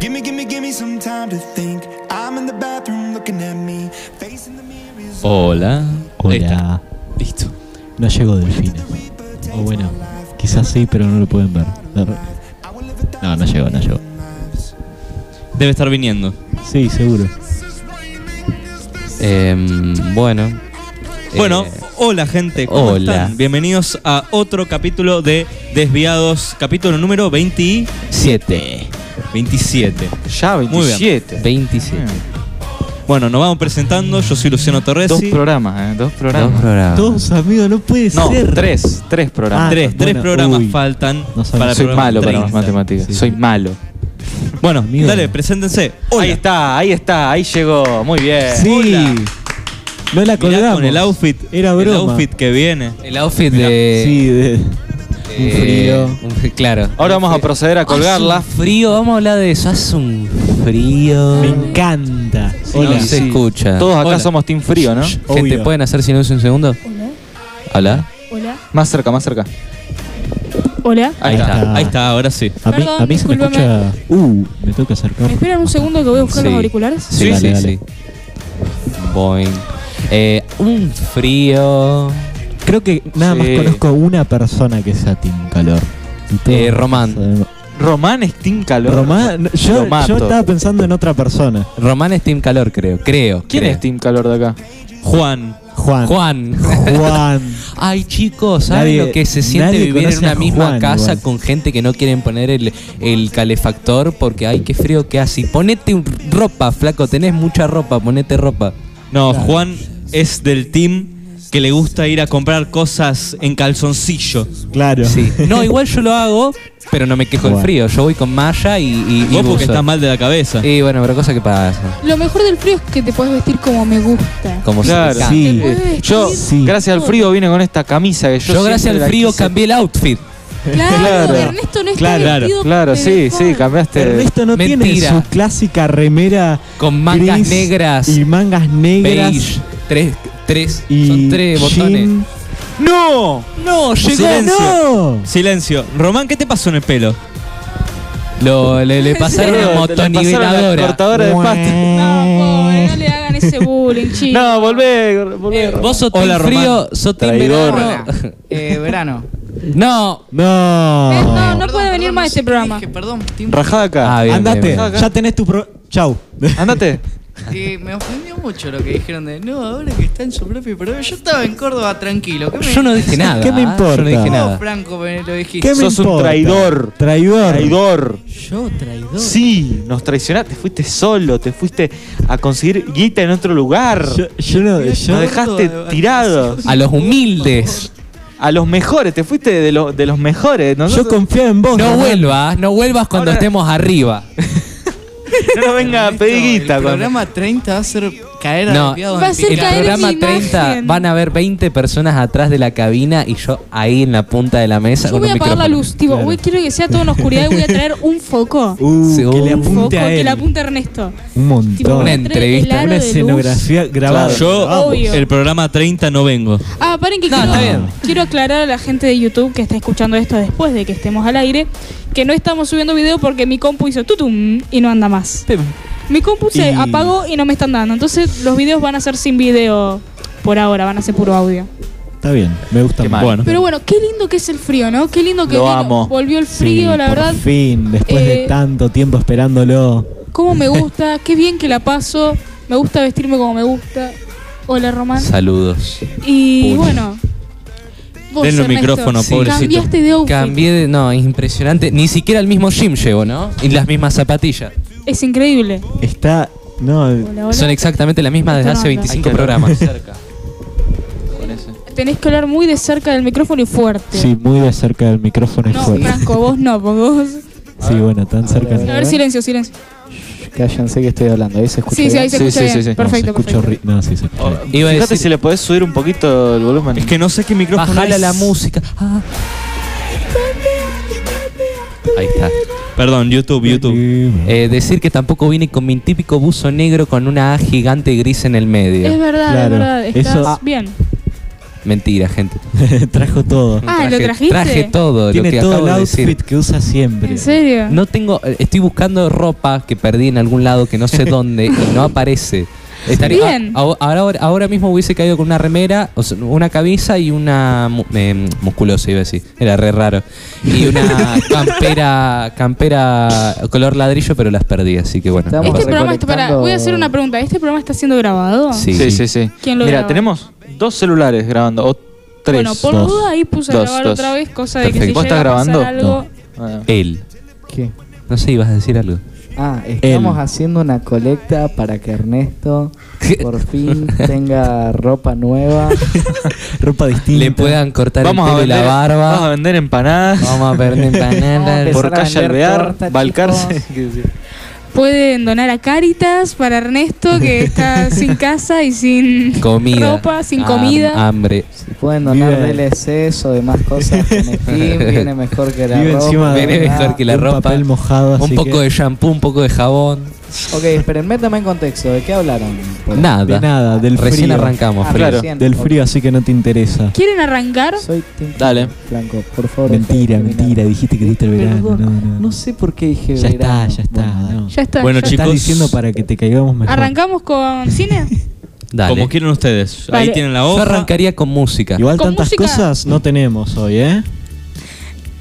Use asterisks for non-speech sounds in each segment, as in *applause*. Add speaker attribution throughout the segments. Speaker 1: Gimme, gimme, gimme some time to think. I'm in the bathroom looking at me. Facing the mirror is
Speaker 2: Oh,
Speaker 3: Hola. Ahí está.
Speaker 2: Hola.
Speaker 3: Listo.
Speaker 2: No llegó Delfina. O Oh, bueno, quizás sí, pero no lo pueden ver. No, no llegó, no llegó.
Speaker 3: Debe estar viniendo.
Speaker 2: Sí, seguro.
Speaker 4: Em, bueno.
Speaker 3: Bueno,
Speaker 4: Eh,
Speaker 3: hola gente, ¿cómo
Speaker 4: hola.
Speaker 3: están? Bienvenidos a otro capítulo de Desviados, capítulo número 20 y
Speaker 4: 7.
Speaker 3: 27.
Speaker 5: Ya,
Speaker 3: Muy bien.
Speaker 5: 27.
Speaker 4: 27.
Speaker 3: Bueno, nos vamos presentando, yo soy Luciano
Speaker 5: Dos
Speaker 3: Torresi.
Speaker 5: programas, ¿eh? Dos
Speaker 4: Dos
Speaker 5: programas.
Speaker 4: programas.
Speaker 2: Todos amigos, no puede
Speaker 3: No,
Speaker 2: ser.
Speaker 5: Tres, tres programas.
Speaker 2: Ah,
Speaker 3: Tres, tres
Speaker 2: bueno,
Speaker 3: programas
Speaker 2: uy.
Speaker 3: faltan
Speaker 2: No sabía.
Speaker 3: para el
Speaker 5: Soy
Speaker 3: programa
Speaker 5: malo para las
Speaker 3: 30.
Speaker 5: matemáticas.
Speaker 2: Sí.
Speaker 5: Soy malo.
Speaker 3: Bueno,
Speaker 2: Amigo.
Speaker 3: dale, preséntense. Hola.
Speaker 5: Ahí está, ahí está, ahí llegó. Muy bien.
Speaker 2: Sí.
Speaker 3: Hola.
Speaker 2: No la
Speaker 3: Mirá
Speaker 2: colgamos.
Speaker 3: con el outfit,
Speaker 2: Era
Speaker 3: el
Speaker 2: broma.
Speaker 3: outfit que viene.
Speaker 4: El outfit
Speaker 3: Mirá,
Speaker 4: de.
Speaker 2: Sí, de- un frío.
Speaker 4: eh, un fri- claro.
Speaker 5: Ahora vamos a proceder a colgarla.
Speaker 4: Hace un frío, vamos a hablar de eso. Hace un frío.
Speaker 2: Me encanta.
Speaker 4: Sí,
Speaker 2: Hola.
Speaker 4: no se escucha.
Speaker 5: Todos acá
Speaker 3: Hola.
Speaker 5: somos Team Frío, ¿no?
Speaker 4: Gente,
Speaker 2: Obvio.
Speaker 4: ¿pueden hacer silencio un segundo?
Speaker 6: Hola,
Speaker 4: Hola.
Speaker 6: hola,
Speaker 5: Más cerca, más cerca.
Speaker 6: hola.
Speaker 4: Ahí está.
Speaker 3: Ahí está, ahora sí.
Speaker 2: A mí, a mí se me
Speaker 6: Perdón,
Speaker 2: escucha. Uh, me toca acercar.
Speaker 6: ¿Me esperan un segundo que voy a buscar
Speaker 4: Sí.
Speaker 6: los auriculares?
Speaker 4: Sí,
Speaker 2: Dale,
Speaker 4: sí,
Speaker 2: dale.
Speaker 4: sí. Boing. Eh, un frío.
Speaker 2: Creo que nada más
Speaker 5: Sí.
Speaker 2: conozco una persona que sea Team Calor. Y todos
Speaker 4: Eh, Román.
Speaker 2: sabemos-
Speaker 5: Román es Team Calor.
Speaker 2: Román,
Speaker 5: Lo
Speaker 2: yo,
Speaker 5: mato.
Speaker 2: yo estaba pensando en otra persona.
Speaker 4: Román es Team Calor, creo. Creo.
Speaker 5: ¿Quién
Speaker 4: creo.
Speaker 5: es Team Calor de acá?
Speaker 3: Juan.
Speaker 2: Juan.
Speaker 4: Juan.
Speaker 2: Juan.
Speaker 4: *laughs* Ay, chicos, ¿saben
Speaker 2: Nadie-
Speaker 4: lo que se siente
Speaker 2: nadie
Speaker 4: vivir en
Speaker 2: conoce
Speaker 4: una
Speaker 2: a
Speaker 4: misma
Speaker 2: Juan
Speaker 4: casa
Speaker 2: igual.
Speaker 4: con gente que no quieren poner el, el calefactor porque, ay, qué frío que hace? Y Ponete un- ropa, flaco, tenés mucha ropa, ponete ropa.
Speaker 3: No, Juan es del team que le gusta ir a comprar cosas en calzoncillo.
Speaker 2: Claro.
Speaker 4: Sí. No, igual yo lo hago, pero no me quejo del
Speaker 2: Juan.
Speaker 4: frío. Yo voy con malla y. y, y
Speaker 3: Vos porque
Speaker 4: buzo.
Speaker 3: estás mal de la cabeza.
Speaker 4: Y bueno, pero cosa que pasa.
Speaker 6: Lo mejor del frío es que te puedes vestir como me gusta.
Speaker 4: Como se
Speaker 5: Claro.
Speaker 4: te canta.
Speaker 2: Sí.
Speaker 6: Te puedes vestir
Speaker 5: Yo,
Speaker 2: Sí.
Speaker 5: gracias al frío, vine con esta camisa que yo.
Speaker 4: Yo, gracias
Speaker 5: siempre
Speaker 4: al
Speaker 5: la
Speaker 4: frío,
Speaker 5: quise.
Speaker 4: cambié el outfit.
Speaker 6: *laughs* Claro,
Speaker 5: Claro.
Speaker 6: Ernesto no está
Speaker 2: Claro,
Speaker 6: vestido
Speaker 5: Claro,
Speaker 6: de
Speaker 5: sí,
Speaker 6: mejor.
Speaker 5: sí, cambiaste.
Speaker 2: Ernesto no
Speaker 4: eh, Mentira.
Speaker 2: tiene su clásica remera
Speaker 4: Con mangas
Speaker 2: gris
Speaker 4: negras,
Speaker 2: y mangas negras
Speaker 4: beige. Tres, tres,
Speaker 2: y
Speaker 4: son tres botones.
Speaker 2: jean.
Speaker 5: ¡No!
Speaker 3: No, llegó. Silencio.
Speaker 2: ¡No!
Speaker 3: Silencio. Román, ¿qué te pasó en el pelo?
Speaker 4: Lo, le, le pasaron
Speaker 5: Le
Speaker 4: la
Speaker 5: pasaron la
Speaker 4: motoniveladora.
Speaker 5: cortadora de pasta.
Speaker 6: No, pobre, no le hagan ese bullying, chicos.
Speaker 5: No, volvé, volvé.
Speaker 4: Vos sos
Speaker 3: Hola,
Speaker 4: team
Speaker 3: Román.
Speaker 4: frío, sos team
Speaker 5: Traidor.
Speaker 4: verano.
Speaker 7: Eh, verano.
Speaker 4: *laughs* No.
Speaker 6: Eh,
Speaker 2: No.
Speaker 6: no, no puede venir más a este programa.
Speaker 7: Dije, perdón, Tim.
Speaker 5: Rajada acá.
Speaker 4: Ah, bien,
Speaker 2: Andate,
Speaker 4: bien,
Speaker 5: bien.
Speaker 2: ya tenés tu pro...
Speaker 4: *laughs*
Speaker 2: Chau.
Speaker 5: Andate.
Speaker 7: Eh, me ofendió mucho lo que dijeron de no, ahora que está en su propio programa. Yo estaba en Córdoba tranquilo. ¿qué me
Speaker 4: Yo no dije
Speaker 7: decís?
Speaker 4: nada.
Speaker 2: ¿Qué me
Speaker 4: ¿ah?
Speaker 2: importa?
Speaker 4: Yo no dije
Speaker 7: Vos,
Speaker 4: nada.
Speaker 7: Franco, me lo dijiste.
Speaker 2: ¿Qué me
Speaker 5: Sos un
Speaker 2: importa?
Speaker 5: traidor.
Speaker 2: Traidor.
Speaker 5: Traidor.
Speaker 7: Yo traidor.
Speaker 5: Sí, nos traicionaste, te fuiste solo, te fuiste a conseguir guita en otro lugar.
Speaker 2: Yo, yo no, yo-
Speaker 5: Nos dejaste
Speaker 7: Gordo,
Speaker 4: *laughs*
Speaker 5: tirado.
Speaker 4: A los humildes.
Speaker 5: A los mejores, te fuiste de, lo- de los mejores.
Speaker 2: yo
Speaker 5: Nosotros-
Speaker 2: confiaba en vos.
Speaker 4: No
Speaker 2: Román.
Speaker 4: vuelvas, no vuelvas cuando
Speaker 5: Ahora-
Speaker 4: estemos arriba.
Speaker 5: no nos
Speaker 4: ah,
Speaker 5: venga a
Speaker 7: Ernesto,
Speaker 5: pedir guita.
Speaker 7: El
Speaker 5: con-
Speaker 7: programa 30 va a ser caer a
Speaker 4: No.
Speaker 7: desviado
Speaker 6: Va a
Speaker 7: en
Speaker 6: ser
Speaker 4: El
Speaker 7: picada.
Speaker 6: caer en
Speaker 4: programa
Speaker 6: mi
Speaker 4: 30
Speaker 6: imagen.
Speaker 4: van a haber 20 personas atrás de la cabina y yo ahí en la punta de la mesa.
Speaker 6: Yo
Speaker 4: con
Speaker 6: voy a
Speaker 4: un
Speaker 6: apagar la
Speaker 4: micrófono.
Speaker 6: luz, tipo,
Speaker 2: Claro.
Speaker 6: hoy quiero que sea todo en oscuridad y voy a traer un foco.
Speaker 2: Uh,
Speaker 4: Sí,
Speaker 2: que le
Speaker 4: un
Speaker 6: Un foco
Speaker 2: apunte a
Speaker 6: que
Speaker 2: él.
Speaker 6: le apunte a Ernesto.
Speaker 2: Un
Speaker 6: Tipo,
Speaker 2: montón.
Speaker 4: Una
Speaker 6: que
Speaker 2: Una,
Speaker 6: entre
Speaker 4: entrevista,
Speaker 6: el aro de luz.
Speaker 2: escenografía grabada.
Speaker 3: Yo,
Speaker 6: Obvio.
Speaker 3: el programa 30 no vengo.
Speaker 6: Ah, paren que
Speaker 4: No,
Speaker 6: quiero,
Speaker 4: está bien.
Speaker 6: quiero aclarar a la gente de YouTube que está escuchando esto después de que estemos al aire, que no estamos subiendo video porque mi compu hizo tutum y no anda más. Mi compu se
Speaker 2: Y-
Speaker 6: apagó y no me están dando, entonces los videos van a ser sin video por ahora, van a ser puro audio.
Speaker 2: Está bien, me gusta
Speaker 5: Qué
Speaker 2: más.
Speaker 5: mal.
Speaker 3: Bueno.
Speaker 6: Pero bueno, qué lindo que es el frío, ¿no? Qué lindo que
Speaker 5: Lo
Speaker 6: vino.
Speaker 5: amo.
Speaker 6: volvió el
Speaker 2: Sí,
Speaker 6: frío, la
Speaker 2: por
Speaker 6: verdad.
Speaker 2: fin, después de
Speaker 6: Eh,
Speaker 2: tanto tiempo esperándolo.
Speaker 6: Cómo me gusta, qué bien que la paso. Me gusta vestirme como me gusta. Hola, Román.
Speaker 4: Saludos.
Speaker 6: Y
Speaker 4: Puli.
Speaker 6: bueno, vos,
Speaker 3: Denle un
Speaker 6: Ernesto,
Speaker 3: micrófono,
Speaker 6: sí,
Speaker 3: pobrecito.
Speaker 6: Cambiaste de outfit.
Speaker 4: Cambié de. No, es impresionante. Ni siquiera el mismo gym llevo, ¿no? Y las mismas zapatillas.
Speaker 6: Es increíble.
Speaker 2: Está. No,
Speaker 6: Hola, hola.
Speaker 4: Son exactamente las mismas desde
Speaker 6: Esto no
Speaker 4: hace
Speaker 6: anda.
Speaker 4: 25 programas.
Speaker 6: Tenés que hablar muy de cerca del micrófono y fuerte.
Speaker 2: sí, muy de cerca del micrófono es
Speaker 6: No,
Speaker 2: fuerte.
Speaker 6: Franco, vos no, porque vos.
Speaker 2: Sí, bueno, tan cerca.
Speaker 6: A ver, silencio, silencio.
Speaker 8: Cállense que estoy hablando, ahí se escucha.
Speaker 6: Sí, sí, ahí se
Speaker 5: Sí,
Speaker 6: escucha
Speaker 5: sí,
Speaker 6: bien.
Speaker 5: sí, sí. No, se
Speaker 6: Perfecto,
Speaker 2: ¿eh? no, se escucha
Speaker 6: perfecto.
Speaker 2: horri- No, sí, se escucha. bien.
Speaker 4: Iba a
Speaker 5: Fíjate
Speaker 4: decir,
Speaker 5: si le podés subir un poquito el volumen.
Speaker 3: Es que no sé qué micrófono
Speaker 4: bajala
Speaker 3: es.
Speaker 4: la música. Ah. Ahí está.
Speaker 3: Perdón, YouTube, YouTube.
Speaker 4: Eh, decir que tampoco vine con mi típico buzo negro con una A gigante gris en el medio.
Speaker 6: Es verdad,
Speaker 2: Claro,
Speaker 6: es verdad. Estás
Speaker 2: eso-
Speaker 6: bien.
Speaker 4: Mentira, gente.
Speaker 2: *laughs* Trajo todo.
Speaker 6: Ah, ¿lo trajiste?
Speaker 4: Traje todo
Speaker 2: Tiene
Speaker 4: lo que
Speaker 2: todo
Speaker 4: acabo
Speaker 2: el
Speaker 4: de
Speaker 2: outfit
Speaker 4: decir.
Speaker 2: que usa siempre.
Speaker 6: ¿En serio?
Speaker 4: No tengo, eh, estoy buscando ropa que perdí en algún lado que no
Speaker 6: *laughs*
Speaker 4: sé dónde y no aparece. Estaría,
Speaker 6: Bien.
Speaker 4: a- a- ahora, ahora mismo hubiese caído con una remera, o sea, una camisa y una mu- eh, musculosa, iba a decir. Era re raro. Y
Speaker 6: *laughs*
Speaker 4: una campera, campera color ladrillo, pero las perdí, así que bueno.
Speaker 8: Estamos
Speaker 6: Este programa está
Speaker 8: recolectando-
Speaker 6: para. Voy a hacer una pregunta. ¿Este programa está siendo grabado?
Speaker 4: Sí,
Speaker 5: Sí,
Speaker 4: sí.
Speaker 5: sí, sí.
Speaker 6: ¿Quién lo
Speaker 5: Mira,
Speaker 6: graba?
Speaker 5: tenemos dos celulares grabando. O tres.
Speaker 6: bueno, por
Speaker 2: dos,
Speaker 6: duda ahí puse a
Speaker 5: dos,
Speaker 6: grabar
Speaker 5: dos.
Speaker 6: otra vez, cosa de que si
Speaker 5: Perfecto. ¿Vos
Speaker 6: llega
Speaker 5: estás
Speaker 6: a pasar
Speaker 5: grabando?
Speaker 6: algo.
Speaker 5: Ah.
Speaker 4: Él.
Speaker 8: ¿Qué?
Speaker 4: No sé, ibas a decir algo.
Speaker 8: Ah, estamos haciendo una colecta para
Speaker 4: *laughs*
Speaker 8: que Ernesto por fin tenga ropa nueva.
Speaker 2: *laughs* Ropa distinta.
Speaker 4: Le puedan cortar
Speaker 5: Vamos,
Speaker 4: el
Speaker 5: a
Speaker 4: pelo y
Speaker 5: vender,
Speaker 4: la
Speaker 5: vamos a
Speaker 4: barba.
Speaker 5: vender empanadas.
Speaker 4: Vamos a perder
Speaker 8: Vamos a
Speaker 4: empanadas.
Speaker 8: empezar
Speaker 5: por
Speaker 8: a
Speaker 5: calle
Speaker 8: vender
Speaker 5: Alvear,
Speaker 8: tortas,
Speaker 5: Balcarce.
Speaker 8: chicos.
Speaker 5: qué sé yo.
Speaker 6: Pueden donar a Caritas para Ernesto, que
Speaker 5: *laughs*
Speaker 6: está sin casa y sin
Speaker 4: Comida.
Speaker 6: ropa, sin
Speaker 4: Ham-
Speaker 6: comida.
Speaker 4: Hambre.
Speaker 8: Si pueden donar
Speaker 2: Vive-
Speaker 8: DLCs o demás cosas
Speaker 2: *laughs*
Speaker 8: con Steam, viene mejor que la
Speaker 2: Vive
Speaker 8: ropa.
Speaker 2: encima de-
Speaker 4: Viene
Speaker 8: ¿verdad?
Speaker 4: mejor que la
Speaker 2: un
Speaker 4: ropa.
Speaker 2: papel mojado. así
Speaker 4: Un poco
Speaker 2: que-
Speaker 4: de shampoo, un poco de jabón.
Speaker 8: Ok, esperen, métame en contexto. ¿De qué hablaron? Pues,
Speaker 4: Nada.
Speaker 2: de nada, del
Speaker 4: Recién
Speaker 2: frío.
Speaker 4: arrancamos.
Speaker 8: Ah,
Speaker 4: frío.
Speaker 5: claro.
Speaker 8: recién.
Speaker 2: Del
Speaker 8: Ok.
Speaker 2: frío, así que no te interesa.
Speaker 6: ¿Quieren arrancar?
Speaker 8: Soy Tim
Speaker 5: Dale.
Speaker 8: Blanco, por favor.
Speaker 2: Mentira,
Speaker 8: déjame
Speaker 2: mentira.
Speaker 8: terminar.
Speaker 2: Dijiste que diste el verano.
Speaker 8: Perdón,
Speaker 2: No, no.
Speaker 8: no sé por qué dije
Speaker 2: Ya está,
Speaker 8: verano.
Speaker 2: ya está.
Speaker 8: Bueno,
Speaker 2: no.
Speaker 6: Ya está.
Speaker 3: Bueno,
Speaker 6: ya-
Speaker 3: chicos,
Speaker 2: Estás diciendo para que te caigamos mejor.
Speaker 6: ¿Arrancamos
Speaker 4: *laughs*
Speaker 6: con cine?
Speaker 4: Dale.
Speaker 3: Como quieran ustedes.
Speaker 6: Vale.
Speaker 3: Ahí tienen la
Speaker 4: Yo
Speaker 3: hoja.
Speaker 4: arrancaría con música.
Speaker 2: Igual
Speaker 6: Con
Speaker 2: tantas
Speaker 6: música.
Speaker 2: cosas no tenemos hoy, ¿eh?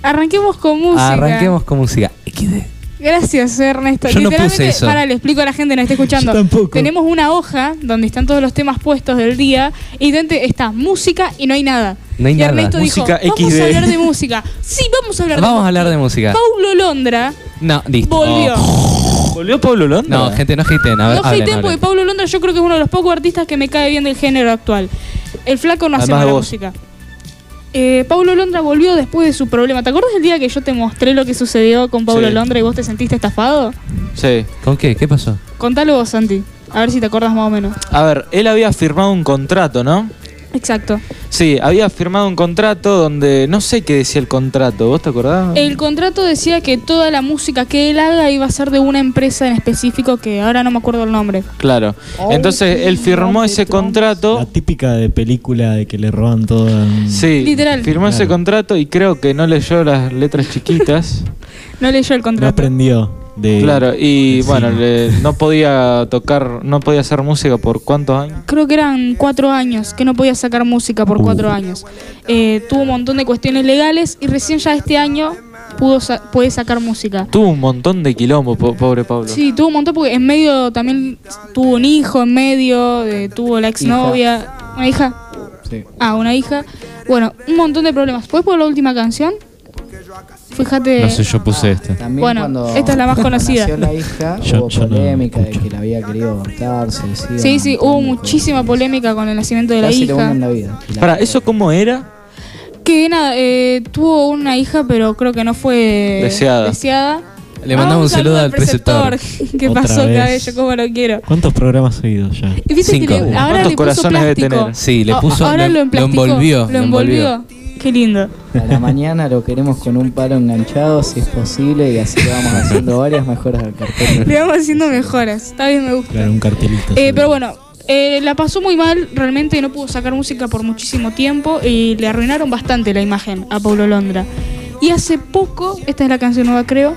Speaker 6: Arranquemos con música.
Speaker 4: Arranquemos con música. XD.
Speaker 6: Gracias, Ernesto.
Speaker 4: Yo no
Speaker 6: Literalmente,
Speaker 4: puse eso.
Speaker 6: Para, le explico a la gente que nos está escuchando.
Speaker 2: Yo tampoco.
Speaker 6: Tenemos una hoja donde están todos los temas puestos del día y dentro está música y no hay nada.
Speaker 4: No hay
Speaker 6: y
Speaker 4: nada.
Speaker 6: Ernesto
Speaker 5: Música
Speaker 6: dijo, vamos
Speaker 5: XD".
Speaker 6: a hablar de música. Sí, vamos a hablar de
Speaker 4: Vamos a
Speaker 6: música.
Speaker 4: hablar de música. Oh,
Speaker 6: Paulo Londra
Speaker 4: No, listo.
Speaker 6: volvió.
Speaker 5: *laughs* ¿Volvió Pablo Londra?
Speaker 4: No, gente, no hiten. A ver,
Speaker 6: no
Speaker 4: hablen,
Speaker 6: hateé porque
Speaker 4: hablen.
Speaker 6: Paulo Londra yo creo que es uno de los pocos artistas que me cae bien del género actual. El flaco no hace
Speaker 5: Además de
Speaker 6: mala
Speaker 5: vos.
Speaker 6: música. Eh, Paulo Londra volvió después de su problema. ¿Te acuerdas el día que yo te mostré lo que sucedió con Paulo
Speaker 5: Sí.
Speaker 6: Londra y vos te sentiste estafado?
Speaker 5: Sí.
Speaker 4: ¿Con qué? ¿Qué pasó?
Speaker 6: Contalo vos, Santi. A ver si te acordás más o menos.
Speaker 5: A ver, él había firmado un contrato, ¿no?
Speaker 6: Exacto.
Speaker 5: Sí, había firmado un contrato donde no sé qué decía el contrato, ¿vos te acordás?
Speaker 6: El contrato decía que toda la música que él haga iba a ser de una empresa en específico que ahora no me acuerdo el nombre.
Speaker 5: Claro.
Speaker 6: Oh,
Speaker 5: Entonces él firmó ese
Speaker 2: La
Speaker 5: contrato.
Speaker 2: típica de película de que le roban todo. en-
Speaker 5: Sí,
Speaker 6: Literal.
Speaker 5: firmó ese
Speaker 2: Claro.
Speaker 5: contrato y creo que no leyó las letras chiquitas.
Speaker 6: No leyó el
Speaker 2: No
Speaker 6: contrato.
Speaker 2: aprendió. De,
Speaker 5: Claro, y
Speaker 2: Sí.
Speaker 5: bueno, le- no podía tocar, no podía hacer música por cuántos años.
Speaker 6: Creo que eran cuatro años, que no podía sacar música por cuatro años. Eh, tuvo un montón de cuestiones legales y recién ya este año pudo sa- puede sacar música.
Speaker 5: Tuvo un montón de quilombo, po- pobre Pablo.
Speaker 6: Sí, tuvo un montón porque en medio también tuvo un hijo, en medio eh, tuvo la exnovia, una hija.
Speaker 8: Sí.
Speaker 6: Ah, una hija. Bueno, un montón de problemas. ¿Puedes por la última canción? Fíjate.
Speaker 4: yo puse esta.
Speaker 8: También
Speaker 6: Bueno,
Speaker 8: cuando
Speaker 6: esta es
Speaker 8: *laughs*
Speaker 6: la más
Speaker 8: cuando
Speaker 6: conocida.
Speaker 8: Nació
Speaker 2: *laughs*
Speaker 8: la hija,
Speaker 2: Yo-
Speaker 8: hubo
Speaker 2: yo no
Speaker 8: polémica de
Speaker 2: escucho.
Speaker 8: que la había querido abortar, suicidio.
Speaker 6: Sí,
Speaker 8: un
Speaker 6: sí,
Speaker 8: montón
Speaker 6: hubo
Speaker 8: de
Speaker 6: muchísima
Speaker 8: cosas.
Speaker 6: polémica con el nacimiento de la
Speaker 8: Casi le hunden la
Speaker 6: hija.
Speaker 8: vida. Y la-
Speaker 5: Para, ¿eso cómo era?
Speaker 6: Que nada, eh, tuvo una hija, pero creo que no fue
Speaker 5: Deseada.
Speaker 6: deseada.
Speaker 4: Le mandamos
Speaker 6: Ah,
Speaker 4: un saludo al preceptor.
Speaker 6: *laughs* ¿Qué
Speaker 2: Otra
Speaker 6: pasó,
Speaker 2: vez.
Speaker 6: cabello? ¿Cómo lo quiero?
Speaker 2: ¿Cuántos programas seguidos ya?
Speaker 6: Y viste que
Speaker 4: Cinco.
Speaker 6: le- ahora
Speaker 5: ¿Cuántos
Speaker 6: le puso
Speaker 5: corazones debe
Speaker 6: plástico.
Speaker 5: tener?
Speaker 4: Sí, le
Speaker 6: A-
Speaker 4: puso.
Speaker 6: ahora
Speaker 4: lo,
Speaker 6: lo,
Speaker 4: lo
Speaker 6: emplasticó,
Speaker 4: envolvió.
Speaker 6: Lo envolvió. Qué lindo.
Speaker 8: A la mañana lo queremos con un palo enganchado, si es posible, y así vamos haciendo varias mejoras al
Speaker 6: *laughs*
Speaker 8: cartel.
Speaker 6: Le vamos haciendo mejoras. Está bien, me gusta.
Speaker 2: Claro, un cartelito.
Speaker 6: Eh, pero bueno, eh, la pasó muy mal, realmente no pudo sacar música por muchísimo tiempo y le arruinaron bastante la imagen a Paulo Londra. Y hace poco, esta es la canción nueva creo,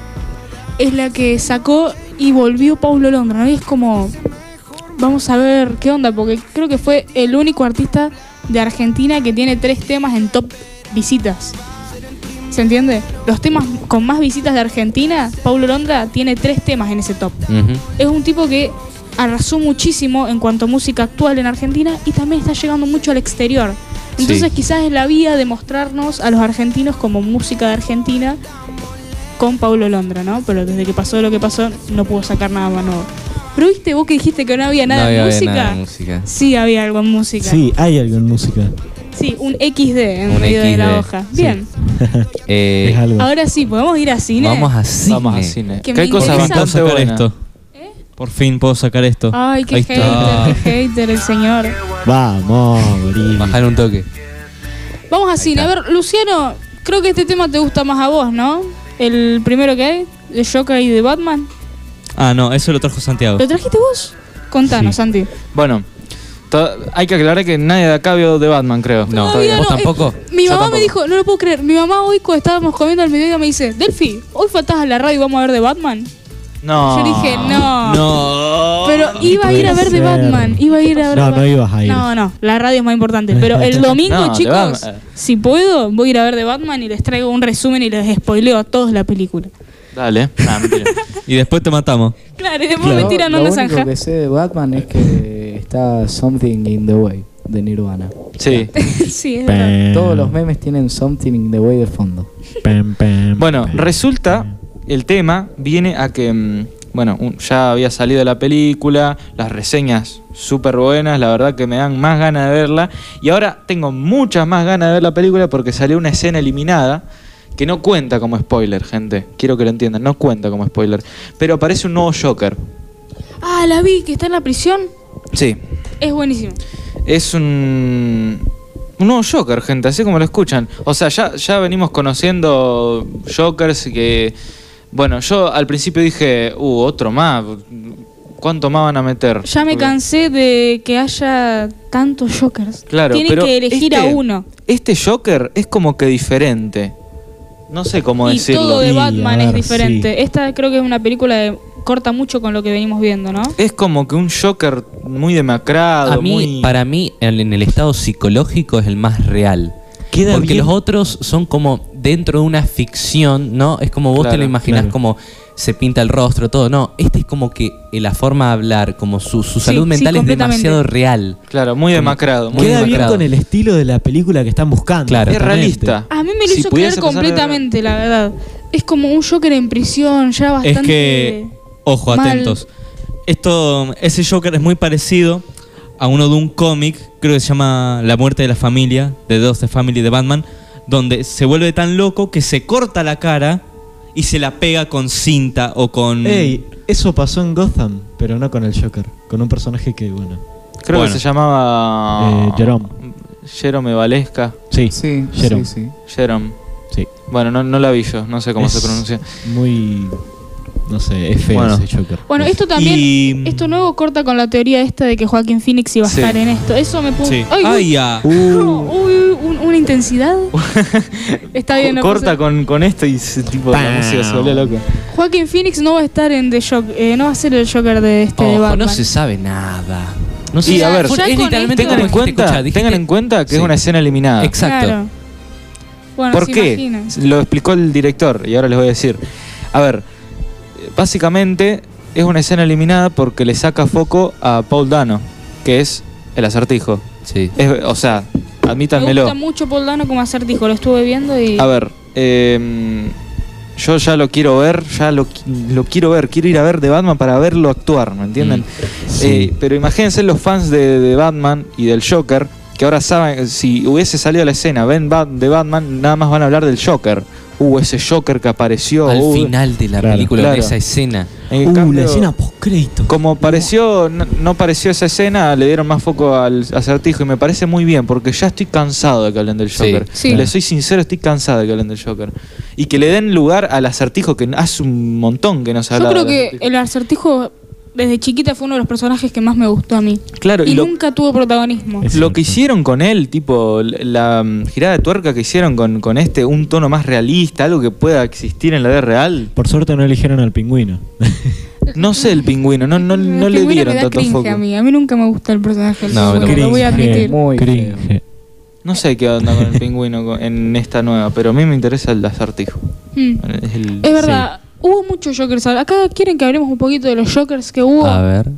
Speaker 6: es la que sacó y volvió Paulo Londra, ¿no? Y es como, vamos a ver qué onda, porque creo que fue el único artista de Argentina que tiene tres temas en top visitas. ¿Se entiende? Los temas con más visitas de Argentina, Paulo Londra tiene tres temas en ese top
Speaker 4: Ujú.
Speaker 6: es un tipo que arrasó muchísimo en cuanto a música actual en Argentina y también está llegando mucho al exterior. Entonces
Speaker 4: Sí.
Speaker 6: quizás es la vía de mostrarnos a los argentinos como música de Argentina con Paulo Londra, ¿no? Pero desde que pasó lo que pasó no pudo sacar nada más nuevo. Pero viste vos que dijiste que no había nada
Speaker 4: no
Speaker 6: en
Speaker 4: había
Speaker 6: música.
Speaker 4: nada de música.
Speaker 6: Sí había algo en música.
Speaker 2: Sí, hay algo en música. *laughs*
Speaker 6: Sí, un XD en
Speaker 4: Un
Speaker 6: medio de la
Speaker 4: XD,
Speaker 6: hoja.
Speaker 2: sí.
Speaker 6: Bien.
Speaker 4: Eh,
Speaker 2: es algo.
Speaker 6: Ahora sí, podemos ir a cine.
Speaker 4: vamos a cine.
Speaker 5: Vamos a cine.
Speaker 6: Que
Speaker 5: Que hay
Speaker 6: me
Speaker 3: Por
Speaker 5: cosas
Speaker 3: fin
Speaker 6: interesa.
Speaker 3: puedo
Speaker 5: bastante
Speaker 3: sacar
Speaker 5: buenas.
Speaker 3: esto. Por fin puedo sacar esto.
Speaker 6: ¿Eh? Ay, qué
Speaker 3: Ahí
Speaker 6: hater,
Speaker 3: está.
Speaker 4: *laughs*
Speaker 6: qué hater el señor.
Speaker 2: Vamos, Brini.
Speaker 4: Bajar un toque.
Speaker 6: Vamos a cine. A ver, Luciano, creo que este tema te gusta más a vos, ¿no? El primero que hay, de Joker y de Batman.
Speaker 3: Ah, no, eso lo trajo Santiago.
Speaker 6: ¿Lo trajiste vos?
Speaker 2: Sí.
Speaker 6: Contanos, Santi.
Speaker 5: Bueno, To- Hay que aclarar que nadie de acá vio de Batman, creo.
Speaker 4: No.
Speaker 5: Todavía.
Speaker 4: ¿Vos
Speaker 6: eh,
Speaker 4: tampoco?
Speaker 6: mi
Speaker 5: Yo
Speaker 6: mamá
Speaker 5: tampoco.
Speaker 6: me dijo, no lo puedo creer. Mi mamá hoy cuando estábamos comiendo al mediodía me dice, Delphi, ¿hoy faltás a la radio y vamos a ver de Batman?
Speaker 5: No.
Speaker 6: Yo dije, no.
Speaker 3: No.
Speaker 6: Pero iba a ir a ver de
Speaker 2: ser.
Speaker 6: Batman. Iba a ir a ver
Speaker 2: No,
Speaker 6: de
Speaker 2: no
Speaker 6: Batman.
Speaker 2: ibas a ir.
Speaker 6: No, no, la radio es más importante. Pero el domingo,
Speaker 5: No, de
Speaker 6: chicos,
Speaker 5: Batman.
Speaker 6: si puedo, voy a ir a ver de Batman y les traigo un resumen y les spoileo a todos la película.
Speaker 5: Dale. Nah, Ah, mentira.
Speaker 3: Y después te matamos.
Speaker 6: Claro, y después
Speaker 8: Claro,
Speaker 6: me tiran
Speaker 8: lo
Speaker 6: una
Speaker 8: único
Speaker 6: zanja. *laughs*
Speaker 8: que sé de Batman es que está Something in the Way de Nirvana.
Speaker 5: *laughs* sí.
Speaker 6: sí, es verdad.
Speaker 8: Todos los memes tienen Something in the Way de fondo.
Speaker 2: Pam, pam,
Speaker 5: Bueno,
Speaker 2: pam.
Speaker 5: resulta, el tema viene a que, mm, bueno, un- ya había salido la película, las reseñas súper buenas, la verdad que me dan más ganas de verla, y ahora tengo muchas más ganas de ver la película porque salió una escena eliminada que no cuenta como spoiler, gente, quiero que lo entiendan, no cuenta como spoiler, pero aparece un nuevo Joker.
Speaker 6: Ah, la vi, que está en la prisión.
Speaker 5: Sí,
Speaker 6: Es buenísimo.
Speaker 5: es un, un nuevo Joker, gente, así como lo escuchan. O sea, ya, ya venimos conociendo Jokers que, bueno, yo al principio dije, uh, otro más, ¿cuánto más van a meter?
Speaker 6: Ya me
Speaker 5: Porque-
Speaker 6: cansé de que haya tantos Jokers.
Speaker 5: Claro,
Speaker 6: Tienen
Speaker 5: pero
Speaker 6: que elegir a
Speaker 5: este-
Speaker 6: uno.
Speaker 5: Este Joker es como que diferente. No sé cómo
Speaker 6: y
Speaker 5: decirlo.
Speaker 6: todo de
Speaker 2: Sí,
Speaker 6: Batman
Speaker 2: a
Speaker 6: es
Speaker 2: ver,
Speaker 6: diferente. Esta creo que es una película que corta mucho con lo que venimos viendo, ¿no?
Speaker 5: Es como que un Joker muy demacrado,
Speaker 4: A mí,
Speaker 5: muy...
Speaker 4: para mí, en, en el estado psicológico es el más real.
Speaker 5: Queda
Speaker 4: Porque
Speaker 5: bien.
Speaker 4: los otros son como dentro de una ficción, ¿no? Es como vos te
Speaker 5: Claro,
Speaker 4: lo imaginás
Speaker 2: claro.
Speaker 4: como se pinta el rostro, todo. No, este es como que eh, la forma de hablar, como su, su
Speaker 6: Sí,
Speaker 4: salud
Speaker 6: sí,
Speaker 4: mental es
Speaker 6: completamente.
Speaker 4: demasiado real.
Speaker 5: Claro, muy demacrado. Muy
Speaker 4: Queda
Speaker 2: Queda
Speaker 4: bien con
Speaker 2: bien
Speaker 5: demacrado.
Speaker 2: con el estilo de la película que están buscando.
Speaker 4: Claro.
Speaker 5: Es realista.
Speaker 6: A mí me lo
Speaker 5: Si
Speaker 6: hizo
Speaker 5: pudiese
Speaker 6: creer
Speaker 5: pasar de verdad.
Speaker 6: completamente, la verdad. Es como un Joker en prisión, ya bastante.
Speaker 3: Es que, ojo,
Speaker 6: mal.
Speaker 3: atentos. Esto, ese Joker es muy parecido a uno de un cómic, creo que se llama La muerte de la familia, de Dos de Family de Batman, donde se vuelve tan loco que se corta la cara y se la pega con cinta o con...
Speaker 2: Ey, eso pasó en Gotham, pero no con el Joker. Con un personaje que, bueno.
Speaker 5: Creo
Speaker 3: Bueno.
Speaker 5: que se llamaba...
Speaker 2: Eh, Jerome.
Speaker 5: Jerome Valesca.
Speaker 2: Sí,
Speaker 8: Sí,
Speaker 2: Jerome.
Speaker 8: sí, sí.
Speaker 5: Jerome.
Speaker 2: sí.
Speaker 5: Bueno, no, no la vi yo, no sé cómo se
Speaker 2: Es
Speaker 5: pronuncia.
Speaker 2: Muy. No sé, es feo
Speaker 5: Bueno.
Speaker 2: ese Joker.
Speaker 6: Bueno, esto también.
Speaker 3: Y-
Speaker 6: Esto nuevo corta con la teoría esta de que Joaquín Phoenix iba a
Speaker 5: Sí.
Speaker 6: estar en esto. Eso me puso.
Speaker 3: Sí.
Speaker 6: ¡Ay!
Speaker 3: Ay, ah.
Speaker 5: Uh.
Speaker 6: no, uy, uy, un- una intensidad.
Speaker 5: *laughs*
Speaker 6: Está bien, no
Speaker 5: Corta
Speaker 6: pasa-
Speaker 5: con, con esto y ese tipo de la música se vuelve loca.
Speaker 6: Joaquín Phoenix no va a estar en The Joker. eh, no va a ser el Joker de este de
Speaker 4: Ojo,
Speaker 6: Batman.
Speaker 4: no se sabe nada. No
Speaker 5: Y,
Speaker 4: se
Speaker 5: a
Speaker 4: sabe.
Speaker 5: ver,
Speaker 4: Fue-
Speaker 6: ya
Speaker 4: es
Speaker 6: con
Speaker 4: literalmente
Speaker 6: esto-
Speaker 5: Tengan
Speaker 4: como
Speaker 5: en
Speaker 4: dijiste, escuchá,
Speaker 5: cuenta,
Speaker 4: dijiste-
Speaker 5: tengan en cuenta que
Speaker 4: Sí.
Speaker 5: es una escena eliminada.
Speaker 4: Exacto.
Speaker 6: Claro. Bueno,
Speaker 5: ¿Por
Speaker 6: se
Speaker 5: qué?
Speaker 6: imagina.
Speaker 5: Lo explicó el director y ahora les voy a decir. A ver, básicamente es una escena eliminada porque le saca foco a Paul Dano, que es el acertijo.
Speaker 4: Sí.
Speaker 5: Es- o sea,
Speaker 6: Me
Speaker 5: admítanmelo.
Speaker 6: gusta mucho Paul Dano como acertijo, lo estuve viendo y.
Speaker 5: A ver, eh, yo ya lo quiero ver, ya lo, qui- lo quiero ver, quiero ir a ver de Batman para verlo actuar, ¿me
Speaker 4: Mm.
Speaker 5: entienden? Eh, pero imagínense los fans de, de Batman y del Joker, que ahora saben, si hubiese salido la escena ven Bat- de Batman, nada más van a hablar del Joker. Uh, ese Joker que apareció.
Speaker 4: Al
Speaker 5: uh.
Speaker 4: final de la
Speaker 2: Claro.
Speaker 4: película,
Speaker 5: Claro.
Speaker 4: en esa escena.
Speaker 5: En
Speaker 2: uh,
Speaker 5: cambio,
Speaker 2: la escena postcrédito.
Speaker 5: Como pareció, no, no pareció esa escena, le dieron más foco al acertijo y me parece muy bien, porque ya estoy cansado de que hablen del
Speaker 4: Sí,
Speaker 5: Joker.
Speaker 6: sí.
Speaker 5: Le soy sincero, estoy cansado de que hablen del Joker. Y que le den lugar al acertijo, que hace un montón que no se
Speaker 6: Yo
Speaker 5: habla
Speaker 6: creo
Speaker 5: del
Speaker 6: que
Speaker 5: acertijo.
Speaker 6: el acertijo desde chiquita fue uno de los personajes que más me gustó a mí.
Speaker 5: Claro, y
Speaker 6: y
Speaker 5: lo-
Speaker 6: nunca tuvo protagonismo.
Speaker 2: Es
Speaker 5: Lo
Speaker 2: cierto.
Speaker 5: que hicieron con él, tipo, l- la mm, girada de tuerca que hicieron con, con este, un tono más realista, algo que pueda existir en la vida real.
Speaker 2: Por suerte no eligieron al pingüino.
Speaker 5: No sé el pingüino, no, no, no
Speaker 6: *laughs* El
Speaker 5: le
Speaker 6: pingüino
Speaker 5: dieron
Speaker 6: me da
Speaker 5: tanto
Speaker 6: cringe
Speaker 5: foco.
Speaker 6: A mí. a mí nunca me gusta el personaje del
Speaker 4: No,
Speaker 2: *laughs*
Speaker 6: pingüino,
Speaker 4: pero-
Speaker 6: lo voy a
Speaker 2: Cringe.
Speaker 6: admitir.
Speaker 8: Muy
Speaker 2: Cringe.
Speaker 8: feo.
Speaker 5: No sé qué onda con el pingüino co- en esta nueva, pero a mí me interesa el acertijo.
Speaker 6: Mm.
Speaker 5: Es el-
Speaker 6: Es verdad, hubo muchos Jokers. Acá quieren que hablemos un poquito de los Jokers que hubo.
Speaker 4: A ver.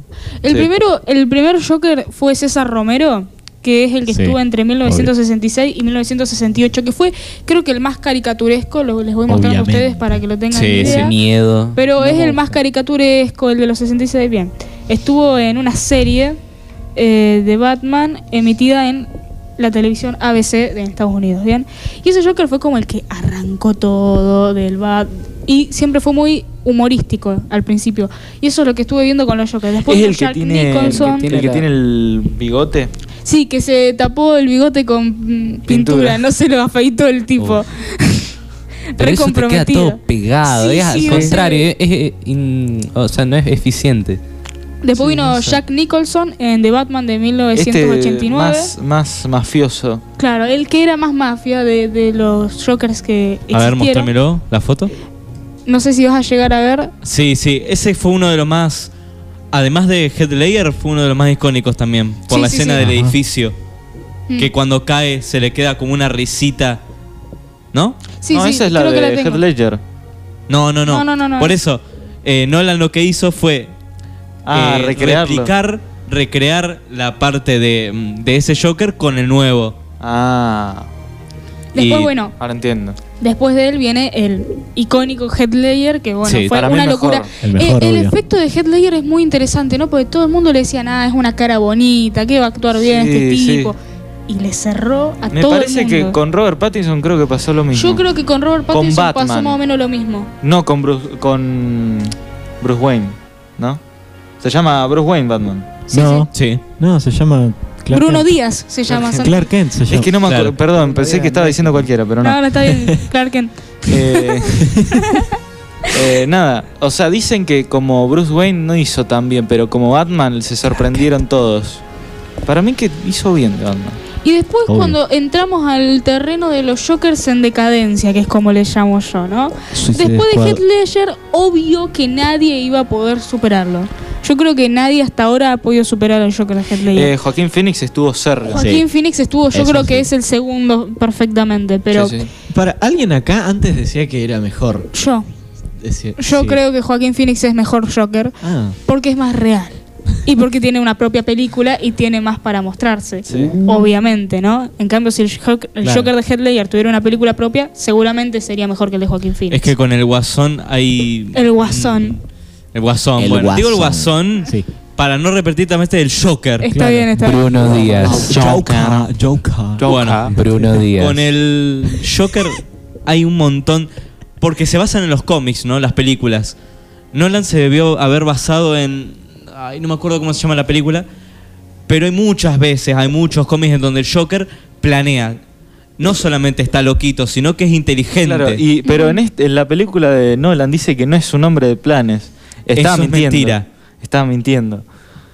Speaker 6: El
Speaker 5: Sí.
Speaker 6: primero, el primer Joker fue César Romero, que es el que
Speaker 2: Sí,
Speaker 6: estuvo entre 1966 y 1968, que fue creo que el más caricaturesco, lo, les voy mostrando a
Speaker 2: Obviamente.
Speaker 6: ustedes para que lo tengan
Speaker 4: Sí,
Speaker 6: idea.
Speaker 4: ese miedo.
Speaker 6: Pero es el más caricaturesco, el de los 66, bien. Estuvo en una serie eh, de Batman emitida en la televisión ABC de Estados Unidos, bien. Y ese Joker fue como el que arrancó todo del Bat y siempre fue muy humorístico al principio. Y eso es lo que estuve viendo con los Jokers. Después
Speaker 5: Es
Speaker 6: de
Speaker 5: el que,
Speaker 6: Jack
Speaker 5: tiene, el
Speaker 6: Nicholson,
Speaker 5: que, tiene, el que
Speaker 8: la-
Speaker 5: tiene el bigote.
Speaker 6: sí, que se tapó el bigote con mm, pintura,
Speaker 5: Pintura.
Speaker 6: no se lo afeitó el tipo. *laughs*
Speaker 4: Pero
Speaker 6: Re
Speaker 4: eso te queda
Speaker 6: comprometido.
Speaker 4: todo pegado,
Speaker 6: Sí,
Speaker 4: es
Speaker 6: sí,
Speaker 4: al
Speaker 6: o sea,
Speaker 4: contrario, es- es- in- o sea, no es eficiente.
Speaker 6: Después
Speaker 5: Sí,
Speaker 6: vino
Speaker 5: no sé.
Speaker 6: Jack Nicholson en The Batman de
Speaker 5: Este
Speaker 6: 1989.
Speaker 5: más, más mafioso.
Speaker 6: Claro, él que era más mafia de, de los Jokers que
Speaker 3: A ver,
Speaker 6: existieron.
Speaker 3: mostrámelo, la foto.
Speaker 6: no sé si vas a llegar a ver.
Speaker 3: Sí, sí, ese fue uno de los más. Además de Headlayer, fue uno de los más icónicos también. Por
Speaker 6: Sí,
Speaker 3: la
Speaker 6: sí,
Speaker 3: escena
Speaker 6: sí.
Speaker 3: del
Speaker 2: Ajá.
Speaker 3: edificio.
Speaker 6: Mm.
Speaker 3: Que cuando cae se le queda como una risita. ¿No?
Speaker 6: Sí,
Speaker 5: no,
Speaker 6: sí,
Speaker 5: esa es la
Speaker 6: creo
Speaker 5: de
Speaker 6: que la tengo.
Speaker 5: Heath Ledger.
Speaker 3: No, no, no.
Speaker 6: No, no, no, no.
Speaker 3: Por eso, eh, Nolan lo que hizo fue
Speaker 5: Ah,
Speaker 3: eh,
Speaker 5: recrearlo.
Speaker 3: replicar, recrear la parte de, mm, de ese Joker con el nuevo.
Speaker 5: Ah,
Speaker 6: Después,
Speaker 3: Y-
Speaker 6: bueno,
Speaker 5: ahora entiendo.
Speaker 6: después de él viene el icónico Headlayer, que bueno,
Speaker 3: Sí,
Speaker 6: fue
Speaker 5: para mí
Speaker 6: una
Speaker 5: el mejor.
Speaker 6: locura.
Speaker 2: El mejor,
Speaker 6: Eh, el
Speaker 2: obvio.
Speaker 6: efecto de Headlayer es muy interesante, ¿no? Porque todo el mundo le decía, nada, es una cara bonita, que va a actuar bien
Speaker 5: Sí,
Speaker 6: este
Speaker 5: sí.
Speaker 6: tipo. Y le cerró a
Speaker 5: Me
Speaker 6: todo el
Speaker 5: parece
Speaker 6: mundo.
Speaker 5: que con Robert Pattinson creo que pasó lo mismo.
Speaker 6: Yo creo que con Robert
Speaker 5: Con
Speaker 6: Pattinson pasó
Speaker 5: Batman.
Speaker 6: más o menos lo mismo.
Speaker 5: No con Bruce, con Bruce Wayne, ¿no? Se llama Bruce Wayne Batman.
Speaker 6: Sí,
Speaker 2: no,
Speaker 3: Sí.
Speaker 2: no, se llama Clark
Speaker 6: Bruno
Speaker 2: Kent.
Speaker 6: Díaz se llama. Santi.
Speaker 2: Clark Kent se llama.
Speaker 5: es que no me acuerdo,
Speaker 3: claro.
Speaker 5: perdón, pensé que estaba diciendo cualquiera, pero no.
Speaker 6: No, no, está bien, Clark Kent.
Speaker 5: Eh, *laughs* eh, nada, o sea, dicen que como Bruce Wayne no hizo tan bien, pero como Batman se sorprendieron todos. Para mí que hizo bien Batman.
Speaker 6: Y después
Speaker 2: Obvio.
Speaker 6: cuando entramos al terreno de los Jokers en decadencia, que es como le llamo yo, ¿no?
Speaker 2: Suicide
Speaker 6: Después de
Speaker 2: Squad.
Speaker 6: Heath Ledger, obvio que nadie iba a poder superarlo. Yo creo que nadie hasta ahora ha podido superar al Joker de Heath Ledger.
Speaker 5: Eh, Joaquín Phoenix estuvo cerca.
Speaker 6: Joaquín Phoenix estuvo, yo
Speaker 2: Eh, Eso
Speaker 6: creo que
Speaker 2: sí.
Speaker 6: es el segundo perfectamente, pero
Speaker 7: Sí, sí.
Speaker 2: Para alguien acá antes decía que era mejor.
Speaker 6: yo,
Speaker 2: Decía-
Speaker 6: yo
Speaker 2: sí.
Speaker 6: creo que Joaquín Phoenix es mejor Joker
Speaker 2: Ah,
Speaker 6: porque es más real y porque tiene una propia película y tiene más para mostrarse.
Speaker 5: Sí.
Speaker 6: Obviamente, ¿no? En cambio, si el, Joker, el
Speaker 2: Claro.
Speaker 6: Joker de Heath Ledger tuviera una película propia, seguramente sería mejor que el de Joaquín Phoenix.
Speaker 3: Es que Mm, con el Guasón hay.
Speaker 6: El Guasón.
Speaker 3: El Guasón,
Speaker 2: El
Speaker 3: bueno. Digo el
Speaker 2: Guasón.
Speaker 3: Guasón
Speaker 2: sí.
Speaker 3: para no repetir también este del Joker.
Speaker 6: Está bien, está bien.
Speaker 4: Bruno Díaz.
Speaker 2: Joker. Joker.
Speaker 3: Bueno,
Speaker 4: Bruno Díaz.
Speaker 3: con el Joker hay un montón. Porque se basan en los cómics, ¿no? Las películas. Nolan se debió haber basado en. Ay, no me acuerdo cómo se llama la película. Pero hay muchas veces, hay muchos cómics en donde el Joker planea. No solamente está loquito, sino que es inteligente.
Speaker 5: Claro, y, pero en, este- en la película de Nolan dice que no es un hombre de planes. Estaba
Speaker 3: Eso es
Speaker 5: mintiendo.
Speaker 3: mentira.
Speaker 5: Estaba mintiendo.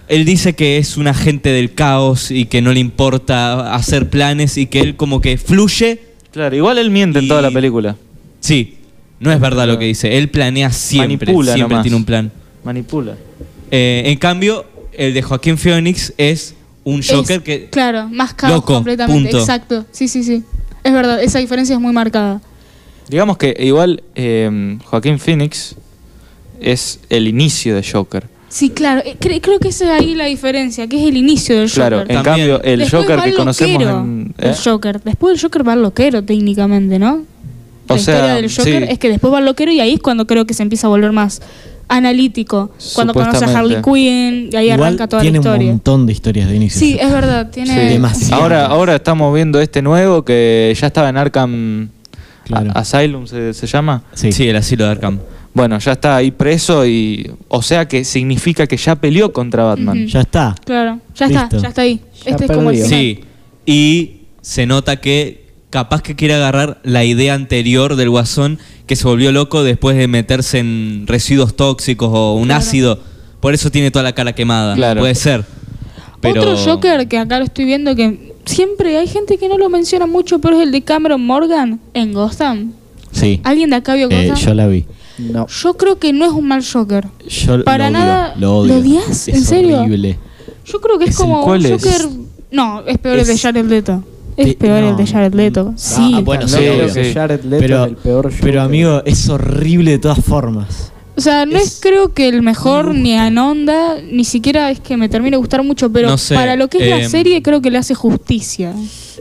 Speaker 3: Él dice que es un agente del caos y que no le importa hacer planes y que él como que fluye.
Speaker 5: Claro, igual él miente
Speaker 3: Y-
Speaker 5: en toda la película.
Speaker 3: Sí, no es verdad lo que dice. Él planea siempre.
Speaker 5: Manipula
Speaker 3: siempre
Speaker 5: nomás.
Speaker 3: tiene un plan.
Speaker 5: Manipula.
Speaker 3: Eh, en cambio, el de Joaquín Phoenix es un Joker
Speaker 6: Es-
Speaker 3: que
Speaker 6: Claro, más caos
Speaker 3: Loco,
Speaker 6: completamente.
Speaker 3: punto.
Speaker 6: Exacto. Sí, sí, sí. Es verdad, esa diferencia es muy marcada.
Speaker 5: Digamos que igual eh, Joaquín Phoenix es el inicio de Joker.
Speaker 6: Sí, claro. eh, cre- creo que esa es ahí la diferencia, que es el inicio del
Speaker 5: Claro,
Speaker 6: Joker.
Speaker 5: en
Speaker 3: También.
Speaker 5: cambio el
Speaker 6: Después
Speaker 5: Joker
Speaker 6: va
Speaker 5: que
Speaker 6: el
Speaker 5: conocemos
Speaker 6: loquero,
Speaker 5: en... ¿eh?
Speaker 6: El Joker. Después el Joker va al loquero, técnicamente, ¿no?
Speaker 5: O
Speaker 6: la historia
Speaker 5: sea,
Speaker 6: del Joker
Speaker 5: sí.
Speaker 6: es que después va al loquero y ahí es cuando creo que se empieza a volver más analítico. Cuando conoce a Harley Quinn, y ahí
Speaker 2: Igual
Speaker 6: arranca toda la
Speaker 2: tiene
Speaker 6: historia.
Speaker 2: un montón de historias de inicio.
Speaker 6: Sí, es verdad, tiene.
Speaker 5: Sí.
Speaker 2: demasiado.
Speaker 5: Ahora, ahora estamos viendo este nuevo que ya estaba en Arkham
Speaker 2: Claro.
Speaker 5: A- Asylum, se, se llama.
Speaker 2: Sí.
Speaker 3: sí, el asilo de Arkham.
Speaker 5: Bueno, ya está ahí preso y... O sea que significa que ya peleó contra Batman.
Speaker 6: Ujú.
Speaker 2: Ya está.
Speaker 6: Claro, ya está,
Speaker 2: Listo.
Speaker 6: ya está ahí.
Speaker 8: Ya
Speaker 6: este es como el
Speaker 8: perdió.
Speaker 6: final.
Speaker 3: Sí, y se nota que capaz que quiere agarrar la idea anterior del guasón que se volvió loco después de meterse en residuos tóxicos o un
Speaker 6: Claro.
Speaker 3: ácido. Por eso tiene toda la cara quemada.
Speaker 5: Claro.
Speaker 3: Puede ser. Pero
Speaker 6: Otro Joker que acá lo estoy viendo que siempre hay gente que no lo menciona mucho, pero es el de Cameron Morgan en Gotham.
Speaker 2: Sí.
Speaker 6: ¿Alguien de acá vio
Speaker 2: Eh,
Speaker 6: Gotham?
Speaker 2: yo la vi.
Speaker 8: No.
Speaker 6: Yo creo que no es un mal Joker.
Speaker 2: Yo
Speaker 6: Para
Speaker 2: lo odio,
Speaker 6: nada-
Speaker 2: Lo odio.
Speaker 6: ¿lo
Speaker 2: Es
Speaker 6: odias? ¿En serio?
Speaker 2: horrible.
Speaker 6: Yo creo que es,
Speaker 5: ¿Es el
Speaker 6: como un
Speaker 5: cuál es?
Speaker 6: Joker. No, es peor el de
Speaker 2: Es-
Speaker 6: Jared Leto. Es
Speaker 2: Te-
Speaker 6: peor el
Speaker 2: no,
Speaker 6: de Jared Leto.
Speaker 2: no,
Speaker 6: Sí.
Speaker 2: ah, bueno,
Speaker 8: no
Speaker 5: sí,
Speaker 8: creo
Speaker 5: obvio.
Speaker 8: que
Speaker 5: Sí.
Speaker 8: Jared Leto
Speaker 2: Pero,
Speaker 8: es el peor Joker.
Speaker 2: pero amigo, es horrible de todas formas.
Speaker 6: o sea, no es,
Speaker 2: es-
Speaker 6: creo que el mejor ni en onda, ni siquiera es que me termine de gustar mucho, pero
Speaker 3: No sé,
Speaker 6: para lo que es la
Speaker 3: em,
Speaker 6: serie creo que le hace justicia.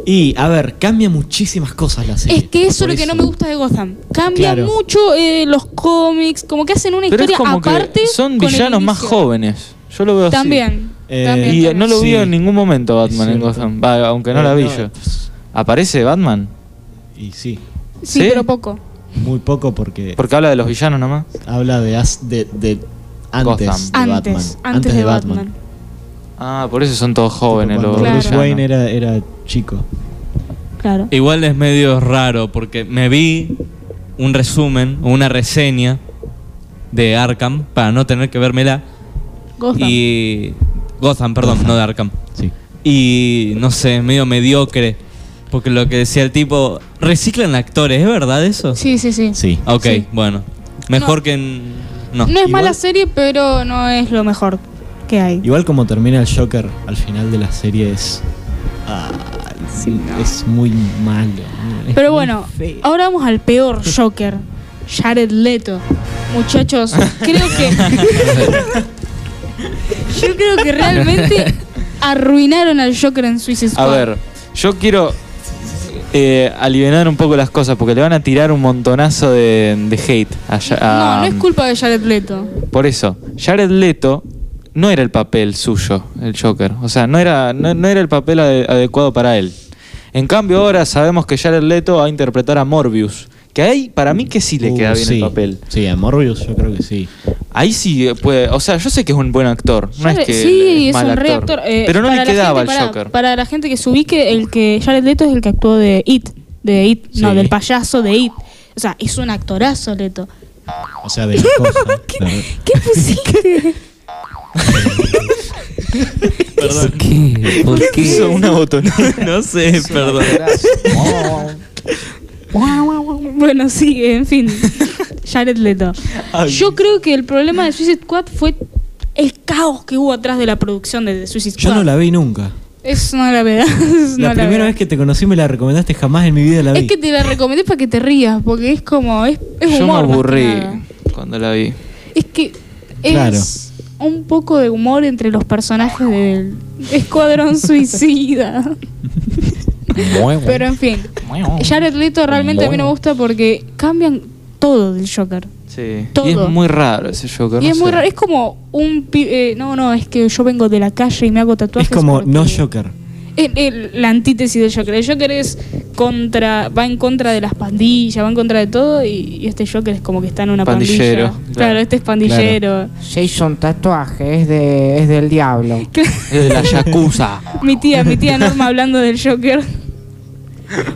Speaker 2: Y, a ver, cambia muchísimas cosas la serie.
Speaker 6: Es que eso es
Speaker 2: Por
Speaker 6: lo que no me gusta de Gotham. Cambia
Speaker 2: Claro.
Speaker 6: mucho eh, los cómics, como que hacen una
Speaker 5: Pero es
Speaker 6: historia
Speaker 5: como
Speaker 6: aparte.
Speaker 5: que son
Speaker 6: con el
Speaker 5: villanos más
Speaker 6: inicio.
Speaker 5: jóvenes. Yo lo veo así.
Speaker 6: También.
Speaker 2: Eh,
Speaker 6: también,
Speaker 5: Y eh,
Speaker 6: también.
Speaker 5: no lo
Speaker 2: Sí.
Speaker 5: vio en ningún momento Batman
Speaker 2: Es
Speaker 5: en
Speaker 2: cierto.
Speaker 5: Gotham. Va, aunque no
Speaker 2: Eh,
Speaker 5: la vi
Speaker 2: no,
Speaker 5: yo.
Speaker 2: pues,
Speaker 5: ¿Aparece Batman?
Speaker 2: Y sí,
Speaker 5: ¿Sí?
Speaker 6: Sí, pero poco.
Speaker 2: muy poco porque
Speaker 5: Porque habla de los villanos nomás.
Speaker 2: habla de, as- de, de antes, de
Speaker 5: Gotham.
Speaker 6: Antes,
Speaker 2: Batman.
Speaker 6: antes, de Batman.
Speaker 5: Ah, por eso son todos jóvenes
Speaker 2: Tipo,
Speaker 5: los
Speaker 2: cuando Bruce
Speaker 5: villanos.
Speaker 2: Wayne era, era chico.
Speaker 6: Claro.
Speaker 3: Igual es medio raro porque me vi un
Speaker 5: Eh,
Speaker 3: resumen o una reseña de Arkham para no tener que vérmela
Speaker 6: Gotham.
Speaker 3: Y. Gotham, perdón, no de Arkham.
Speaker 2: Sí.
Speaker 3: Y no sé, medio mediocre. Porque lo que decía el tipo, reciclan actores, ¿es verdad eso?
Speaker 6: Sí, sí, sí.
Speaker 2: Sí.
Speaker 3: Ok,
Speaker 6: Sí.
Speaker 3: bueno. Mejor
Speaker 6: No.
Speaker 3: que en. No.
Speaker 6: No, es mala serie, pero no es lo mejor que hay.
Speaker 2: Igual como termina el Joker al final de la serie es. ah, Es muy malo. es
Speaker 6: Pero
Speaker 2: muy
Speaker 6: bueno,
Speaker 2: feo.
Speaker 6: ahora vamos al peor Joker, Jared Leto. Muchachos, creo
Speaker 5: *laughs*
Speaker 6: que. yo creo que realmente arruinaron al Joker en Suicide
Speaker 5: A
Speaker 6: Squad.
Speaker 5: ver, yo quiero eh, aliviar un poco las cosas porque le van a tirar un montonazo de, de hate a, Ja- a-
Speaker 6: No, no es culpa de Jared Leto.
Speaker 5: Por eso, Jared Leto no era el papel suyo, el Joker. O sea, no era, no, no era el papel ade- adecuado para él. En cambio, ahora sabemos que Jared Leto va a interpretar a Morbius. Que ahí, para mí, que sí le
Speaker 2: Uh,
Speaker 5: queda bien
Speaker 2: sí.
Speaker 5: el papel.
Speaker 2: Sí, a Morbius yo creo que sí.
Speaker 5: Ahí sí eh, puede. O sea, yo sé que es un buen actor. No es
Speaker 6: Jared-
Speaker 5: que
Speaker 6: sí, es
Speaker 5: mal
Speaker 6: un re actor. Eh,
Speaker 5: pero no
Speaker 6: para
Speaker 5: le
Speaker 6: la
Speaker 5: quedaba
Speaker 6: gente-
Speaker 5: el
Speaker 6: para-
Speaker 5: Joker.
Speaker 6: Para la gente que se ubique, el que Jared Leto es el que actuó de It. De It, no,
Speaker 2: Sí.
Speaker 6: del payaso de It. O sea, es un actorazo, Leto.
Speaker 2: O sea,
Speaker 6: *laughs*
Speaker 2: de la cosa.
Speaker 6: ¿Qué
Speaker 2: *laughs*
Speaker 6: pusiste?
Speaker 4: ¿Por qué? ¿Por qué?
Speaker 5: Hizo una botonera.
Speaker 3: no sé, perdón.
Speaker 6: Bueno, sí, en fin. Jared Leto. Yo creo que el problema de Suicide Squad fue el caos que hubo atrás de la producción de The Suicide Squad.
Speaker 2: Yo no la vi nunca.
Speaker 6: Es una gravedad. es
Speaker 2: La
Speaker 6: una
Speaker 2: primera
Speaker 6: gravedad.
Speaker 2: vez que te conocí me la recomendaste jamás en mi vida la vi.
Speaker 6: Es que te la recomendé para que te rías, porque es como. Es, es
Speaker 5: Yo me
Speaker 6: humor. más que
Speaker 5: aburrí
Speaker 6: nada.
Speaker 5: cuando la vi.
Speaker 6: Es que es
Speaker 2: Claro.
Speaker 6: un poco de humor entre los personajes del
Speaker 2: *laughs*
Speaker 6: Escuadrón Suicida. Pero en fin. Jared Leto realmente a mí no me gusta porque cambian todo del Joker.
Speaker 5: Sí.
Speaker 6: Todo.
Speaker 5: Y es muy raro ese Joker.
Speaker 6: Y
Speaker 5: no
Speaker 6: es muy
Speaker 5: sé.
Speaker 6: raro, es como un pi- eh, no, no, es que yo vengo de la calle y me hago tatuajes.
Speaker 2: es como
Speaker 6: porque-
Speaker 2: no Joker.
Speaker 6: Es el- la antítesis del Joker. El Joker es contra, va en contra de las pandillas, va en contra de todo y, y este Joker es como que está en una
Speaker 5: Pandillero,
Speaker 6: pandilla. Claro,
Speaker 5: claro.
Speaker 6: este es pandillero.
Speaker 8: Jason Tatuaje es, de, es del diablo.
Speaker 5: Es
Speaker 6: *laughs*
Speaker 5: de la Yakuza.
Speaker 6: Mi tía, mi tía Norma hablando del
Speaker 5: *laughs*
Speaker 6: Joker.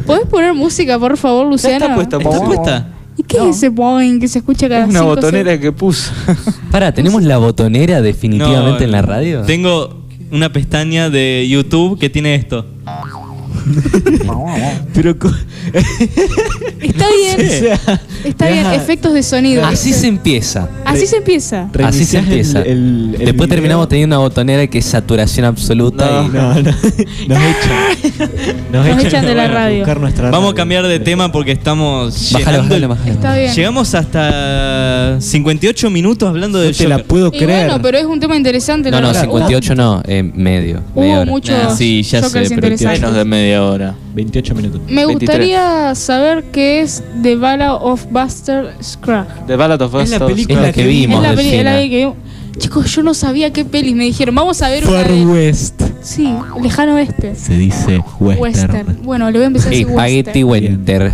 Speaker 6: ¿Podés poner música, por favor,
Speaker 5: Ya
Speaker 6: Luciana?
Speaker 5: está puesta,
Speaker 3: ¿Está
Speaker 5: Paul.
Speaker 3: puesta?
Speaker 6: ¿Y qué es ese boing que se escucha cada
Speaker 5: Es una
Speaker 6: cinco
Speaker 5: botonera
Speaker 6: seg-
Speaker 5: que puso. *laughs*
Speaker 4: Para, ¿tenemos la botonera definitivamente
Speaker 3: No,
Speaker 4: en la radio?
Speaker 3: Tengo una pestaña de YouTube que tiene esto.
Speaker 2: Pero co-
Speaker 6: *laughs* Está
Speaker 2: o
Speaker 6: bien,
Speaker 2: sea,
Speaker 6: está bien,
Speaker 2: ya
Speaker 6: efectos de sonido.
Speaker 4: Así se empieza.
Speaker 6: Así se empieza.
Speaker 4: Así se
Speaker 2: reiniciás el-
Speaker 4: empieza.
Speaker 2: el- el video.
Speaker 4: Después terminamos teniendo una botonera que es saturación absoluta. y-
Speaker 2: No, *laughs* no, nos echan. Nos,
Speaker 6: Ah. echan de la
Speaker 2: van a
Speaker 6: radio.
Speaker 2: buscar nuestra
Speaker 3: Vamos
Speaker 2: radio.
Speaker 3: a cambiar de tema porque estamos.
Speaker 4: Bájalo,
Speaker 3: llenando el-
Speaker 4: bájalo, bájalo.
Speaker 6: Está bien.
Speaker 3: Llegamos hasta 58 minutos hablando
Speaker 2: No
Speaker 3: del
Speaker 2: te la
Speaker 3: Joker.
Speaker 2: puedo
Speaker 6: Y
Speaker 2: creer.
Speaker 6: bueno, pero es un tema interesante.
Speaker 4: No,
Speaker 6: la
Speaker 4: no,
Speaker 6: verdad.
Speaker 4: 58 no, eh, medio.
Speaker 6: Hubo
Speaker 4: media hora.
Speaker 6: muchos
Speaker 3: Nah, sí, ya sé,
Speaker 6: Jokers
Speaker 3: pero
Speaker 6: interesantes.
Speaker 5: Menos de media hora.
Speaker 2: 28 minutos.
Speaker 6: Me
Speaker 5: 23.
Speaker 6: gustaría saber qué es The Ballad of Buster Scruggs.
Speaker 5: The Ballad of
Speaker 2: Es la
Speaker 5: Buster
Speaker 2: película
Speaker 5: Scruggs.
Speaker 4: Es la que
Speaker 6: Es
Speaker 4: vimos,
Speaker 6: la peli, es la
Speaker 4: Delfina.
Speaker 6: peli que Chicos, yo no sabía qué pelis me dijeron. Vamos a ver una
Speaker 2: Far
Speaker 6: de...
Speaker 2: West.
Speaker 6: Sí, lejano oeste.
Speaker 2: Se dice
Speaker 6: Western. Bueno, le voy a empezar a decir
Speaker 4: Spaghetti
Speaker 6: western.
Speaker 4: Winter.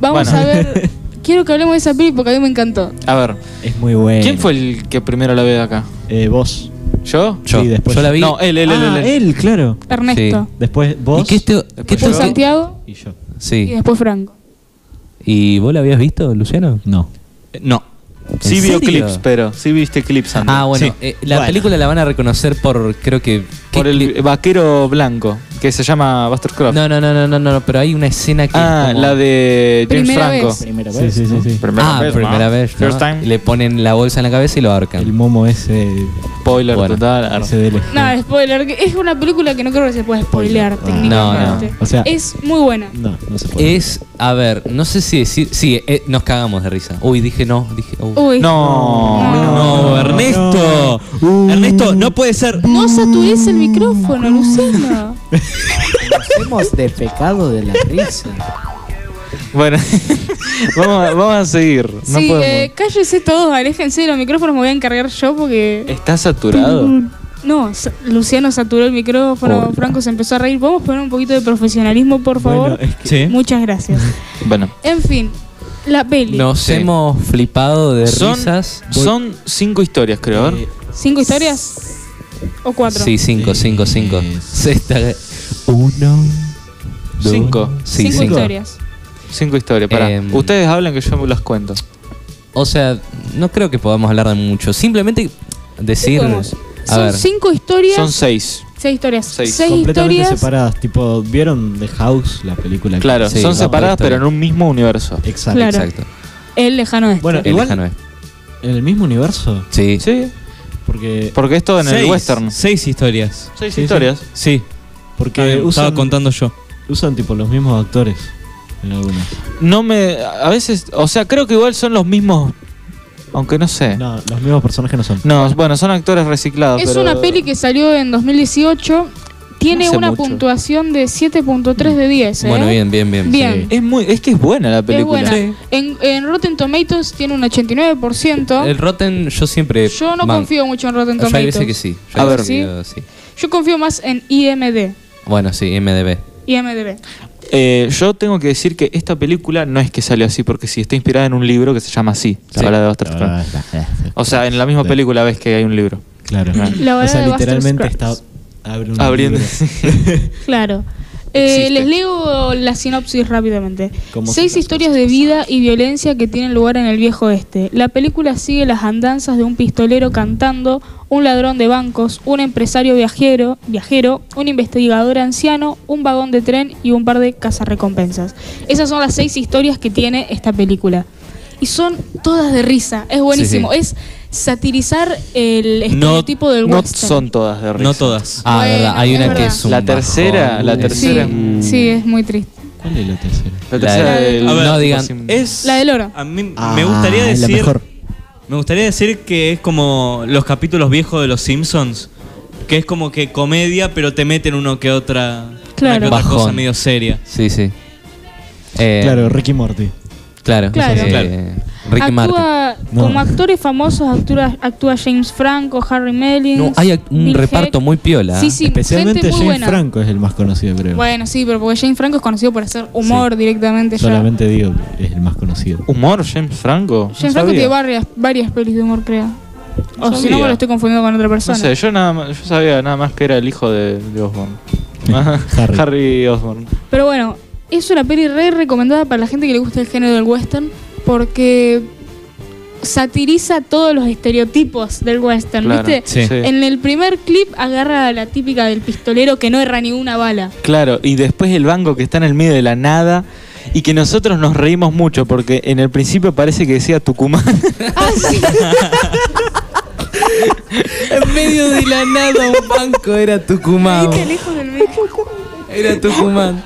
Speaker 6: Vamos
Speaker 5: Bueno.
Speaker 6: a ver. Quiero que hablemos de esa peli porque a mí me encantó.
Speaker 5: A ver,
Speaker 2: Es muy
Speaker 4: Eh.
Speaker 2: bueno.
Speaker 5: ¿quién fue el que primero la ve acá?
Speaker 2: Eh, vos.
Speaker 5: ¿Yo?
Speaker 4: Yo,
Speaker 2: Sí, después-
Speaker 4: yo la vi.
Speaker 5: No, él, él, él,
Speaker 2: Ah,
Speaker 5: él, él.
Speaker 2: él, claro.
Speaker 6: Ernesto.
Speaker 2: Después
Speaker 4: ¿Y
Speaker 2: vos.
Speaker 4: qué este- qué
Speaker 6: Después
Speaker 5: Yo-
Speaker 4: te-
Speaker 6: Santiago
Speaker 2: Y yo.
Speaker 6: y
Speaker 4: Sí.
Speaker 6: después Franco.
Speaker 4: ¿Y vos la habías visto, Luciano?
Speaker 2: No.
Speaker 3: Eh, No.
Speaker 4: ¿En
Speaker 5: Sí vio
Speaker 4: serio?
Speaker 5: clips, pero sí viste clips antes.
Speaker 4: Ah, bueno,
Speaker 3: Sí.
Speaker 4: eh, la
Speaker 2: Bueno.
Speaker 4: película la van a reconocer por, creo que...
Speaker 5: Por
Speaker 4: ¿qué
Speaker 5: el
Speaker 4: cli-
Speaker 5: vaquero blanco, que se llama Buster Croft.
Speaker 4: No, no, no, no, no, no, pero hay una escena que... es
Speaker 5: ah,
Speaker 4: como-
Speaker 5: la de James
Speaker 6: Primera
Speaker 5: Franco.
Speaker 6: vez.
Speaker 8: Primera
Speaker 2: Sí,
Speaker 8: vez.
Speaker 2: sí, sí, sí.
Speaker 5: Primera
Speaker 4: Ah,
Speaker 5: vez, ¿no?
Speaker 4: primera vez. ¿no?
Speaker 5: First time.
Speaker 4: Y Le ponen la bolsa en la cabeza y lo
Speaker 2: El
Speaker 4: ahorcan.
Speaker 2: momo eh, ese,
Speaker 5: Spoiler
Speaker 4: Bueno,
Speaker 5: total.
Speaker 2: ese del
Speaker 6: Nada, spoiler. que Es una película que no creo que se pueda spoilear
Speaker 2: Ah,
Speaker 6: técnicamente.
Speaker 2: no, no. O sea-
Speaker 6: es muy buena.
Speaker 2: No, no se puede.
Speaker 4: Es, a ver, no sé si decir... Sí, eh, nos cagamos de risa. Uy, dije no, dije... uy.
Speaker 6: Uy.
Speaker 5: No.
Speaker 6: No.
Speaker 3: No, Ernesto.
Speaker 2: Uh.
Speaker 3: Ernesto, no puede ser.
Speaker 6: No satures el micrófono, Luciano.
Speaker 8: Nos hemos defecado de la risa.
Speaker 5: Bueno, *laughs* vamos, a, vamos a seguir. No
Speaker 6: sí,
Speaker 5: podemos.
Speaker 6: eh, cállese todos, aléjense de los micrófonos, me voy a encargar yo porque...
Speaker 5: ¿Está saturado?
Speaker 6: *laughs* No, sa- Luciano saturó el micrófono,
Speaker 5: Pobre.
Speaker 6: Franco se empezó a reír. Vamos a poner un poquito de profesionalismo, por favor.
Speaker 2: Bueno, es que
Speaker 3: Sí.
Speaker 6: Muchas gracias.
Speaker 5: Bueno.
Speaker 6: En fin, la peli.
Speaker 4: Nos
Speaker 5: Sí.
Speaker 4: hemos flipado de
Speaker 5: Son,
Speaker 4: risas.
Speaker 5: son cinco historias, creo. a ver.
Speaker 6: ¿Cinco historias? ¿O cuatro?
Speaker 4: Sí, cinco, cinco, cinco.
Speaker 2: Tres.
Speaker 4: Se está- Uno. dos-
Speaker 5: Cinco.
Speaker 4: Sí,
Speaker 6: cinco,
Speaker 4: cinco.
Speaker 6: historias.
Speaker 5: Cinco historias, pará.
Speaker 4: Em.
Speaker 5: Ustedes hablan que yo me las cuento.
Speaker 4: O sea, no creo que podamos hablar de mucho. Simplemente decir.
Speaker 6: podemos.
Speaker 4: A
Speaker 6: son
Speaker 4: ver.
Speaker 6: cinco historias.
Speaker 5: Son seis.
Speaker 6: seis historias.
Speaker 5: seis.
Speaker 6: Seis,
Speaker 2: Completamente
Speaker 6: historias.
Speaker 2: separadas. Tipo, ¿vieron The House, la película? que-
Speaker 5: Claro,
Speaker 4: Sí,
Speaker 5: son
Speaker 4: va
Speaker 5: separadas
Speaker 4: por historia.
Speaker 5: pero en un mismo universo.
Speaker 2: Exacto.
Speaker 6: Claro.
Speaker 4: Exacto.
Speaker 6: El lejano este.
Speaker 2: Bueno,
Speaker 4: El
Speaker 2: igual-
Speaker 4: lejano es.
Speaker 2: ¿En el mismo universo?
Speaker 4: Sí.
Speaker 5: Sí,
Speaker 2: Porque,
Speaker 5: porque esto en el
Speaker 3: Seis-
Speaker 5: western.
Speaker 3: Seis historias.
Speaker 5: Seis
Speaker 2: Sí,
Speaker 5: historias.
Speaker 3: Sí,
Speaker 2: porque
Speaker 3: que Ah, estaba
Speaker 2: usan,
Speaker 3: contando yo.
Speaker 2: usan tipo los mismos actores en algunas.
Speaker 5: No me. A veces. O sea, creo que igual son los mismos. Aunque no sé. No,
Speaker 2: No, los mismos personajes no son.
Speaker 5: bueno, son actores reciclados.
Speaker 6: es
Speaker 5: pero-
Speaker 6: una peli que salió en 2018. Tiene
Speaker 5: No hace
Speaker 6: una
Speaker 5: mucho.
Speaker 6: puntuación de 7.3 de 10. ¿eh?
Speaker 4: Bueno, bien, bien, bien.
Speaker 6: Bien.
Speaker 5: Es, muy, es que es buena la
Speaker 6: Es
Speaker 5: película.
Speaker 6: buena. En, en Rotten Tomatoes tiene un 89%.
Speaker 4: El Rotten yo siempre...
Speaker 6: Yo no
Speaker 4: man-
Speaker 6: confío mucho en Rotten
Speaker 4: Yo hay
Speaker 6: Tomatoes.
Speaker 4: veces que sí. yo
Speaker 5: A
Speaker 4: hay
Speaker 5: ver.
Speaker 4: veces que sí.
Speaker 6: Yo confío más en IMD.
Speaker 4: Bueno, sí, MDB.
Speaker 6: IMDB.
Speaker 5: Eh, yo tengo que decir que esta película no es que salió así, porque sí, está inspirada en un libro que se llama así, La
Speaker 4: Sí.
Speaker 5: balada de Buster Scruggs. O sea, en la misma película ves que hay un libro.
Speaker 2: Claro.
Speaker 6: La
Speaker 2: o sea,
Speaker 6: balada de Buster
Speaker 2: literalmente está.
Speaker 6: Scruggs.
Speaker 2: Abre un
Speaker 5: Abriendo. *laughs*
Speaker 2: libro.
Speaker 6: Claro. Eh,
Speaker 5: Existe.
Speaker 6: les leo la sinopsis rápidamente.
Speaker 2: Como
Speaker 6: Seis
Speaker 2: si las
Speaker 6: historias de vida y violencia que tienen lugar en el viejo oeste. La película sigue las andanzas de un pistolero cantando, un ladrón de bancos, un empresario viajero, viajero, un investigador anciano, un vagón de tren y un par de cazarrecompensas. Esas son las seis historias que tiene esta película. Y son todas de risa. Es buenísimo.
Speaker 4: Sí,
Speaker 6: Es satirizar el
Speaker 3: No-
Speaker 6: estereotipo del
Speaker 5: No
Speaker 6: western.
Speaker 5: son todas de risa.
Speaker 3: No todas.
Speaker 4: Ah,
Speaker 6: Bueno,
Speaker 4: verdad. Hay
Speaker 6: es
Speaker 4: una que
Speaker 6: verdad.
Speaker 4: es un
Speaker 5: La tercera-
Speaker 4: bajón.
Speaker 5: la
Speaker 4: Uh,
Speaker 6: Sí,
Speaker 5: tercera- Mm.
Speaker 6: sí, es muy triste.
Speaker 2: ¿Cuál es la tercera?
Speaker 5: La
Speaker 4: La
Speaker 5: tercera
Speaker 6: de-
Speaker 5: del-
Speaker 3: A ver,
Speaker 4: no digan-
Speaker 5: sin-
Speaker 3: Es
Speaker 6: La del oro.
Speaker 3: A mí me gustaría
Speaker 2: Ah, es
Speaker 3: decir
Speaker 2: La mejor.
Speaker 3: Me gustaría decir que es como los capítulos viejos de los Simpsons, que es como que comedia, pero te meten uno que otra, una
Speaker 6: Claro.
Speaker 3: que otra cosa
Speaker 4: Bajón.
Speaker 3: medio seria.
Speaker 4: Sí, sí. Eh,
Speaker 2: Claro, Ricky Morty.
Speaker 4: Claro.
Speaker 6: Claro.
Speaker 4: eh,
Speaker 3: Claro.
Speaker 4: Ricky Martin.
Speaker 6: actúa,
Speaker 2: No.
Speaker 6: Como actores famosos actúa, actúa James Franco, Harry Mellins.
Speaker 4: No, hay ac- un
Speaker 6: Bill
Speaker 4: reparto
Speaker 6: Heck.
Speaker 4: muy piola.
Speaker 6: Sí, sí,
Speaker 2: Especialmente
Speaker 6: gente muy
Speaker 2: James
Speaker 6: buena.
Speaker 2: Franco es el más conocido, creo.
Speaker 6: Bueno, sí, pero porque James Franco es conocido por hacer humor directamente. ya.
Speaker 2: Solamente digo, es el más conocido.
Speaker 5: ¿Humor, James Franco? No
Speaker 6: James Franco
Speaker 5: sabía.
Speaker 6: tiene varias, varias pelis de humor, creo. O si no,
Speaker 5: sabía.
Speaker 6: me lo estoy confundiendo con otra
Speaker 5: No
Speaker 6: persona.
Speaker 5: sé, yo, nada más- yo sabía nada más que era el hijo de, de Osborn.
Speaker 2: Harry.
Speaker 5: Harry Osborn.
Speaker 6: Pero bueno, es una peli re recomendada para la gente que le gusta el género del western porque satiriza todos los estereotipos del western,
Speaker 5: Claro,
Speaker 6: ¿viste?
Speaker 5: sí. Sí.
Speaker 6: En el primer clip agarra a la típica del pistolero que no erra ninguna bala.
Speaker 5: Claro, y después el banco que está en el medio de la nada y que nosotros nos reímos mucho porque en el principio parece que decía Tucumán.
Speaker 6: Ah, sí.
Speaker 4: En medio de la nada un banco era Tucumán.
Speaker 6: Viste, lejos del medio.
Speaker 4: Era Tucumán.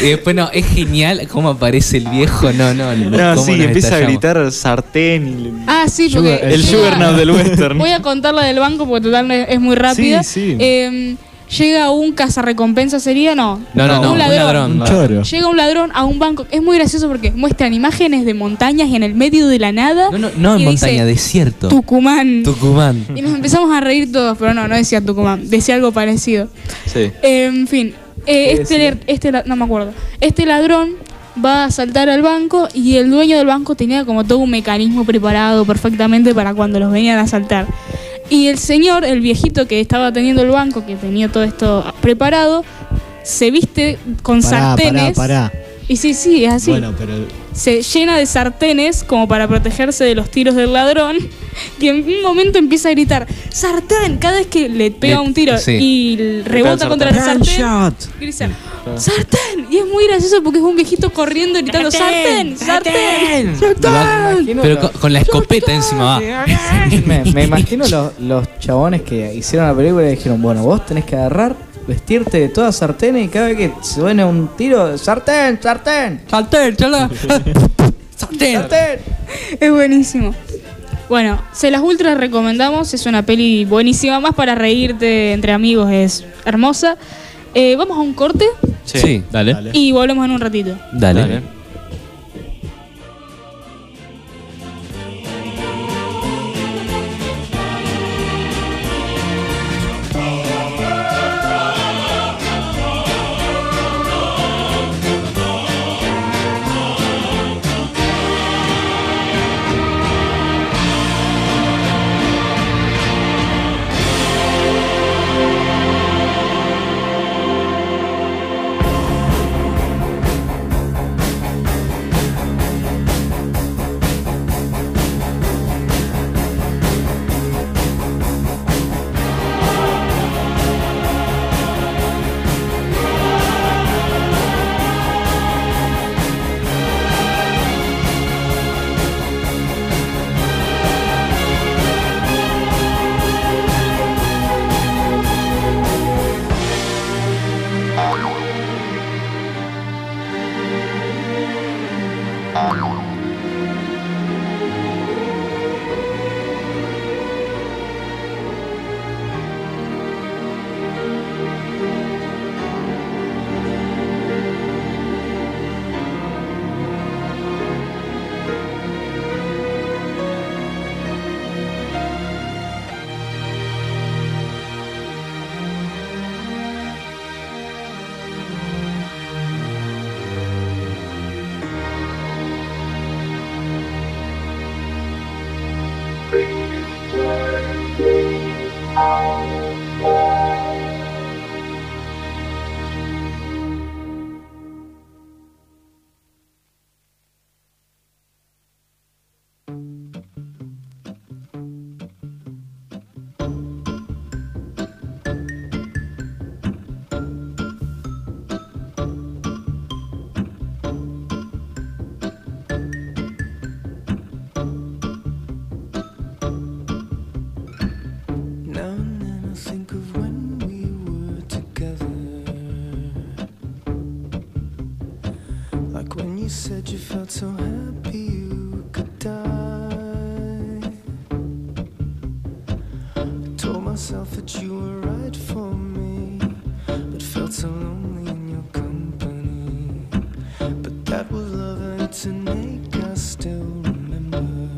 Speaker 4: Y después no, es genial cómo aparece el viejo. No, no, no.
Speaker 5: *laughs* no,
Speaker 4: cómo
Speaker 5: sí,
Speaker 4: nos
Speaker 5: empieza a
Speaker 4: estallamos.
Speaker 5: gritar sartén y le-
Speaker 6: Ah, sí, porque.
Speaker 2: Sugar-
Speaker 5: el
Speaker 6: llega-
Speaker 5: Juggernaut del western.
Speaker 6: Voy a contarla del banco porque total no es es muy rápida.
Speaker 5: Sí, sí.
Speaker 6: Eh, llega un cazarrecompensa, sería, no.
Speaker 4: No, no, no, un ladrón.
Speaker 2: Un choro.
Speaker 6: Llega un ladrón a un banco. Es muy gracioso porque muestran imágenes de montañas y en el medio de la nada.
Speaker 4: No, no, no en
Speaker 6: y dice,
Speaker 4: montaña, desierto.
Speaker 6: Tucumán.
Speaker 4: Tucumán.
Speaker 6: y nos empezamos a reír todos, pero no, no decía Tucumán, decía algo parecido.
Speaker 5: Sí.
Speaker 6: Eh, en fin, eh, este, este la- no me acuerdo. Este ladrón va a saltar al banco y el dueño del banco tenía como todo un mecanismo preparado perfectamente para cuando los venían a saltar. Y el señor, el viejito que estaba atendiendo el banco, que tenía todo esto preparado, se viste con
Speaker 2: Pará, pará,
Speaker 6: sartenes.
Speaker 2: pará.
Speaker 6: Y sí, sí, es así.
Speaker 2: Bueno, pero
Speaker 6: Se llena de sartenes como para protegerse de los tiros del ladrón. Y en un momento empieza a gritar: ¡Sartén! Cada vez que le pega
Speaker 4: Le-
Speaker 6: un tiro
Speaker 4: sí.
Speaker 6: y
Speaker 5: pega
Speaker 6: rebota
Speaker 5: el
Speaker 6: contra el sartén, grita: ¡Sartén! Y es muy gracioso porque es un viejito corriendo y gritando: ¡Sartén! ¡Sartén! ¡Sartén!
Speaker 8: imagino
Speaker 4: Pero
Speaker 8: los-
Speaker 4: con, con la escopeta encima
Speaker 8: Ah.
Speaker 4: va.
Speaker 8: *laughs* Me, me imagino los, los chabones que hicieron la película y dijeron, bueno, vos tenés que agarrar, vestirte de toda sartén y cada vez que suene un tiro, sartén, sartén,
Speaker 4: Salté,
Speaker 8: *laughs*
Speaker 4: chala.
Speaker 8: sartén.
Speaker 6: Es buenísimo. Bueno, se las ultra recomendamos. Es una peli buenísima, más para reírte entre amigos. Es hermosa. Eh, vamos a un corte
Speaker 5: Sí.
Speaker 4: Sí, dale.
Speaker 2: Dale.
Speaker 6: y volvemos en un ratito.
Speaker 4: Dale.
Speaker 5: Dale.
Speaker 9: Thank
Speaker 1: think of when we were together. Like when you said you felt so happy you could die. Told myself that you were right for me, but felt so lonely in your company. But that was love and to make us still remember.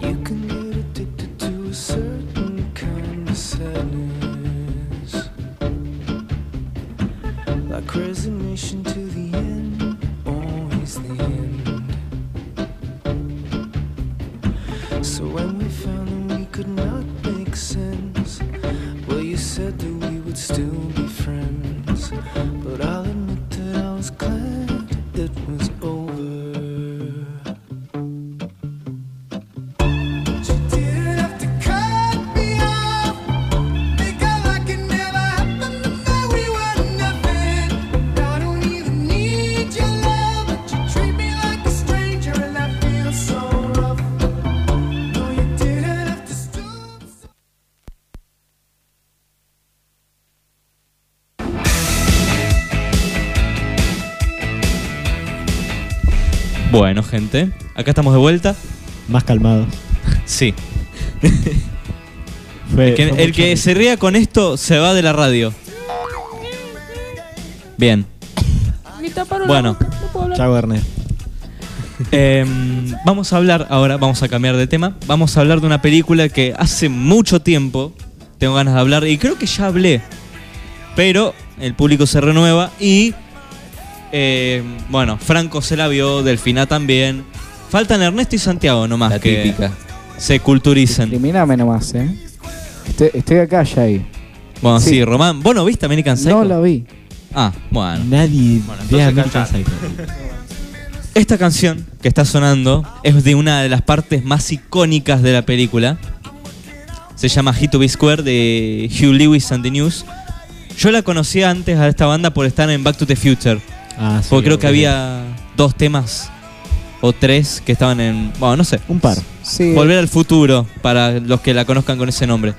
Speaker 1: You can get addicted to a certain kind of sadness, like resignation to the end, always the end. So when we found that we could not make sense, well you said that we would still be friends, but I'll admit that I was glad it was over. You didn't have to cut me off, make out like it never happened, and that we were nothing. I don't even need your love, but you treat me like a stranger, and I feel so rough. No, you didn't have to stoop.
Speaker 3: Bueno, gente, acá estamos de vuelta.
Speaker 2: Más calmado.
Speaker 3: Sí.
Speaker 2: Fue,
Speaker 3: El que,
Speaker 2: fue
Speaker 3: el
Speaker 2: mucho-
Speaker 3: que se ría con esto se va de la radio. Bien.
Speaker 6: Me taparon
Speaker 3: Bueno.
Speaker 6: la boca, no puedo hablar.
Speaker 2: Chau, Ernest.
Speaker 3: Em, vamos a hablar ahora, vamos a cambiar de tema. Vamos a hablar de una película que hace mucho tiempo tengo ganas de hablar y creo que ya hablé. Pero el público se renueva y. em, bueno, Franco se la vio, Delfina también. Faltan Ernesto y Santiago nomás
Speaker 4: la
Speaker 3: que
Speaker 4: típica.
Speaker 3: se culturicen.
Speaker 8: Discriminame nomás, ¿eh? Estoy, estoy acá ya ahí.
Speaker 3: Bueno, sí,
Speaker 8: Sí.
Speaker 3: Román, vos no viste American Psycho.
Speaker 8: No la vi.
Speaker 3: Ah, bueno.
Speaker 2: Nadie
Speaker 5: Bueno,
Speaker 2: ve
Speaker 5: entonces
Speaker 2: a American
Speaker 3: *laughs*
Speaker 5: cantá.
Speaker 2: Psycho.
Speaker 3: Esta canción que está sonando es de una de las partes más icónicas de la película. Se llama Hit to Be Square de Hugh Lewis and the News. Yo la conocía antes a esta banda por estar en Back to the Future.
Speaker 2: Ah, sí,
Speaker 3: Porque creo que
Speaker 2: obvio.
Speaker 3: había dos temas o tres que estaban en. Bueno, no sé.
Speaker 2: Un par.
Speaker 8: Sí,
Speaker 3: Volver al futuro para los que la conozcan con ese nombre.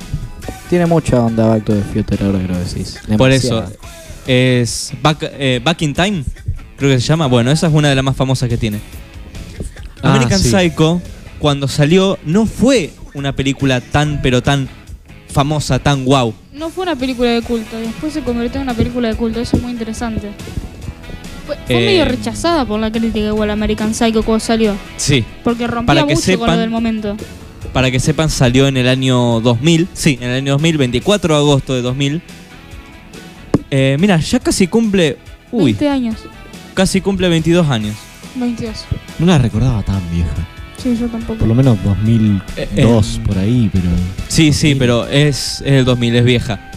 Speaker 8: tiene mucha onda Back to the Future ahora que lo decís.
Speaker 3: Por eso.
Speaker 8: Demasiada.
Speaker 3: Es Back, eh, Back in Time, creo que se llama. Bueno, esa es una de las más famosas que tiene.
Speaker 2: Ah,
Speaker 3: American
Speaker 2: sí.
Speaker 3: Psycho, cuando salió, no fue una película tan, pero tan famosa, tan wow.
Speaker 6: No fue una película de culto, después se convirtió en una película de culto, eso es muy interesante. Fue, fue
Speaker 3: Eh,
Speaker 6: medio rechazada por la crítica igual American Psycho cuando salió,
Speaker 3: Sí.
Speaker 6: porque rompía
Speaker 3: Para que
Speaker 6: mucho con
Speaker 3: sepan-
Speaker 6: lo del momento.
Speaker 3: Para que sepan, salió en el año 2000. Sí, en el año 2000, 24 de agosto de 2000. Eh, mira, ya casi cumple. Uy,
Speaker 6: 20 años,
Speaker 3: casi cumple 22 años.
Speaker 6: 22.
Speaker 2: No la recordaba tan vieja.
Speaker 6: Sí, yo tampoco.
Speaker 2: Por lo menos 2002
Speaker 3: Eh, eh.
Speaker 2: por ahí, pero.
Speaker 3: Sí, sí, pero es, es el 2000, es vieja.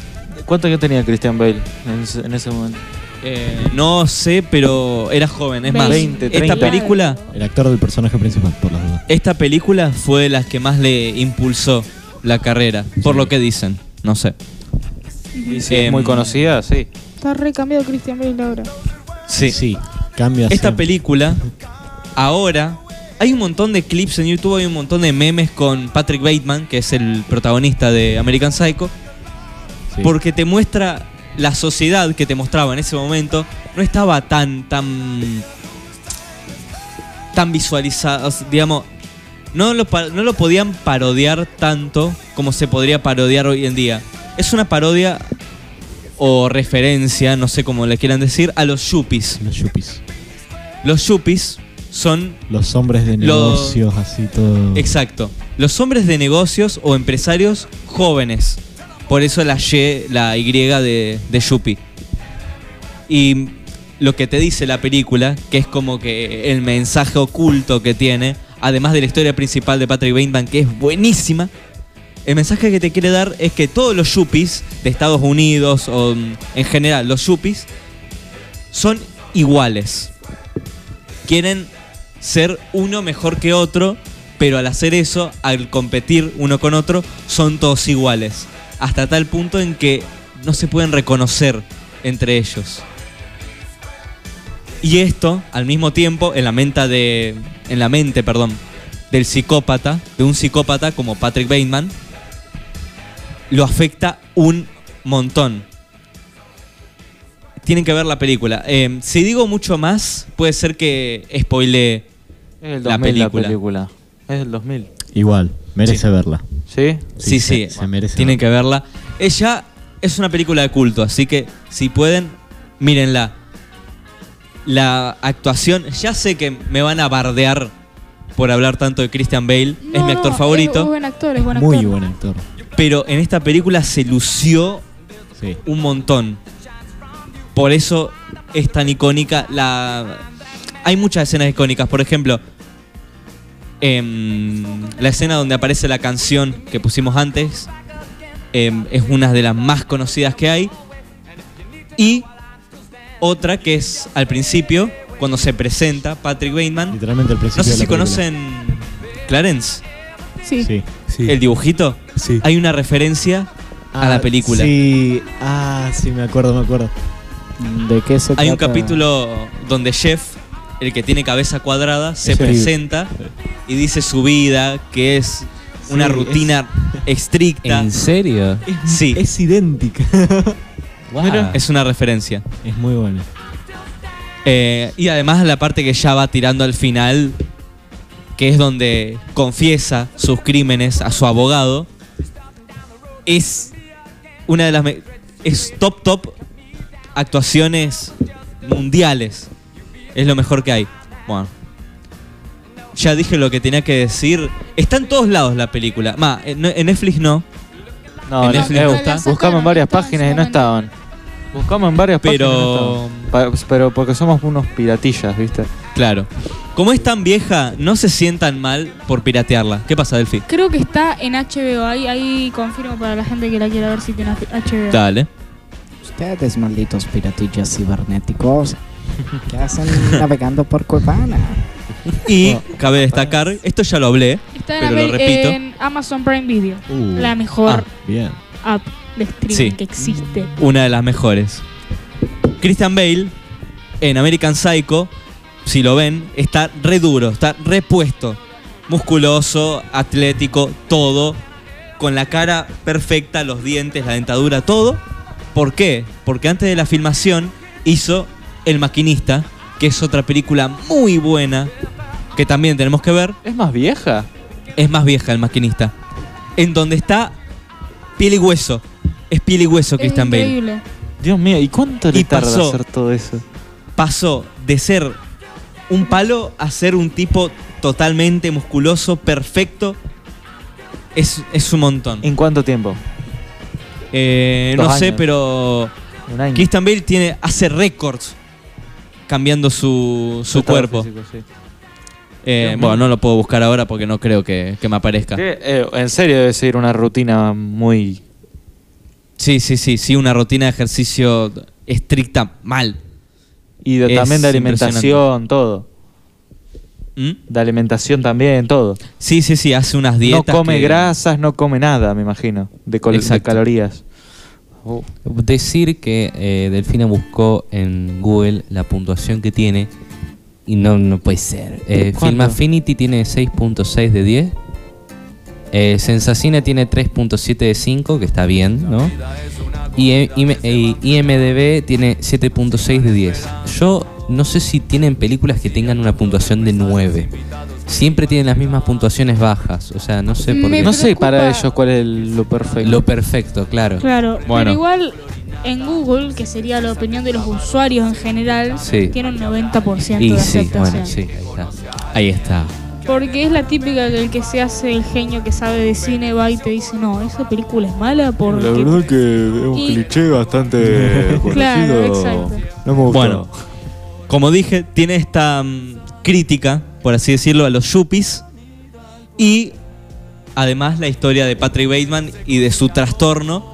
Speaker 5: ¿Cuánto que tenía Christian Bale en ese, en ese momento?
Speaker 3: Eh, no sé, pero era joven. Es más,
Speaker 5: 20,
Speaker 3: esta
Speaker 5: 30.
Speaker 3: película
Speaker 2: El actor del personaje principal, por las dudas.
Speaker 3: Esta película fue de las que más le impulsó la carrera, por lo que dicen, no sé.
Speaker 5: Y si
Speaker 3: Em,
Speaker 5: es muy conocida, sí.
Speaker 6: Está recambiado Christian Bale ahora.
Speaker 3: Sí.
Speaker 2: Cambia.
Speaker 3: Esta
Speaker 2: sí.
Speaker 3: película, ahora, hay un montón de clips en YouTube, hay un montón de memes con Patrick Bateman, que es el protagonista de American Psycho,
Speaker 2: Sí.
Speaker 3: porque te muestra la sociedad que te mostraba en ese momento, no estaba tan, tan, tan visualizada, o sea, digamos, no lo, pa- no lo podían parodiar tanto como se podría parodiar hoy en día. Es una parodia o referencia, no sé cómo le quieran decir, a los yuppies.
Speaker 2: Los yuppies.
Speaker 3: Los yuppies son,
Speaker 2: Los hombres de
Speaker 3: Los-
Speaker 2: negocios, así todo.
Speaker 3: exacto, los hombres de negocios o empresarios jóvenes. Por eso la Y, la Y de, de yuppie. Y lo que te dice la película, que es como que el mensaje oculto que tiene, además de la historia principal de Patrick Bateman, que es buenísima, el mensaje que te quiere dar es que todos los yuppies de Estados Unidos o mm, en general los yuppies son iguales. Quieren ser uno mejor que otro, pero al hacer eso, al competir uno con otro, son todos iguales. Hasta tal punto en que no se pueden reconocer entre ellos. Y esto, al mismo tiempo, en la mente de. En la mente, perdón, del psicópata, de un psicópata como Patrick Bateman, lo afecta un montón. Tienen que ver la película. Eh, si digo mucho más, puede ser que spoile
Speaker 5: Es el 2000
Speaker 3: La
Speaker 5: la película.
Speaker 3: película.
Speaker 5: Es el 2000.
Speaker 2: Igual, merece
Speaker 3: Sí.
Speaker 2: verla.
Speaker 5: ¿Sí?
Speaker 3: Sí, sí,
Speaker 2: Se, se merece.
Speaker 3: tienen
Speaker 2: verla.
Speaker 3: que verla. Ella es una película de culto, así que si pueden, mírenla. La actuación, ya sé que me van a bardear por hablar tanto de Christian Bale, es
Speaker 6: No,
Speaker 3: mi actor
Speaker 6: no, eh,
Speaker 3: favorito,
Speaker 6: Es buen actor, es buen actor.
Speaker 2: Muy buen actor.
Speaker 3: pero en esta película se lució
Speaker 2: Sí.
Speaker 3: un montón. Por eso es tan icónica la. Hay muchas escenas icónicas. Por ejemplo, em, la escena donde aparece la canción que pusimos antes em, es una de las más conocidas que hay. Y otra que es al principio, cuando se presenta Patrick Bateman.
Speaker 2: Literalmente al principio.
Speaker 3: No sé
Speaker 2: de la
Speaker 3: si
Speaker 2: película.
Speaker 3: conocen Clarence,
Speaker 6: Sí.
Speaker 2: Sí.
Speaker 9: Sí.
Speaker 3: el dibujito.
Speaker 9: Sí.
Speaker 3: Hay una referencia a la
Speaker 2: Ah,
Speaker 3: película.
Speaker 2: Sí. Ah, sí, me acuerdo, me acuerdo.
Speaker 8: ¿De qué se
Speaker 3: Hay un
Speaker 8: trata?
Speaker 3: capítulo donde Jeff, el que tiene cabeza cuadrada, se
Speaker 2: Sí.
Speaker 3: presenta y dice su vida, que es una
Speaker 2: Sí,
Speaker 3: rutina estricta.
Speaker 4: ¿En serio?
Speaker 3: Sí,
Speaker 2: Es idéntica. *laughs*
Speaker 4: Guau.
Speaker 3: es una referencia.
Speaker 2: es muy buena.
Speaker 3: Eh, y además la parte que ya va tirando al final, que es donde confiesa sus crímenes a su abogado, es una de las me- es top top actuaciones mundiales. Es lo mejor que hay. Bueno. Ya dije lo que tenía que decir. Está en todos lados la película. Ma, en en Netflix no,
Speaker 5: No,
Speaker 3: En
Speaker 5: no,
Speaker 3: Netflix
Speaker 5: eh,
Speaker 3: no
Speaker 5: bu-
Speaker 3: está.
Speaker 5: buscamos en varias
Speaker 6: Estaban
Speaker 5: páginas y no
Speaker 6: en su
Speaker 5: estaban. Buscamos en varias páginas. y no
Speaker 3: pero
Speaker 5: estaban. Pa- pero porque somos unos piratillas, ¿viste?
Speaker 3: claro. Como es tan vieja, no se sientan mal por piratearla. ¿Qué pasa, Delphi?
Speaker 6: Creo que está en HBO, ahí, ahí confirmo para la gente que la quiera ver si tiene HBO.
Speaker 3: Dale.
Speaker 8: Ustedes, malditos piratillas cibernéticos, que hacen *laughs* navegando por Cuevana?
Speaker 3: Y cabe destacar, esto ya lo hablé,
Speaker 6: Está en,
Speaker 3: pero lo
Speaker 6: Ameri-
Speaker 3: repito.
Speaker 6: en Amazon Prime Video,
Speaker 2: Uh,
Speaker 6: la mejor
Speaker 2: Bien.
Speaker 6: app de streaming
Speaker 3: Sí.
Speaker 6: que existe.
Speaker 3: una de las mejores. Christian Bale en American Psycho, si lo ven, está re duro, está repuesto. Musculoso, atlético, todo. Con la cara perfecta, los dientes, la dentadura, todo. ¿Por qué? Porque antes de la filmación hizo El Maquinista, que es otra película muy buena, que también tenemos que ver.
Speaker 5: ¿Es más vieja?
Speaker 3: es más vieja el maquinista. En donde está piel y hueso. Es piel y hueso
Speaker 6: Es
Speaker 3: Christian Bale.
Speaker 6: increíble.
Speaker 5: Dios mío, ¿y cuánto le
Speaker 3: Y
Speaker 5: tarda
Speaker 3: pasó.
Speaker 5: hacer todo eso?
Speaker 3: Pasó de ser un palo a ser un tipo totalmente musculoso, perfecto. Es, es un montón.
Speaker 5: ¿En cuánto tiempo?
Speaker 3: Eh, no
Speaker 5: dos
Speaker 3: sé,
Speaker 5: años.
Speaker 3: pero
Speaker 5: Un año.
Speaker 3: Christian Bale tiene, hace récords cambiando su, su
Speaker 5: Estado
Speaker 3: cuerpo.
Speaker 5: físico, sí.
Speaker 3: Eh,
Speaker 5: Dios mío.
Speaker 3: bueno, no lo puedo buscar ahora porque no creo que, que me aparezca.
Speaker 5: Que, eh, en serio debe ser una rutina muy...
Speaker 3: Sí, sí, sí, sí, una rutina de ejercicio estricta, mal.
Speaker 5: Y de-
Speaker 3: Es
Speaker 5: también de
Speaker 3: impresionante.
Speaker 5: alimentación, todo.
Speaker 3: ¿Mm?
Speaker 5: De alimentación también, todo.
Speaker 3: Sí, sí, sí, hace unas
Speaker 5: No
Speaker 3: dietas.
Speaker 5: come
Speaker 3: que-
Speaker 5: grasas, no come nada, me imagino. De, col- de
Speaker 3: Exacto.
Speaker 5: calorías.
Speaker 4: Decir que eh, Delfina buscó en Google la puntuación que tiene y no, no puede ser. Eh,
Speaker 5: ¿Cuánto?
Speaker 4: Film Affinity tiene 6.6 de 10. Eh, Sensacine tiene 3.7 de 5, que está bien, ¿no? Y eh, im- eh, IMDB tiene 7.6 de 10. Yo no sé si tienen películas que tengan una puntuación de 9. Siempre tienen las mismas puntuaciones bajas, o sea, no sé por
Speaker 6: Me
Speaker 4: qué.
Speaker 5: No sé
Speaker 6: preocupa-
Speaker 5: para ellos cuál es el- lo perfecto.
Speaker 4: Lo perfecto, claro.
Speaker 6: Claro,
Speaker 3: Bueno.
Speaker 6: pero igual en Google, que sería la opinión de los usuarios en general,
Speaker 4: Sí.
Speaker 6: tiene un 90%
Speaker 4: Y
Speaker 6: de
Speaker 4: sí,
Speaker 6: aceptación.
Speaker 4: bueno, sí, ahí está.
Speaker 3: Ahí está.
Speaker 6: Porque es la típica que el que se hace el genio que sabe de cine va y te dice, no, esa película es mala porque...
Speaker 9: que es
Speaker 6: un Y- cliché
Speaker 9: bastante
Speaker 6: *laughs* Claro, exacto.
Speaker 9: No me gustó.
Speaker 3: Bueno, como dije, tiene esta mm, crítica, por así decirlo, a los yuppies. Y además la historia de Patrick Bateman y de su trastorno.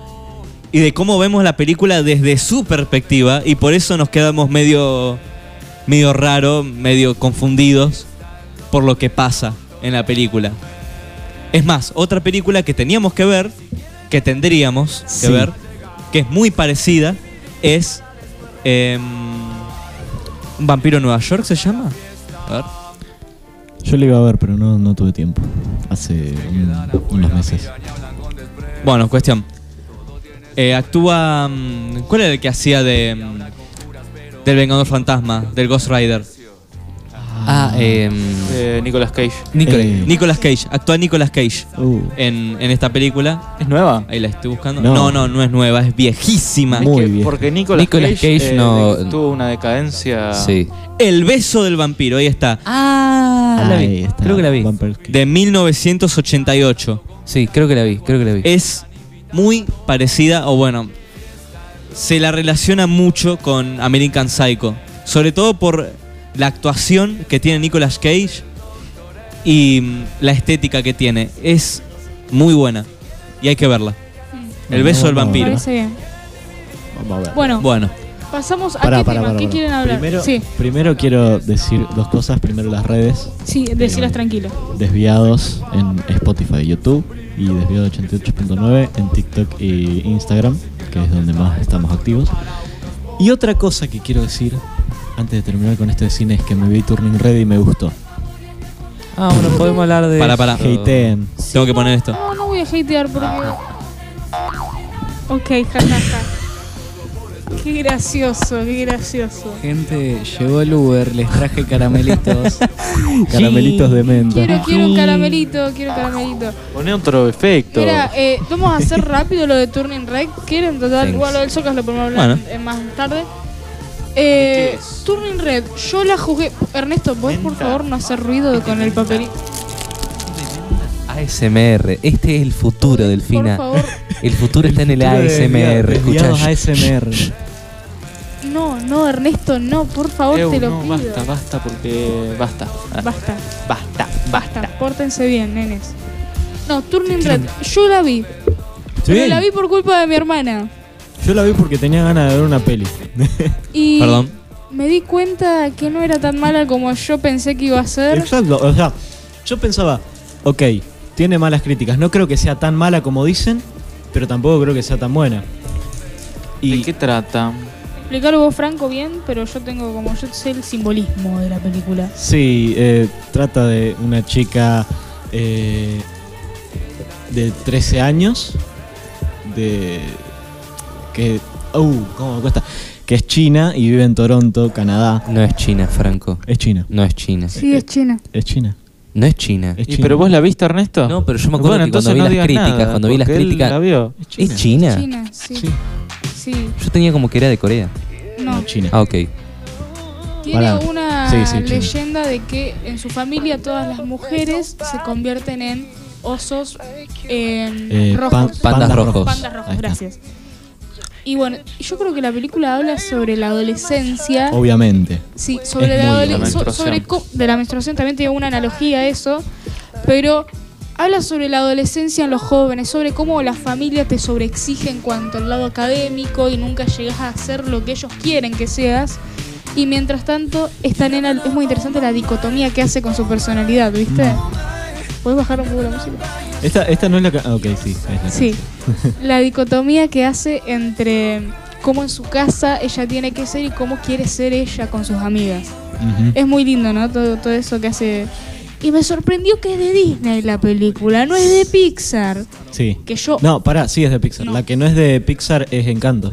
Speaker 3: Y de cómo vemos la película desde su perspectiva. Y por eso nos quedamos medio, medio raro, medio confundidos por lo que pasa. en la película. Es más, otra película que teníamos que ver, que tendríamos que
Speaker 2: Sí.
Speaker 3: ver, que es muy parecida, es. em, ¿Un vampiro en Nueva York se llama? A ver.
Speaker 2: Yo le iba a ver, pero no, no tuve tiempo. Hace un- unos meses.
Speaker 3: Bueno, cuestión. Eh, actúa. mm, ¿Cuál era el que hacía de. mm, del Vengador Fantasma, del Ghost Rider?
Speaker 4: Ah, eh,
Speaker 3: em,
Speaker 5: Eh, Nicolas Cage.
Speaker 4: Nicolas.
Speaker 2: Eh,
Speaker 3: Nicolas Cage, actúa Nicolas Cage
Speaker 2: uh,
Speaker 3: en, en esta película.
Speaker 5: ¿Es nueva?
Speaker 3: Ahí la estoy buscando. No.
Speaker 2: No.
Speaker 3: no, no, es nueva, es viejísima.
Speaker 2: Muy
Speaker 5: Que-
Speaker 2: bien.
Speaker 5: Porque Nicolas,
Speaker 4: Nicolas
Speaker 5: Cage,
Speaker 4: Cage
Speaker 5: eh,
Speaker 4: no-
Speaker 5: tuvo una decadencia.
Speaker 4: sí.
Speaker 3: El beso del vampiro, ahí está.
Speaker 4: Ah, la
Speaker 2: ahí
Speaker 4: vi.
Speaker 2: está,
Speaker 4: Creo que la vi.
Speaker 2: Vampire Kill.
Speaker 3: De 1988.
Speaker 4: Sí, creo que la vi, creo que la vi.
Speaker 3: Es muy parecida, o bueno, se la relaciona mucho con American Psycho. Sobre todo por la actuación que tiene Nicolas Cage y mm, la estética que tiene. Es muy buena y hay que verla. El beso del
Speaker 2: No, no.
Speaker 6: Me
Speaker 3: vampiro.
Speaker 6: parece bien.
Speaker 2: Vamos a ver.
Speaker 6: Bueno,
Speaker 3: Bueno,
Speaker 6: pasamos a
Speaker 2: Pará,
Speaker 6: qué
Speaker 2: pará,
Speaker 6: tema,
Speaker 2: pará,
Speaker 6: ¿qué
Speaker 2: pará.
Speaker 6: quieren hablar?
Speaker 2: Primero,
Speaker 6: Sí,
Speaker 2: primero quiero decir dos cosas. Primero las redes.
Speaker 6: sí, decilas tranquilo.
Speaker 2: Desviados en Spotify, YouTube y Desviado 88.9 en TikTok e Instagram, que es donde más estamos activos. Y otra cosa que quiero decir antes de terminar con esto de cine es que me vi Turning Red y me gustó.
Speaker 4: Ah, bueno, podemos hablar de.
Speaker 3: Pará, pará.
Speaker 2: Hateen.
Speaker 3: tengo que poner esto.
Speaker 6: No, no voy a hatear porque. Ok, jajaja. Qué gracioso, qué gracioso.
Speaker 7: Gente, llegó el Uber, les traje
Speaker 8: *laughs*
Speaker 7: caramelitos.
Speaker 2: Caramelitos de menta.
Speaker 6: Quiero, quiero un caramelito, quiero un caramelito.
Speaker 5: Poné otro efecto.
Speaker 6: Mira, eh, vamos a hacer rápido lo de Turning Red. ¿Quieren? Total,
Speaker 4: Thanks.
Speaker 6: igual lo del Zocas lo podemos hablar
Speaker 3: Bueno.
Speaker 6: eh, más tarde. Eh, Turning Red, yo la jugué. Ernesto, ¿podés por favor no hacer ruido con el papelito?
Speaker 4: ASMR. Este es el futuro del
Speaker 6: Por
Speaker 4: FINA.
Speaker 6: favor,
Speaker 4: El futuro está en el
Speaker 2: futuro de
Speaker 4: ASMR.
Speaker 2: Desviados
Speaker 4: Escuchá.
Speaker 2: ASMR.
Speaker 6: no, no, Ernesto, no, por favor,
Speaker 5: Eu,
Speaker 6: te lo
Speaker 5: no,
Speaker 6: pido.
Speaker 5: Eh, basta, basta, porque basta. Ah,
Speaker 6: Basta,
Speaker 5: Basta,
Speaker 6: basta,
Speaker 5: basta.
Speaker 6: pórtense bien, nenes. No, Turning Red, yo la vi.
Speaker 2: Sí.
Speaker 6: Pero la vi por culpa de mi hermana.
Speaker 2: Yo la vi porque tenía ganas de ver una peli.
Speaker 6: Y
Speaker 3: Perdón.
Speaker 6: me di cuenta que no era tan mala como yo pensé que iba a ser.
Speaker 2: Exacto, o sea, yo pensaba, ok, tiene malas críticas, no creo que sea tan mala como dicen, pero tampoco creo que sea tan buena.
Speaker 5: ¿De qué trata?
Speaker 6: Explicarlo vos, Franco, bien, pero yo tengo como yo sé el simbolismo de la película.
Speaker 2: Sí, eh, trata de una chica eh, de 13 años, de que, uh, cómo me cuesta, que es china y vive en Toronto, Canadá.
Speaker 4: No es China, Franco.
Speaker 2: Es china,
Speaker 4: No es China.
Speaker 6: Sí, es china.
Speaker 2: es china.
Speaker 4: No es China.
Speaker 2: Es
Speaker 5: ¿Y,
Speaker 2: china.
Speaker 5: ¿Pero vos la viste, Ernesto?
Speaker 4: No, pero yo me acuerdo
Speaker 5: Ah. Bueno,
Speaker 4: que cuando
Speaker 5: entonces
Speaker 4: vi
Speaker 5: no
Speaker 4: las
Speaker 5: digas
Speaker 4: críticas,
Speaker 5: nada,
Speaker 4: cuando vi las
Speaker 5: porque él
Speaker 4: críticas.
Speaker 5: la vio.
Speaker 4: ¿Es China?
Speaker 6: China, sí.
Speaker 2: Sí.
Speaker 6: Sí.
Speaker 4: Yo tenía como que era de Corea.
Speaker 6: No,
Speaker 2: No, china.
Speaker 4: Ah, ok.
Speaker 6: tiene
Speaker 2: Pará.
Speaker 6: una
Speaker 2: Sí, sí, china.
Speaker 6: leyenda de que en su familia todas las mujeres se convierten en osos en
Speaker 2: Eh, pan-
Speaker 6: rojos.
Speaker 4: pandas rojos.
Speaker 6: Pandas rojos,
Speaker 2: Ahí está.
Speaker 6: gracias. Y bueno, yo creo que la película habla sobre la adolescencia.
Speaker 2: Obviamente.
Speaker 6: Sí, sobre
Speaker 2: Es
Speaker 6: la,
Speaker 2: muy
Speaker 6: adole-
Speaker 5: de la
Speaker 6: so-
Speaker 5: menstruación.
Speaker 6: sobre co- de la menstruación también tiene una analogía a eso, pero habla sobre la adolescencia en los jóvenes, sobre cómo la familia te sobreexige en cuanto al lado académico y nunca llegas a hacer lo que ellos quieren que seas. Y mientras tanto, esta nena es muy interesante la dicotomía que hace con su personalidad, ¿viste? ¿Puedes bajar un poco la música?
Speaker 2: Esta, esta no es la... ca- ah, Ok, sí. es la *laughs*
Speaker 6: Sí. La dicotomía que hace entre cómo en su casa ella tiene que ser y cómo quiere ser ella con sus amigas.
Speaker 2: Ujú.
Speaker 6: Es muy lindo, ¿no? Todo, todo eso que hace. Y me sorprendió que es de Disney la película, no es de Pixar.
Speaker 2: Sí.
Speaker 6: Que yo.
Speaker 2: No, pará, sí es de Pixar.
Speaker 6: No.
Speaker 2: La que no es de Pixar es Encanto.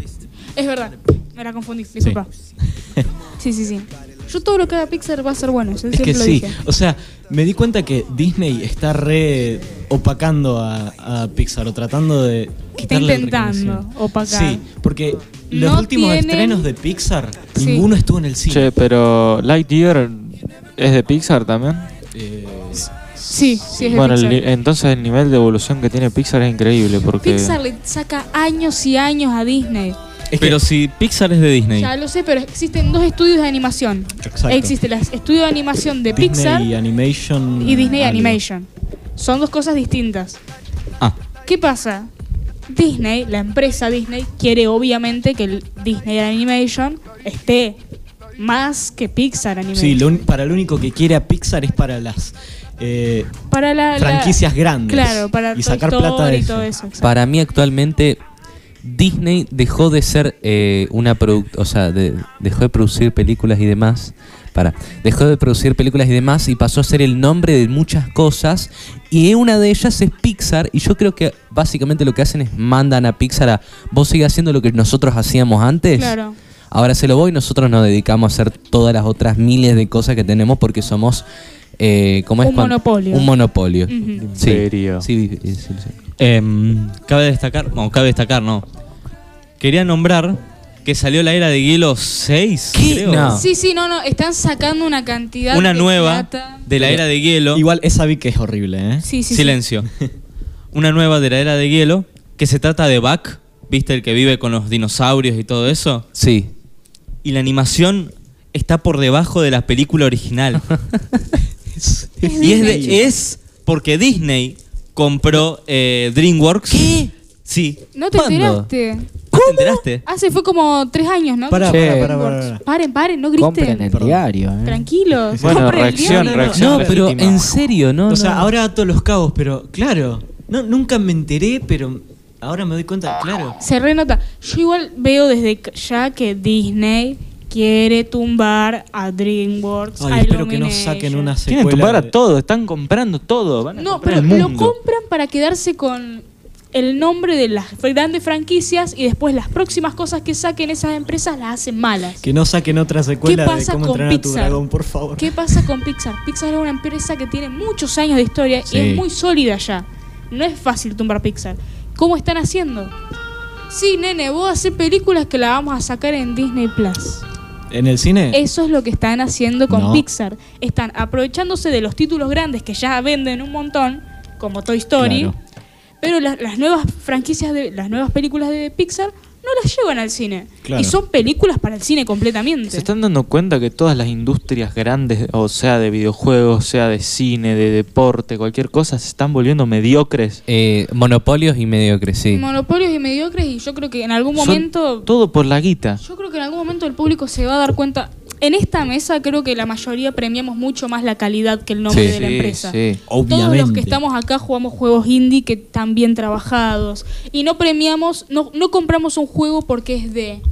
Speaker 6: Es verdad, me la confundí,
Speaker 2: *laughs*
Speaker 6: disculpa. Sí, sí, sí. Yo todo lo que haga Pixar va a ser bueno, yo
Speaker 2: Es
Speaker 6: siempre
Speaker 2: que
Speaker 6: lo
Speaker 2: sí,
Speaker 6: dije.
Speaker 2: o sea, me di cuenta que Disney está re opacando a, a Pixar o tratando de...
Speaker 6: Está
Speaker 2: quitarle
Speaker 6: intentando
Speaker 2: reconocimiento.
Speaker 6: opacar.
Speaker 2: Sí, porque los
Speaker 6: No
Speaker 2: últimos
Speaker 6: tienen-
Speaker 2: estrenos de Pixar,
Speaker 6: Sí.
Speaker 2: ninguno estuvo en el cine.
Speaker 5: Che, pero Lightyear es de Pixar también.
Speaker 2: Eh,
Speaker 6: Sí, sí, es de
Speaker 5: Bueno, el
Speaker 6: Pixar.
Speaker 5: ni- entonces el nivel de evolución que tiene Pixar es increíble porque
Speaker 6: Pixar le saca años y años a Disney.
Speaker 2: es que-
Speaker 3: Pero si Pixar es de Disney.
Speaker 6: Ya lo sé, pero existen dos estudios de animación.
Speaker 2: Exacto.
Speaker 6: Existe el estudio de animación de
Speaker 2: Disney
Speaker 6: Pixar
Speaker 2: Animation...
Speaker 6: y Disney
Speaker 2: algo.
Speaker 6: Animation. Son dos cosas distintas.
Speaker 3: Ah,
Speaker 6: ¿Qué pasa? Disney, la empresa Disney, quiere obviamente que el Disney Animation esté más que Pixar Animation.
Speaker 2: Sí, lo un- para lo único que quiere a Pixar es para las eh,
Speaker 6: Para la, la-
Speaker 2: franquicias grandes
Speaker 6: Claro, para
Speaker 2: y
Speaker 6: Toy
Speaker 2: sacar
Speaker 6: Story
Speaker 2: plata de
Speaker 6: y todo
Speaker 2: eso.
Speaker 6: eso. exacto.
Speaker 4: Para mí actualmente Disney dejó de ser eh, una product, o sea, de- dejó de producir películas y demás. Para, dejó de producir películas y demás y pasó a ser el nombre de muchas cosas y una de ellas es Pixar y yo creo que básicamente lo que hacen es mandan a Pixar a vos sigue haciendo lo que nosotros hacíamos antes.
Speaker 6: Claro.
Speaker 4: Ahora se lo voy, nosotros nos dedicamos a hacer todas las otras miles de cosas que tenemos porque somos eh, ¿cómo es
Speaker 6: Un
Speaker 4: cuando-
Speaker 6: monopolio.
Speaker 4: Un monopolio.
Speaker 6: Ujú.
Speaker 4: Sí.
Speaker 5: Imperio.
Speaker 4: Sí, sí, sí, sí.
Speaker 3: Em, cabe destacar, no, cabe destacar, no. Quería nombrar que salió la era de hielo 6,
Speaker 4: ¿Qué?
Speaker 3: creo.
Speaker 2: Ah.
Speaker 4: No.
Speaker 6: Sí, sí, no, no. Están sacando una cantidad
Speaker 3: Una
Speaker 6: de
Speaker 3: nueva
Speaker 6: plata.
Speaker 3: de la era de hielo.
Speaker 2: Igual esa vi que es horrible, ¿eh?
Speaker 6: Sí, sí,
Speaker 2: *laughs*
Speaker 6: sí.
Speaker 3: Silencio. Una nueva de la era de hielo que se trata de Buck, ¿viste? El que vive con los dinosaurios y todo eso.
Speaker 4: Sí.
Speaker 3: Y la animación está por debajo de la
Speaker 2: *laughs*
Speaker 3: película original. y es, de- es porque Disney compró eh, DreamWorks. ¿Qué? Sí.
Speaker 6: No te
Speaker 4: ¿Cuándo?
Speaker 6: enteraste.
Speaker 3: ¿No ¿Te enteraste?
Speaker 6: Hace Ah, fue como tres años, ¿no?
Speaker 2: Pará,
Speaker 6: Que
Speaker 2: pará,
Speaker 6: salió
Speaker 2: pará,
Speaker 6: DreamWorks.
Speaker 2: pará, pará.
Speaker 6: Paren, paren, no griten.
Speaker 8: Compren el
Speaker 2: Perdón.
Speaker 8: diario, eh.
Speaker 6: Tranquilos.
Speaker 5: Bueno,
Speaker 6: compren el
Speaker 5: reacción,
Speaker 6: diario.
Speaker 5: reacción.
Speaker 4: No, pero
Speaker 5: legítima.
Speaker 4: en serio, no.
Speaker 2: o sea,
Speaker 4: no.
Speaker 2: ahora todos los cabos, pero claro. No, nunca me enteré, pero ahora me doy cuenta, claro.
Speaker 6: Se renota. Yo igual veo desde c- ya que Disney quiere tumbar a DreamWorks.
Speaker 2: Ay,
Speaker 6: a
Speaker 2: espero que no
Speaker 6: Illumination.
Speaker 2: saquen una secuela.
Speaker 5: Quieren tumbar a
Speaker 2: de-
Speaker 5: todo, están comprando todo. van a
Speaker 6: No,
Speaker 5: comprar
Speaker 6: pero
Speaker 5: el
Speaker 6: lo
Speaker 5: mundo.
Speaker 6: compran para quedarse con el nombre de las fr- grandes franquicias y después las próximas cosas que saquen esas empresas las hacen malas.
Speaker 2: Que no saquen otra secuela
Speaker 6: ¿Qué
Speaker 2: de
Speaker 6: pasa
Speaker 2: cómo
Speaker 6: con
Speaker 2: entrenar a tu
Speaker 6: Pixar?
Speaker 2: dragón, por favor.
Speaker 6: ¿Qué pasa con Pixar? Pixar es una empresa que tiene muchos años de historia
Speaker 2: Sí.
Speaker 6: y es muy sólida ya. No es fácil tumbar Pixar. ¿Cómo están haciendo? Sí, nene, vos haces películas que las vamos a sacar en Disney Plus.
Speaker 2: ¿En el cine?
Speaker 6: Eso es lo que están haciendo con
Speaker 2: No.
Speaker 6: Pixar. Están aprovechándose de los títulos grandes que ya venden un montón, como Toy Story,
Speaker 2: Claro.
Speaker 6: pero las, las nuevas franquicias, de, las nuevas películas de Pixar no las llevan al cine.
Speaker 2: Claro.
Speaker 6: Y son películas para el cine completamente.
Speaker 5: Se están dando cuenta que todas las industrias grandes, o sea, de videojuegos, sea de cine, de deporte, cualquier cosa, se están volviendo mediocres.
Speaker 4: Eh, monopolios y mediocres, sí.
Speaker 6: Monopolios y mediocres y yo creo que en algún
Speaker 5: Son
Speaker 6: momento...
Speaker 5: Todo por la guita.
Speaker 6: Yo creo que en algún momento el público se va a dar cuenta. En esta mesa creo que la mayoría premiamos mucho más la calidad que el nombre
Speaker 4: Sí,
Speaker 6: de la empresa.
Speaker 5: sí.
Speaker 2: Obviamente.
Speaker 6: Todos los que estamos acá jugamos juegos indie que están bien trabajados. Y no premiamos, no, no compramos un juego porque es de. No,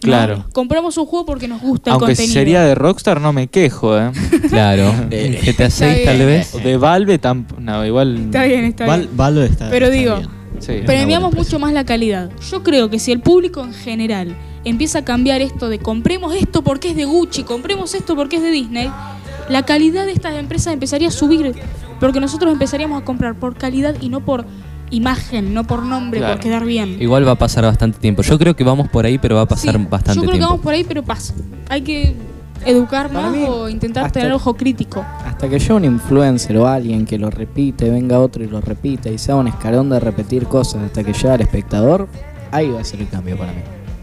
Speaker 5: Claro.
Speaker 6: compramos un juego porque nos gusta
Speaker 5: Aunque
Speaker 6: el
Speaker 5: si
Speaker 6: contenido.
Speaker 5: sería de Rockstar no me quejo,
Speaker 6: *laughs*
Speaker 5: ¿eh?
Speaker 4: *laughs*
Speaker 2: *laughs*
Speaker 4: Claro.
Speaker 2: Eh,
Speaker 4: GTA 6 tal
Speaker 6: bien.
Speaker 4: vez.
Speaker 5: O de Valve tampoco. No, igual.
Speaker 6: Está bien, está
Speaker 2: Val-
Speaker 6: bien.
Speaker 2: Valo está.
Speaker 6: Pero
Speaker 2: está
Speaker 6: digo,
Speaker 2: bien.
Speaker 5: Sí.
Speaker 2: Pero-
Speaker 6: Premiamos
Speaker 2: buena empresa.
Speaker 6: mucho más la calidad. Yo creo que si el público en general empieza a cambiar esto de compremos esto porque es de Gucci, compremos esto porque es de Disney, la calidad de estas empresas empezaría a subir. Porque nosotros empezaríamos a comprar por calidad y no por imagen, no por nombre,
Speaker 5: Claro.
Speaker 6: por quedar bien.
Speaker 4: Igual va a pasar bastante tiempo. Yo creo que vamos por ahí, pero va a pasar
Speaker 6: Sí,
Speaker 4: bastante
Speaker 6: Yo creo que
Speaker 4: tiempo.
Speaker 6: vamos por ahí, pero pasa. Hay que educar
Speaker 8: Para
Speaker 6: más
Speaker 8: mí,
Speaker 6: o intentar
Speaker 8: hasta-
Speaker 6: tener ojo crítico.
Speaker 8: Hasta que yo un influencer o alguien que lo repite, venga otro y lo repita y sea un escalón de repetir cosas hasta que llega al espectador, ahí va a ser el cambio para mí.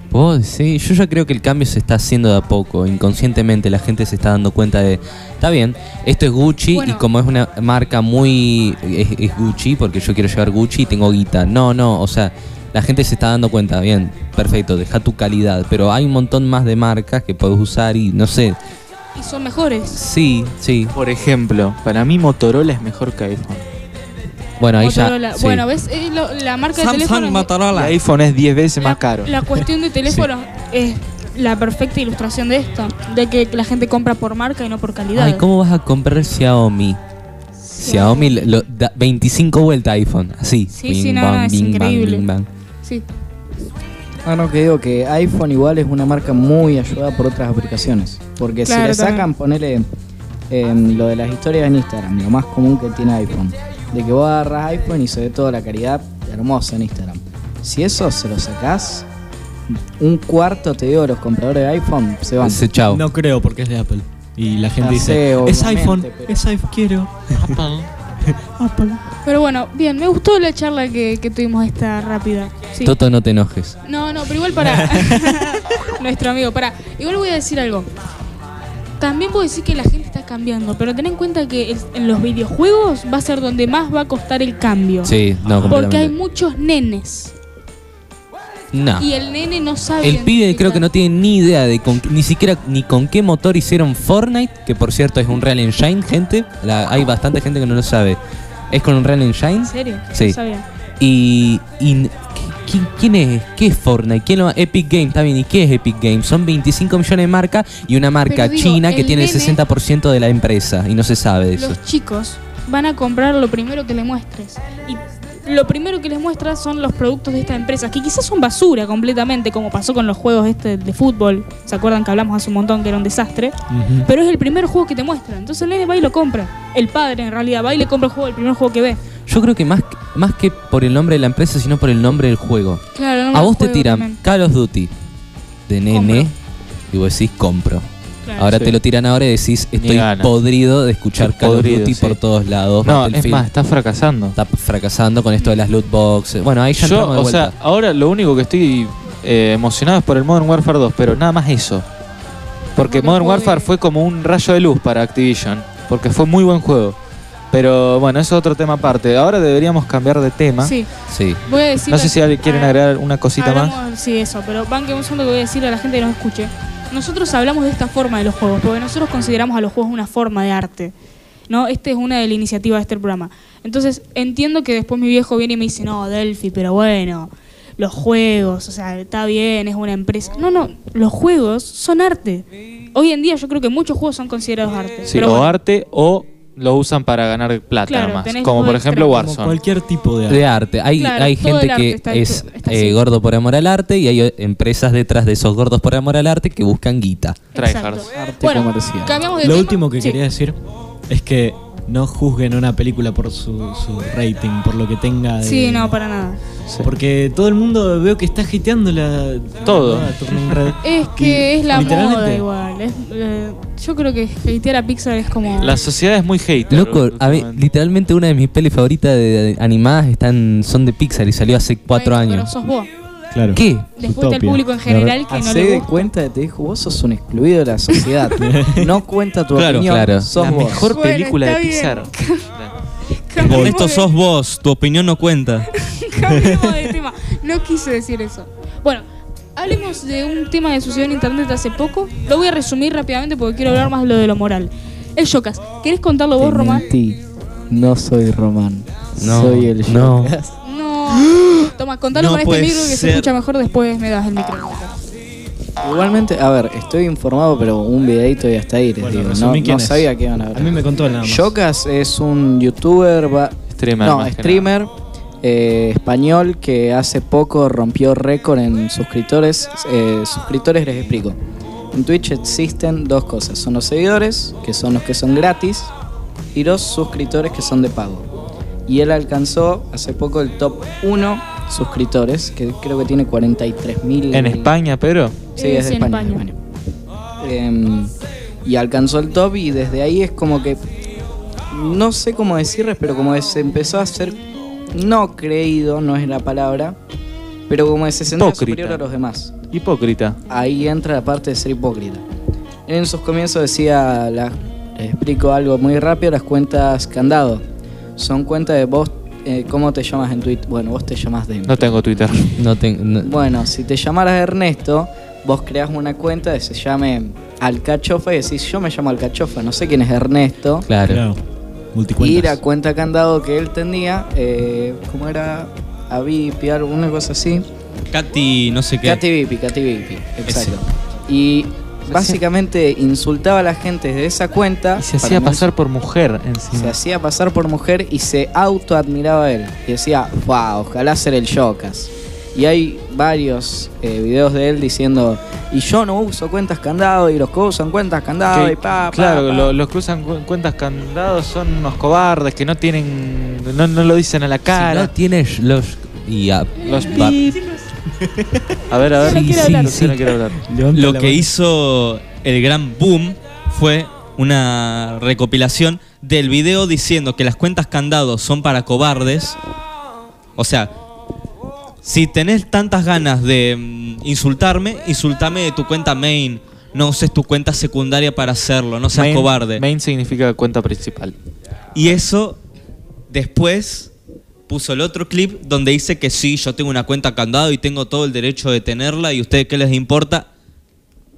Speaker 4: Vos, sí, yo ya creo que el cambio se está haciendo de a poco, inconscientemente la gente se está dando cuenta de, está bien, esto es Gucci
Speaker 6: Bueno.
Speaker 4: y como es una marca muy, es, es Gucci porque yo quiero llevar Gucci y tengo guita. No, no, o sea, la gente se está dando cuenta, bien, perfecto, deja tu calidad, pero hay un montón más de marcas que puedes usar y no sé,
Speaker 6: Y son mejores.
Speaker 4: sí, sí,
Speaker 5: Por ejemplo, para mí Motorola es mejor que iPhone.
Speaker 4: bueno, ahí
Speaker 6: Motorola.
Speaker 4: ya... sí.
Speaker 6: Bueno, ves, Eh, lo- la marca de teléfono.
Speaker 3: Samsung Motorola.
Speaker 5: El iPhone es 10 veces más caro.
Speaker 6: La
Speaker 4: *laughs*
Speaker 6: cuestión de teléfonos es la perfecta ilustración de esto, de que la gente compra por marca y no por calidad.
Speaker 4: Ay, ¿cómo vas a comprar Xiaomi? Xiaomi lo, da 25 vueltas iPhone, así.
Speaker 6: Sí, sí, no, no, es increíble. Sí.
Speaker 8: Ah, no, que digo que iPhone igual es una marca muy ayudada por otras aplicaciones. Porque si
Speaker 6: Claro,
Speaker 8: le
Speaker 6: también.
Speaker 8: sacan, ponele em, lo de las historias en Instagram, lo más común que tiene iPhone. De que vos agarras iPhone y se ve toda la calidad hermosa en Instagram. Si eso se lo sacás, un cuarto, te digo, de los compradores de iPhone se van.
Speaker 4: Ese chao.
Speaker 2: No creo porque es de Apple. Y la gente
Speaker 8: Ya sé,
Speaker 2: dice, es
Speaker 8: obviamente,
Speaker 2: iPhone,
Speaker 8: pero-
Speaker 2: es iPhone, quiero.
Speaker 6: Pero bueno, bien, me gustó la charla que, que tuvimos esta rápida. Sí.
Speaker 4: Toto, no te enojes.
Speaker 6: No, no, pero igual
Speaker 4: *laughs*
Speaker 6: para *laughs* nuestro amigo, para. Igual voy a decir algo. También puedo decir que la gente está cambiando, pero ten en cuenta que el- en los videojuegos va a ser donde más va a costar el cambio.
Speaker 4: Sí, no,
Speaker 6: porque hay
Speaker 4: completamente.
Speaker 6: muchos nenes.
Speaker 4: No.
Speaker 6: Y el nene no sabe.
Speaker 4: Ah. El pibe creo que no tiene ni idea de con- ni siquiera ni con qué motor hicieron Fortnite, que por cierto es un Real Engine, gente. La- hay bastante gente que no lo sabe. Es con un Real Engine.
Speaker 6: ¿En serio?
Speaker 4: Sí.
Speaker 6: No sabía.
Speaker 4: Y, y n- ¿qui- ¿quién, quién es? ¿Qué es Fortnite? ¿Quién lo, Epic Games, está bien. ¿Y qué es Epic Games? Son 25 millones de marcas y una marca
Speaker 6: Pero digo,
Speaker 4: china que
Speaker 6: el
Speaker 4: tiene el
Speaker 6: nene-
Speaker 4: 60% de la empresa y no se sabe de eso.
Speaker 6: Los chicos van a comprar lo primero que le muestres. Y lo primero que les muestras son los productos de estas empresas, que quizás son basura completamente, como pasó con los juegos este de fútbol. ¿Se acuerdan que hablamos hace un montón que era un desastre? Pero es el primer juego que te muestran. Entonces el nene va y lo compra. El padre, en realidad, va y le compra el juego, el primer juego que ve.
Speaker 4: Yo creo que más, que- más que por el nombre de la empresa, sino por el nombre del juego.
Speaker 6: Claro,
Speaker 4: A vos te tiran Call of Duty de nene
Speaker 6: Compro.
Speaker 4: y vos decís compro. Ahora te lo tiran ahora y decís
Speaker 5: Ni
Speaker 4: estoy
Speaker 5: gana.
Speaker 4: podrido de escuchar
Speaker 5: Estoy
Speaker 4: Call
Speaker 5: podrido,
Speaker 4: of Duty
Speaker 5: sí.
Speaker 4: por todos lados.
Speaker 5: No, es
Speaker 4: Battlefield
Speaker 5: más, está fracasando.
Speaker 4: está fracasando con esto de las loot boxes. Bueno, ahí ya
Speaker 5: Yo,
Speaker 4: entramos de
Speaker 5: o
Speaker 4: vuelta.
Speaker 5: sea, ahora lo único que estoy eh, emocionado es por el Modern Warfare 2, pero nada más eso. Porque
Speaker 6: Porque
Speaker 5: Modern
Speaker 6: fue-
Speaker 5: Warfare fue como un rayo de luz para Activision, porque fue muy buen juego. Pero bueno, eso es otro tema aparte. Ahora deberíamos cambiar de tema.
Speaker 6: Sí,
Speaker 4: sí.
Speaker 6: voy a decir.
Speaker 5: No sé si alguien quieren agregar una cosita más.
Speaker 6: Hablamos- Sí, eso, pero van que un segundo que voy a decir a la gente que nos escuche. Nosotros hablamos de esta forma de los juegos, porque nosotros consideramos a los juegos una forma de arte. ¿No? Esta es una de las iniciativas de este programa. Entonces, entiendo que después mi viejo viene y me dice, no, Delphi, pero bueno, los juegos, o sea, está bien, es una empresa. No, no, los juegos son arte. Hoy en día yo creo que muchos juegos son considerados arte.
Speaker 5: Sí,
Speaker 6: pero
Speaker 5: o
Speaker 6: bueno,
Speaker 5: arte o lo usan para ganar plata
Speaker 6: Claro,
Speaker 5: nomás.
Speaker 6: tenés
Speaker 5: Como
Speaker 6: dos
Speaker 5: por ejemplo
Speaker 6: extremos.
Speaker 2: Como
Speaker 5: Warzone.
Speaker 2: cualquier tipo de arte.
Speaker 4: De arte. Hay,
Speaker 6: Claro,
Speaker 4: hay
Speaker 6: todo
Speaker 4: gente
Speaker 6: el
Speaker 4: que
Speaker 6: arte está
Speaker 4: es
Speaker 6: hecho- está
Speaker 4: eh,
Speaker 6: así.
Speaker 4: gordo por amor al arte y hay eh, empresas detrás de esos gordos por amor al arte que buscan guita.
Speaker 5: Tryhard.
Speaker 6: exacto.
Speaker 8: Arte
Speaker 6: Bueno,
Speaker 8: comercial.
Speaker 6: cambiamos de
Speaker 2: Lo
Speaker 6: tema.
Speaker 2: último que
Speaker 6: Sí.
Speaker 2: quería decir es que no juzguen una película por su, su rating, por lo que tenga. de-
Speaker 6: Sí, no, para nada.
Speaker 5: Sí.
Speaker 2: Porque todo el mundo veo que está hateando la.
Speaker 5: Todo.
Speaker 2: la Turning Red.
Speaker 6: *laughs* Es que
Speaker 2: Y
Speaker 6: es la
Speaker 2: literalmente,
Speaker 6: moda igual. es, eh, yo creo que hatear a Pixar es como...
Speaker 5: La sociedad es muy hate.
Speaker 4: Loco, a ver, literalmente una de mis pelis favoritas de, de animadas están, son de Pixar y salió hace cuatro
Speaker 6: Bueno,
Speaker 4: años.
Speaker 6: Pero sos vos.
Speaker 2: Claro.
Speaker 4: ¿Qué?
Speaker 6: Después está el
Speaker 2: Utopia.
Speaker 6: público en
Speaker 2: La
Speaker 6: general que no
Speaker 8: Hacé
Speaker 6: le
Speaker 8: de
Speaker 6: gusta.
Speaker 8: cuenta que te dijo, vos sos un excluido de
Speaker 2: *laughs*
Speaker 8: la sociedad. no cuenta tu
Speaker 3: Claro,
Speaker 8: opinión,
Speaker 4: claro.
Speaker 8: sos
Speaker 5: la
Speaker 8: vos.
Speaker 5: mejor
Speaker 6: Bueno,
Speaker 5: película de
Speaker 6: está
Speaker 5: Pixar.
Speaker 6: Cambiemos
Speaker 3: Ernesto,
Speaker 6: de-
Speaker 3: sos vos, tu opinión no cuenta.
Speaker 6: *laughs* cambiemos de tema. No quise decir eso. Bueno, hablemos de un tema que sucedió en internet hace poco. Lo voy a resumir rápidamente porque quiero hablar más de lo de lo moral. El Yocas, ¿querés contarlo vos,
Speaker 8: Te
Speaker 6: Román?
Speaker 8: mentí. No soy Román.
Speaker 4: No,
Speaker 8: soy el
Speaker 4: no.
Speaker 8: Yocas.
Speaker 6: No. Toma, contalo
Speaker 3: No
Speaker 6: con este
Speaker 3: puede
Speaker 6: micro que se
Speaker 3: ser.
Speaker 6: escucha mejor después me das el micro.
Speaker 8: Igualmente, a ver, estoy informado, pero un videito y hasta ahí les
Speaker 2: Bueno,
Speaker 8: digo. No,
Speaker 2: resumí quién
Speaker 8: no
Speaker 2: es.
Speaker 8: sabía que iban a
Speaker 2: A mí
Speaker 8: ver.
Speaker 2: me contó nada más.
Speaker 8: Yocas es un youtuber, va-
Speaker 5: Streamer.
Speaker 8: no,
Speaker 5: más que
Speaker 8: streamer eh, español que hace poco rompió récord en suscriptores. Eh, suscriptores les explico. En Twitch existen dos cosas. Son los seguidores, que son los que son gratis, y los suscriptores que son de pago. Y él alcanzó hace poco el top 1 suscriptores, que creo que tiene 43 mil.
Speaker 5: nada. En España, Pedro.
Speaker 8: Sí, es
Speaker 6: Sí,
Speaker 8: de
Speaker 6: en
Speaker 8: España. de
Speaker 6: España.
Speaker 8: España. Em, y alcanzó el top y desde ahí es como que, no sé cómo decirles, pero como que se empezó a hacer, no creído, no es la palabra, pero como que se sentía
Speaker 5: Hipócrita.
Speaker 8: superior a los demás.
Speaker 5: Hipócrita.
Speaker 8: Ahí entra la parte de ser hipócrita. En sus comienzos decía, la- les explico algo muy rápido, las cuentas candado. Son cuentas de vos, eh, ¿cómo te llamas en Twitter? Bueno, vos te llamas Demi.
Speaker 5: No tengo
Speaker 8: *laughs*
Speaker 5: Twitter.
Speaker 4: No tengo. no-
Speaker 8: Bueno, si te llamaras Ernesto, vos creas una cuenta que se llame Alcachofa y decís, yo me llamo Alcachofa, no sé quién es Ernesto.
Speaker 4: Claro.
Speaker 2: Claro.
Speaker 8: Y la
Speaker 2: Multicuentas.
Speaker 8: cuenta candado que él tenía, eh, ¿cómo era? A VIP, algo- una cosa así.
Speaker 3: Katy, no sé qué.
Speaker 8: Katy VIP, Katy VIP, exacto. Y básicamente insultaba a la gente de esa cuenta.
Speaker 5: Y se
Speaker 8: para
Speaker 5: hacía
Speaker 8: mu-
Speaker 5: pasar por mujer
Speaker 8: Se
Speaker 5: encima.
Speaker 8: hacía pasar por mujer y se autoadmiraba a él. Y decía, wow, ojalá ser el Yocas. Y hay varios eh, videos de él diciendo, y yo no uso cuentas candado, y los que usan cuentas candado,
Speaker 5: Que-
Speaker 8: y pa, pa,
Speaker 5: claro,
Speaker 8: pa".
Speaker 5: lo- los que usan cu- cuentas candados son unos cobardes que no tienen. No, no lo dicen a la
Speaker 4: Si
Speaker 5: cara.
Speaker 4: no tienes los. Y a-
Speaker 5: Los
Speaker 4: va-
Speaker 5: A ver, a ver.
Speaker 6: Yo no quiero
Speaker 5: Sí,
Speaker 6: hablar.
Speaker 5: sí, yo no quiero hablar.
Speaker 2: Levanta
Speaker 3: Lo
Speaker 2: la
Speaker 3: que
Speaker 2: mano.
Speaker 3: hizo el gran boom fue una recopilación del video diciendo que las cuentas candados son para cobardes. O sea, si tenés tantas ganas de mm, insultarme, insultame de tu cuenta main. No uses tu cuenta secundaria para hacerlo, no seas
Speaker 5: Main-
Speaker 3: cobarde.
Speaker 5: Main significa cuenta principal.
Speaker 3: Y eso después puso el otro clip donde dice que sí, yo tengo una cuenta candado y tengo todo el derecho de tenerla y a ustedes qué les importa.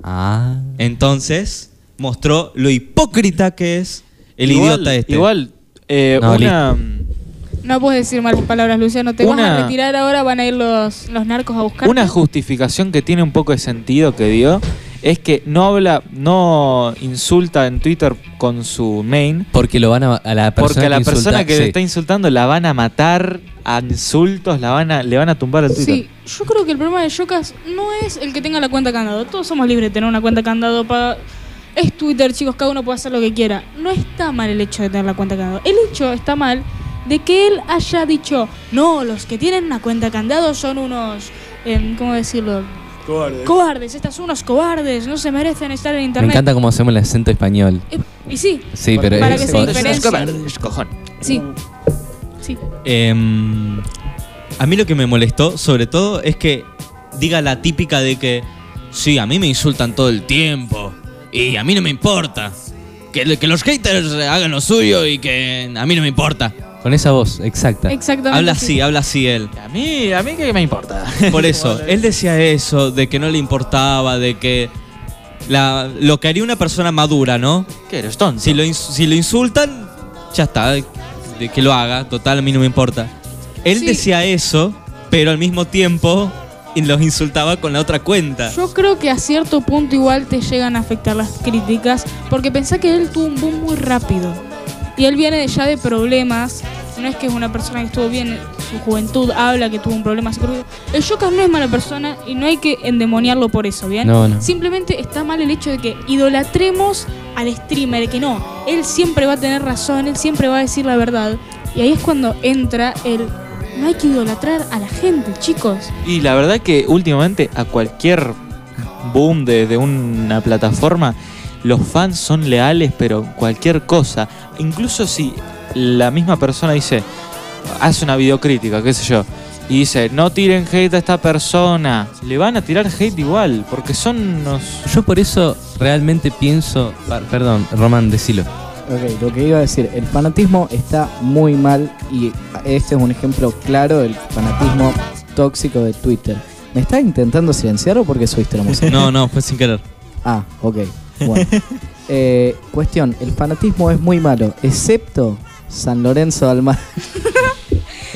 Speaker 4: Ah.
Speaker 3: Entonces mostró lo hipócrita que es el
Speaker 5: Igual-
Speaker 3: idiota este.
Speaker 5: Igual, eh,
Speaker 4: No,
Speaker 5: una.
Speaker 6: No puedes decir malas palabras, Luciano. Te vas
Speaker 5: Una-
Speaker 6: a retirar ahora, van a ir los, los narcos a buscar.
Speaker 5: Una justificación que tiene un poco de sentido que dio es que no habla, no insulta en Twitter con su main,
Speaker 4: Porque lo van a, a la persona
Speaker 5: porque a la
Speaker 4: que insulta-
Speaker 5: persona que le
Speaker 4: sí.
Speaker 5: está insultando la van a matar a insultos, la van a, le van a tumbar el Twitter.
Speaker 6: Sí, yo creo que el problema de Yocas no es el que tenga la cuenta candado. Todos somos libres de tener una cuenta candado. pa- Es Twitter, chicos, cada uno puede hacer lo que quiera. No está mal el hecho de tener la cuenta candado. El hecho está mal de que él haya dicho, no, los que tienen una cuenta candado son unos, em, ¿cómo decirlo? Cobardes. Cobardes, estas son unos cobardes, no se merecen estar en
Speaker 4: Me
Speaker 6: internet.
Speaker 4: encanta cómo hacemos el acento español.
Speaker 6: Eh, y sí,
Speaker 4: Sí, pero
Speaker 6: Para
Speaker 4: es-
Speaker 6: que se
Speaker 4: por-
Speaker 6: diferencie. sí. Sí.
Speaker 3: Em, a mí lo que me molestó, sobre todo, es que diga la típica de que, sí, a mí me insultan todo el tiempo y a mí no me importa. Que, que los haters hagan lo suyo y que a mí no me importa.
Speaker 4: con esa voz, exacta.
Speaker 6: Exactamente.
Speaker 3: Habla así, habla así él.
Speaker 5: A mí, a mí que me importa. *laughs*
Speaker 3: Por eso, él decía eso, de que no le importaba, de que la- lo que haría una persona madura, ¿no?
Speaker 5: ¿Qué eres tonto?
Speaker 3: Si lo, ins- si lo insultan, ya está, de de que lo haga, total, a mí no me importa. Él
Speaker 6: Sí.
Speaker 3: decía eso, pero al mismo tiempo y los insultaba con la otra cuenta.
Speaker 6: Yo creo que a cierto punto igual te llegan a afectar las críticas, porque pensá que él tuvo un boom muy rápido. Y él viene ya de problemas. No es que es una persona que estuvo bien en su juventud, habla que tuvo un problema psicológico. El Joker no es mala persona y no hay que endemoniarlo por eso, ¿bien?
Speaker 4: No, no.
Speaker 6: Simplemente está mal el hecho de que idolatremos al streamer, que no, él siempre va a tener razón, él siempre va a decir la verdad. Y ahí es cuando entra el... No hay que idolatrar a la gente, chicos.
Speaker 5: Y la verdad que últimamente a cualquier boom de, de una plataforma, los fans son leales, pero cualquier cosa. Incluso si la misma persona dice, hace una videocrítica, qué sé yo, y dice, no tiren hate a esta persona, le van a tirar hate igual, porque son unos...
Speaker 4: Yo por eso realmente pienso. par- Perdón, Román, decilo.
Speaker 8: Ok, lo que iba a decir, el fanatismo está muy mal y este es un ejemplo claro del fanatismo tóxico de Twitter. ¿Me está intentando silenciar o porque
Speaker 5: *laughs*
Speaker 8: subiste la música?
Speaker 3: No, no, fue sin querer.
Speaker 8: Ah, ok. Bueno. Eh, cuestión, el fanatismo es muy malo, excepto San Lorenzo del Mar.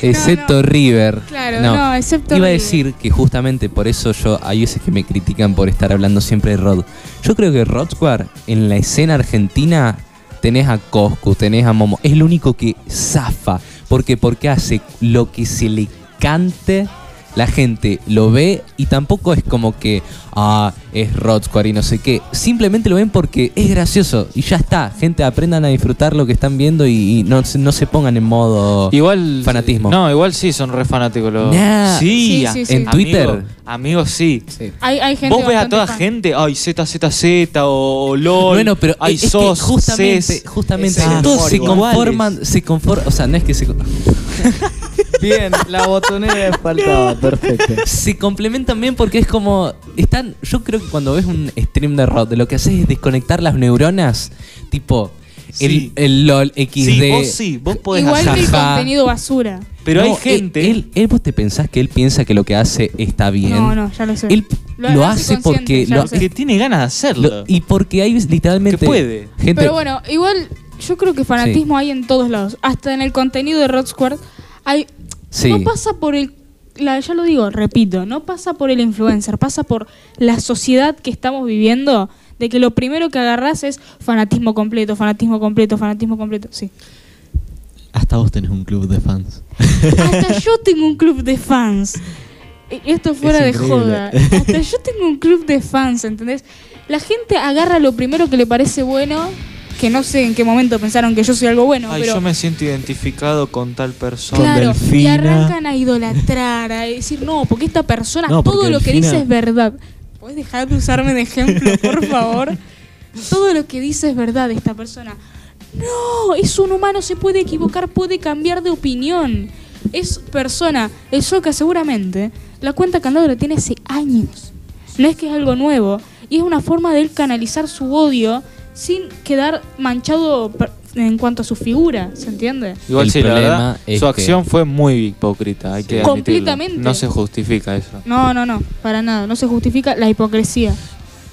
Speaker 4: Excepto River.
Speaker 6: Claro, no, excepto...
Speaker 4: Iba a
Speaker 6: River.
Speaker 4: decir que justamente por eso yo hay veces que me critican por estar hablando siempre de Rod. Yo creo que Rod Square en la escena argentina tenés a Coscu, tenés a Momo, es el único que zafa, porque porque hace lo que se le cante, la gente lo ve y tampoco es como que ah, es Rod Square y no sé qué, simplemente lo ven porque es gracioso y ya está, gente aprendan a disfrutar lo que están viendo y, y no, se- no se pongan en modo
Speaker 5: Igual...
Speaker 4: Fanatismo.
Speaker 5: No, igual sí, son re fanáticos los...
Speaker 4: Nah.
Speaker 5: Sí,
Speaker 6: Sí, sí, sí.
Speaker 4: en
Speaker 5: amigo,
Speaker 4: Twitter.
Speaker 5: Amigos, sí.
Speaker 6: Hay, hay gente
Speaker 5: Vos ves a
Speaker 6: bastante
Speaker 5: toda
Speaker 6: fan.
Speaker 5: gente, ay, ZZZ o, o LOL.
Speaker 4: Bueno, pero
Speaker 5: ay,
Speaker 4: es, es
Speaker 5: sos,
Speaker 4: que justamente,
Speaker 5: Ces.
Speaker 4: justamente
Speaker 8: es el
Speaker 4: todos se
Speaker 5: amor, igual.
Speaker 4: conforman, se conforman, o sea, no es que se con-
Speaker 8: Bien, la botonera me
Speaker 5: *laughs*
Speaker 8: faltaba, perfecto.
Speaker 4: se complementan bien porque es como están, yo creo que cuando ves un stream de Rod, lo que haces es desconectar las neuronas, tipo el,
Speaker 5: Sí.
Speaker 4: el LOL XD.
Speaker 5: Sí, vos sí, vos podés
Speaker 6: Igual
Speaker 5: hacer.
Speaker 6: que el
Speaker 4: Jaja.
Speaker 6: contenido basura.
Speaker 5: Pero
Speaker 4: No,
Speaker 5: hay
Speaker 4: él-
Speaker 5: gente.
Speaker 4: Él, él- vos te pensás que él piensa que lo que hace está bien.
Speaker 6: No, no, ya lo sé.
Speaker 4: Él lo, hace
Speaker 6: consciente,
Speaker 4: porque
Speaker 6: ya
Speaker 4: lo-
Speaker 6: lo sé.
Speaker 5: que tiene ganas de hacerlo.
Speaker 4: lo- y porque hay literalmente
Speaker 5: Que puede.
Speaker 4: gente
Speaker 6: Pero bueno, igual yo creo que fanatismo hay en todos lados. Hasta en el contenido de Rod Squad hay.
Speaker 4: Sí.
Speaker 6: No pasa por el. La, ya lo digo, repito, no pasa por el influencer, pasa por la sociedad que estamos viviendo. De que lo primero que agarras es fanatismo completo, fanatismo completo, fanatismo completo. Sí.
Speaker 2: Hasta vos tenés un club de fans.
Speaker 6: *laughs* Hasta yo tengo un club de fans. Y Esto fuera de
Speaker 2: increíble.
Speaker 6: joda. Hasta yo tengo un club de fans, ¿entendés? La gente agarra lo primero que le parece bueno, que no sé en qué momento pensaron que yo soy algo bueno,
Speaker 5: Ay,
Speaker 6: pero
Speaker 5: yo me siento identificado con tal persona.
Speaker 6: claro, y
Speaker 2: Delfina.
Speaker 6: arrancan a idolatrar, a decir, "No, porque esta persona
Speaker 2: No, porque
Speaker 6: todo lo que
Speaker 2: Delfina-
Speaker 6: dice es verdad." ¿Puedes dejar de usarme de ejemplo,
Speaker 2: *laughs*
Speaker 6: por favor? Todo lo que dice es verdad de esta persona. No, es un humano, se puede equivocar, puede cambiar de opinión. Es persona, el Soca seguramente, la cuenta Candado la tiene hace años. No es que es algo nuevo. Y es una forma de él canalizar su odio sin quedar manchado per- en cuanto a su figura, ¿se entiende?
Speaker 5: Igual
Speaker 4: El
Speaker 5: sí, la
Speaker 4: problema
Speaker 5: verdad,
Speaker 4: es
Speaker 5: su
Speaker 4: que-
Speaker 5: acción fue muy hipócrita, hay que admitirlo.
Speaker 6: Completamente.
Speaker 5: No se justifica eso.
Speaker 6: No, no, no, para nada, no se justifica la hipocresía.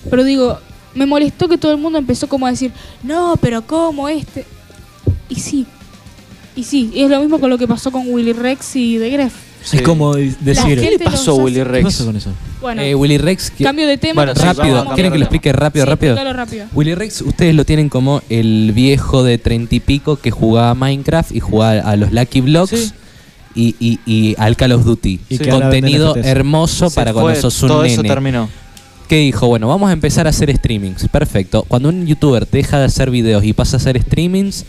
Speaker 6: Pero digo, me molestó que todo el mundo empezó como a decir, no, pero ¿cómo este? Y sí, y sí, y es lo mismo con lo que pasó con Willy Rex y The Gref.
Speaker 5: Sí.
Speaker 2: Es como de- decir.
Speaker 6: gente
Speaker 5: ¿Qué le pasó a
Speaker 6: los
Speaker 5: Willy
Speaker 6: hace-
Speaker 2: *laughs* ¿Qué pasa
Speaker 5: Rex?
Speaker 2: con eso?
Speaker 6: Bueno,
Speaker 4: Eh, Willy Rex, que-
Speaker 6: cambio de tema.
Speaker 5: Bueno, sí, vamos a
Speaker 4: rápido,
Speaker 5: cambiar
Speaker 4: ¿quieren que
Speaker 5: de
Speaker 4: lo
Speaker 5: tema.
Speaker 4: explique rápido,
Speaker 6: Sí,
Speaker 4: rápido?
Speaker 6: explícalo rápido.
Speaker 4: Willy Rex, ustedes lo tienen como el viejo de treinta y pico que jugaba a Minecraft y jugaba a los Lucky Blocks
Speaker 5: Sí.
Speaker 4: y, y- y al Call of Duty.
Speaker 2: Y que ahora
Speaker 4: Contenido
Speaker 2: venden FTS.
Speaker 4: hermoso
Speaker 5: Se
Speaker 4: para
Speaker 5: fue,
Speaker 4: cuando sos un
Speaker 5: Todo
Speaker 4: nene.
Speaker 5: eso terminó.
Speaker 4: que dijo, bueno, vamos a empezar a hacer streamings. Perfecto. Cuando un youtuber deja de hacer videos y pasa a hacer streamings,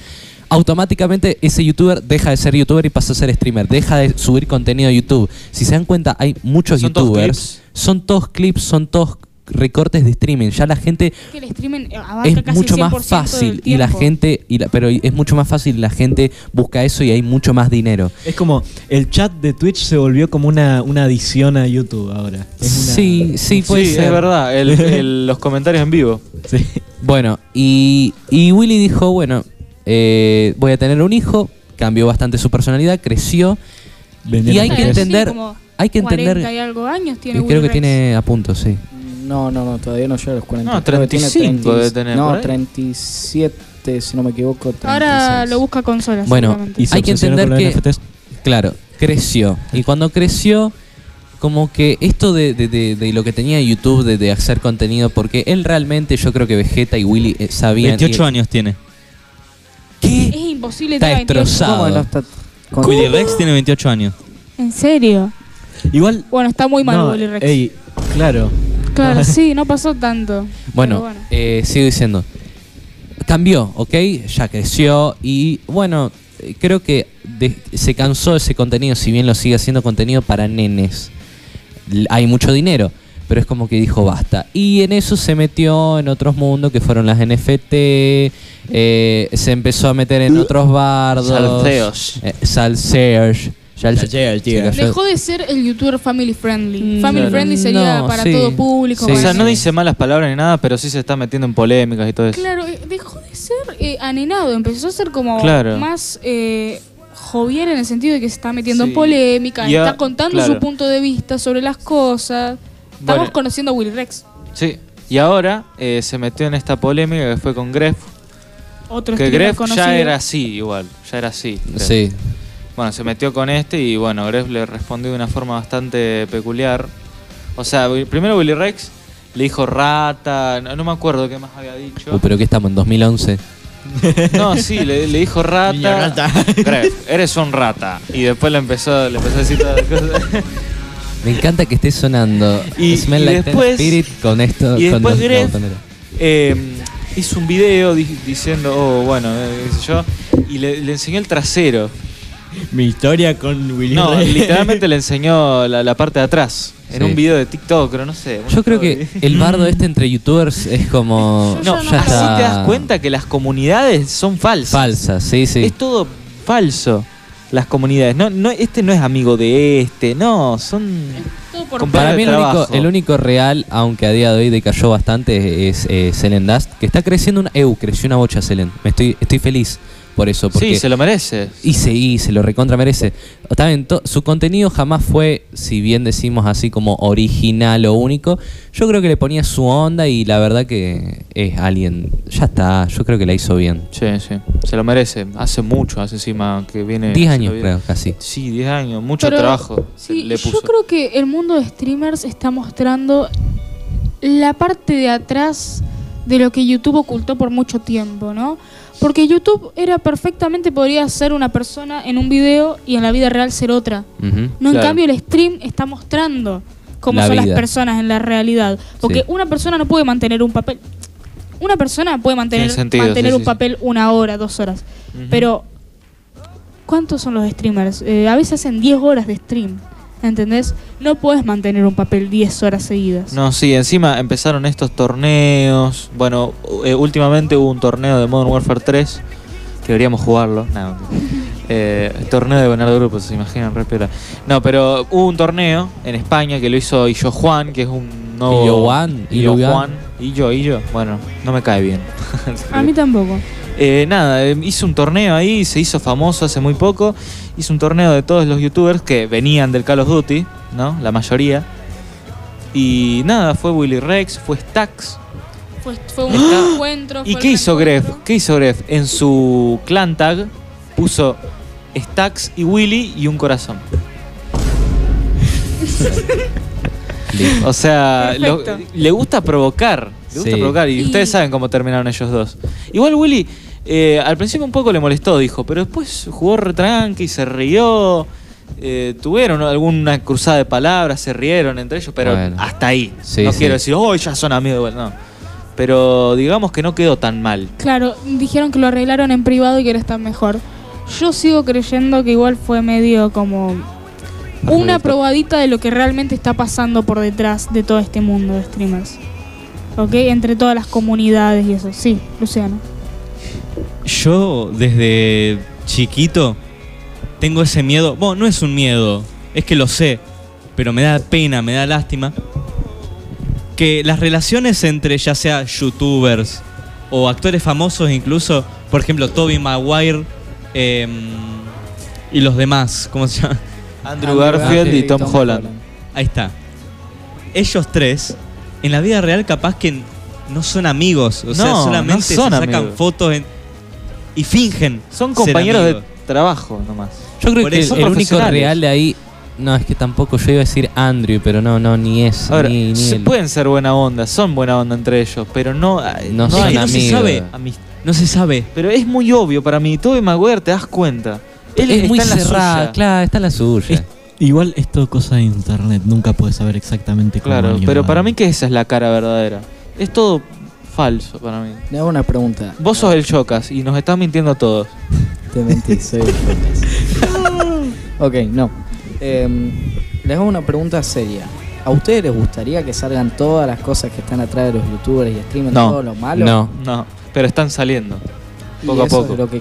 Speaker 4: automáticamente ese youtuber deja de ser youtuber y pasa a ser streamer. Deja de subir contenido a YouTube. Si se dan cuenta, hay muchos
Speaker 5: Son todos
Speaker 4: youtubers.
Speaker 5: clips.
Speaker 4: son todos clips, son todos recortes de streaming. Ya la gente
Speaker 6: Que el streaming abarca
Speaker 4: es
Speaker 6: casi
Speaker 4: mucho
Speaker 6: el
Speaker 4: más
Speaker 6: 100% del
Speaker 4: fácil y la
Speaker 6: tiempo.
Speaker 4: gente y la- pero es mucho más fácil la gente busca eso y hay mucho más dinero
Speaker 2: Es como el chat de Twitch se volvió como una, una adición a YouTube ahora. Es una-
Speaker 4: sí sí puede
Speaker 5: sí,
Speaker 4: ser
Speaker 5: es
Speaker 4: *laughs*
Speaker 5: verdad, el- el- los comentarios en vivo.
Speaker 2: Sí.
Speaker 4: bueno y, y Willy dijo bueno eh, voy a tener un hijo cambió bastante su personalidad creció
Speaker 2: Vendieron
Speaker 4: Y hay que
Speaker 6: Tiene
Speaker 2: tres.
Speaker 4: entender-
Speaker 6: como
Speaker 4: hay que entender-
Speaker 6: 40 y algo años tiene
Speaker 4: y creo
Speaker 6: Willy
Speaker 4: que
Speaker 6: Rex.
Speaker 4: tiene a punto sí
Speaker 8: No, no, no, todavía no llega a los 40.
Speaker 5: No,
Speaker 8: Creo que tiene
Speaker 5: 35 debe tener, por
Speaker 8: No,
Speaker 5: ahí.
Speaker 8: 37, si no me equivoco.
Speaker 6: Ahora
Speaker 8: 36.
Speaker 6: lo busca consolas.
Speaker 4: Bueno,
Speaker 6: seguramente.
Speaker 2: Y se
Speaker 4: Hay que
Speaker 2: obsesionó
Speaker 4: entender
Speaker 2: con los
Speaker 4: que-
Speaker 2: NFTs.
Speaker 4: Claro, creció. Y cuando creció, como que esto de, de- de- de lo que tenía YouTube, de, de hacer contenido, porque él realmente, yo creo que Vegeta y Willy eh, sabían.
Speaker 3: 28 años tiene.
Speaker 6: es
Speaker 4: ¿Qué?
Speaker 6: imposible
Speaker 4: Está
Speaker 6: tener 28.
Speaker 4: destrozado.
Speaker 8: ¿Cómo no está con-
Speaker 3: Willy Rex tiene 28 años.
Speaker 6: ¿En serio?
Speaker 2: Igual.
Speaker 6: Bueno, está muy mal
Speaker 2: no,
Speaker 6: Willy Rex.
Speaker 2: ey, claro.
Speaker 5: *laughs*
Speaker 6: Claro, sí, no pasó tanto.
Speaker 4: Bueno,
Speaker 6: Pero bueno.
Speaker 4: eh, sigo diciendo. Cambió, ¿ok? Ya creció y bueno, eh, creo que de- se cansó ese contenido, si bien lo sigue haciendo contenido para nenes. L- Hay mucho dinero, pero es como que dijo basta. Y en eso se metió en otros mundos que fueron las NFT, eh, se empezó a meter en otros bardos.
Speaker 5: Salseos.
Speaker 4: Eh, salseos. Ya el-
Speaker 2: Salseos, tío.
Speaker 4: Chicos, yo-
Speaker 6: Dejó de ser el youtuber family friendly.
Speaker 4: Mm,
Speaker 6: family
Speaker 5: claro.
Speaker 6: friendly sería
Speaker 4: No,
Speaker 6: para
Speaker 4: sí,
Speaker 6: todo público.
Speaker 4: sí.
Speaker 5: O
Speaker 6: para
Speaker 5: sea, no
Speaker 6: todo.
Speaker 5: dice malas palabras ni nada, pero sí se está metiendo en polémicas y todo eso.
Speaker 6: Claro, eh, dejó de ser eh, anenado. Empezó a ser como
Speaker 5: Claro.
Speaker 6: más eh, jovial en el sentido de que se está metiendo
Speaker 5: Sí.
Speaker 6: en polémica,
Speaker 5: Y a-
Speaker 6: está contando
Speaker 5: claro.
Speaker 6: su punto de vista sobre las cosas. Estamos
Speaker 5: Bueno.
Speaker 6: conociendo a Willy Rex.
Speaker 5: Sí. Y ahora eh, se metió en esta polémica que fue con Gref.
Speaker 6: Otro
Speaker 5: Que
Speaker 6: streamer
Speaker 5: Gref
Speaker 6: conocido.
Speaker 5: ya era así, igual. Ya era así. Gref.
Speaker 4: Sí.
Speaker 5: Bueno, se metió con este y bueno, Gref le respondió de una forma bastante peculiar. O sea, Wi- primero Willy Rex le dijo rata, no, no me acuerdo qué más había dicho.
Speaker 4: Uh, pero que estamos en 2011.
Speaker 5: No, sí, le, le dijo rata.
Speaker 2: Niño rata.
Speaker 5: Gref, eres un rata. Y después le empezó, le empezó a decir todas las cosas.
Speaker 4: Me encanta que esté sonando
Speaker 5: Y-
Speaker 4: Smell
Speaker 5: y
Speaker 4: Like Teen
Speaker 5: después-
Speaker 4: Spirit con esto.
Speaker 5: y
Speaker 4: con
Speaker 5: después
Speaker 4: los
Speaker 5: Gref-
Speaker 4: botoneros.
Speaker 5: Eh, hizo un video di- diciendo, oh, bueno, eh, qué sé yo, y le, le enseñó el trasero.
Speaker 2: Mi historia con Willy
Speaker 5: No,
Speaker 2: Rex.
Speaker 5: literalmente le enseñó la, la parte de atrás. En
Speaker 4: Sí.
Speaker 5: un video de TikTok, pero no sé.
Speaker 4: Yo creo que el bardo este entre youtubers es como.
Speaker 6: Yo
Speaker 5: No,
Speaker 6: ya
Speaker 5: ya
Speaker 6: no-
Speaker 4: está.
Speaker 5: te das cuenta que las comunidades son falsas.
Speaker 4: Falsa, sí, sí.
Speaker 5: Es todo falso. Las comunidades. No, no, este no es amigo de este. No, son.
Speaker 6: Todo por
Speaker 5: Compa-
Speaker 4: Para mí, el único,
Speaker 5: trabajo.
Speaker 4: el único real, aunque a día de hoy decayó bastante, es eh, Selen Dust, que está creciendo una. Eu, creció una bocha Selen. Me estoy, estoy feliz por eso. Porque
Speaker 5: Sí, se lo merece.
Speaker 4: Y se, y se lo recontra merece. Está bien, to- su contenido jamás fue, si bien decimos así como original o único, yo creo que le ponía su onda y la verdad que es alguien. Ya está, yo creo que la hizo bien.
Speaker 5: Sí, sí. Se lo merece. Hace mucho, hace encima que viene.
Speaker 4: 10
Speaker 5: haciendo
Speaker 4: años
Speaker 5: video.
Speaker 4: creo, casi.
Speaker 5: Sí, 10 años. Mucho
Speaker 6: Pero-
Speaker 5: trabajo se
Speaker 6: Sí,
Speaker 5: le puso.
Speaker 6: yo creo que el mundo de streamers está mostrando la parte de atrás de lo que YouTube ocultó por mucho tiempo, ¿no? Porque YouTube era perfectamente, podría ser una persona en un video y en la vida real ser otra.
Speaker 4: Ujú.
Speaker 6: No, en
Speaker 5: Claro.
Speaker 6: cambio el stream está mostrando cómo
Speaker 4: La
Speaker 6: son las
Speaker 4: vida.
Speaker 6: personas en la realidad. Porque
Speaker 4: Sí.
Speaker 6: una persona no puede mantener un papel. Una persona puede mantener,
Speaker 5: Tiene sentido,
Speaker 6: mantener
Speaker 5: sí,
Speaker 6: un
Speaker 5: sí, sí.
Speaker 6: papel una hora, dos horas.
Speaker 5: Ujú.
Speaker 6: Pero, ¿cuántos son los streamers? Eh, a veces hacen 10 horas de stream. ¿Entendés? No puedes mantener un papel 10 horas seguidas.
Speaker 5: No, sí, encima empezaron estos torneos. Bueno, eh, últimamente hubo un torneo de Modern Warfare 3. Que deberíamos jugarlo.
Speaker 6: *laughs*
Speaker 5: No, eh, torneo de ganar grupos, se imaginan, re piola. No, pero hubo un torneo en España que lo hizo Illo Juan, que es un nuevo.
Speaker 4: Illo Juan,
Speaker 5: Illo
Speaker 4: Illo
Speaker 5: Juan. Illo, Illo. Bueno, no me cae bien.
Speaker 6: A mí tampoco.
Speaker 5: Eh, nada, eh, hizo un torneo ahí, se hizo famoso hace muy poco. Hizo un torneo de todos los youtubers que venían del Call of Duty, ¿no? La mayoría. Y nada, fue Willy Rex, fue Stax.
Speaker 6: Fue, fue un
Speaker 5: Está-
Speaker 6: encuentro.
Speaker 5: *gasps* ¿Y
Speaker 6: fue
Speaker 5: qué
Speaker 6: el
Speaker 5: hizo Gref?
Speaker 6: reencuentro.
Speaker 5: ¿Qué hizo Gref? En su clan tag puso Stax y Willy y un corazón. o sea, lo-
Speaker 6: Perfecto.
Speaker 5: le gusta provocar. Le gusta
Speaker 4: Sí.
Speaker 5: provocar. Y,
Speaker 6: Y-
Speaker 5: ustedes saben cómo terminaron ellos dos. Igual Willy, eh, al principio un poco le molestó, dijo, pero después jugó retranque y se rió. Eh, tuvieron alguna cruzada de palabras, se rieron entre ellos, pero
Speaker 4: Bueno.
Speaker 5: hasta ahí.
Speaker 4: Sí,
Speaker 5: no
Speaker 4: sí.
Speaker 5: quiero decir, oh, ya son amigos. Bueno, no. Pero digamos que no quedó tan mal.
Speaker 6: Claro, dijeron que lo arreglaron en privado y que ahora está mejor. Yo sigo creyendo que igual fue medio como una
Speaker 5: Perfecto.
Speaker 6: probadita de lo que realmente está pasando por detrás de todo este mundo de streamers. ¿Ok? Entre todas las comunidades y eso. Sí, Luciano.
Speaker 3: Yo desde chiquito tengo ese miedo. Bueno, no es un miedo, es que lo sé, pero me da pena, me da lástima. Que las relaciones entre ya sea youtubers o actores famosos incluso, por ejemplo, Toby Maguire em, y los demás, ¿cómo se llama?
Speaker 5: Andrew Garfield y Tom Holland.
Speaker 3: Ahí está. Ellos tres, en la vida real capaz que no son amigos, o sea,
Speaker 5: No,
Speaker 3: solamente
Speaker 5: no
Speaker 3: se
Speaker 5: son
Speaker 3: sacan
Speaker 5: amigos.
Speaker 3: fotos en- y fingen.
Speaker 5: Son
Speaker 3: ser
Speaker 5: compañeros de
Speaker 3: amigos.
Speaker 5: trabajo nomás.
Speaker 4: Yo creo
Speaker 3: Por
Speaker 4: que
Speaker 3: eso
Speaker 4: el,
Speaker 5: son
Speaker 4: el único
Speaker 5: profesionales.
Speaker 4: real de ahí. No, es que tampoco yo iba a decir Andrew, pero no, no, ni es.
Speaker 5: Ahora,
Speaker 4: ni, ni
Speaker 5: se
Speaker 4: él.
Speaker 5: pueden ser buena onda, son buena onda entre ellos, pero no, eh,
Speaker 4: No,
Speaker 5: no
Speaker 4: son
Speaker 5: hay
Speaker 3: no se
Speaker 4: amigos.
Speaker 3: sabe.
Speaker 5: amistad.
Speaker 3: No se sabe.
Speaker 5: Pero es muy obvio para mí, Toby Maguire te das cuenta. Él
Speaker 4: es
Speaker 5: está
Speaker 4: muy
Speaker 5: en la
Speaker 4: cerrada,
Speaker 5: suya.
Speaker 4: claro, está en la suya.
Speaker 2: Igual es todo cosa de internet, nunca puedes saber exactamente cómo
Speaker 5: Claro,
Speaker 2: alguien
Speaker 5: pero
Speaker 2: va.
Speaker 5: para mí que esa es la cara verdadera. Es todo falso para mí.
Speaker 8: Le hago una pregunta.
Speaker 5: Vos sos el Chocas y nos estás mintiendo a todos.
Speaker 8: Te mentí, soy el *laughs* Jotas. Ok, no. Em, les hago una pregunta seria. ¿A ustedes les gustaría que salgan todas las cosas que están atrás de los youtubers y streamers,
Speaker 5: No,
Speaker 8: todo lo malo?
Speaker 4: No.
Speaker 5: No, pero están saliendo.
Speaker 8: Y
Speaker 5: poco a
Speaker 8: eso
Speaker 5: poco.
Speaker 8: es lo que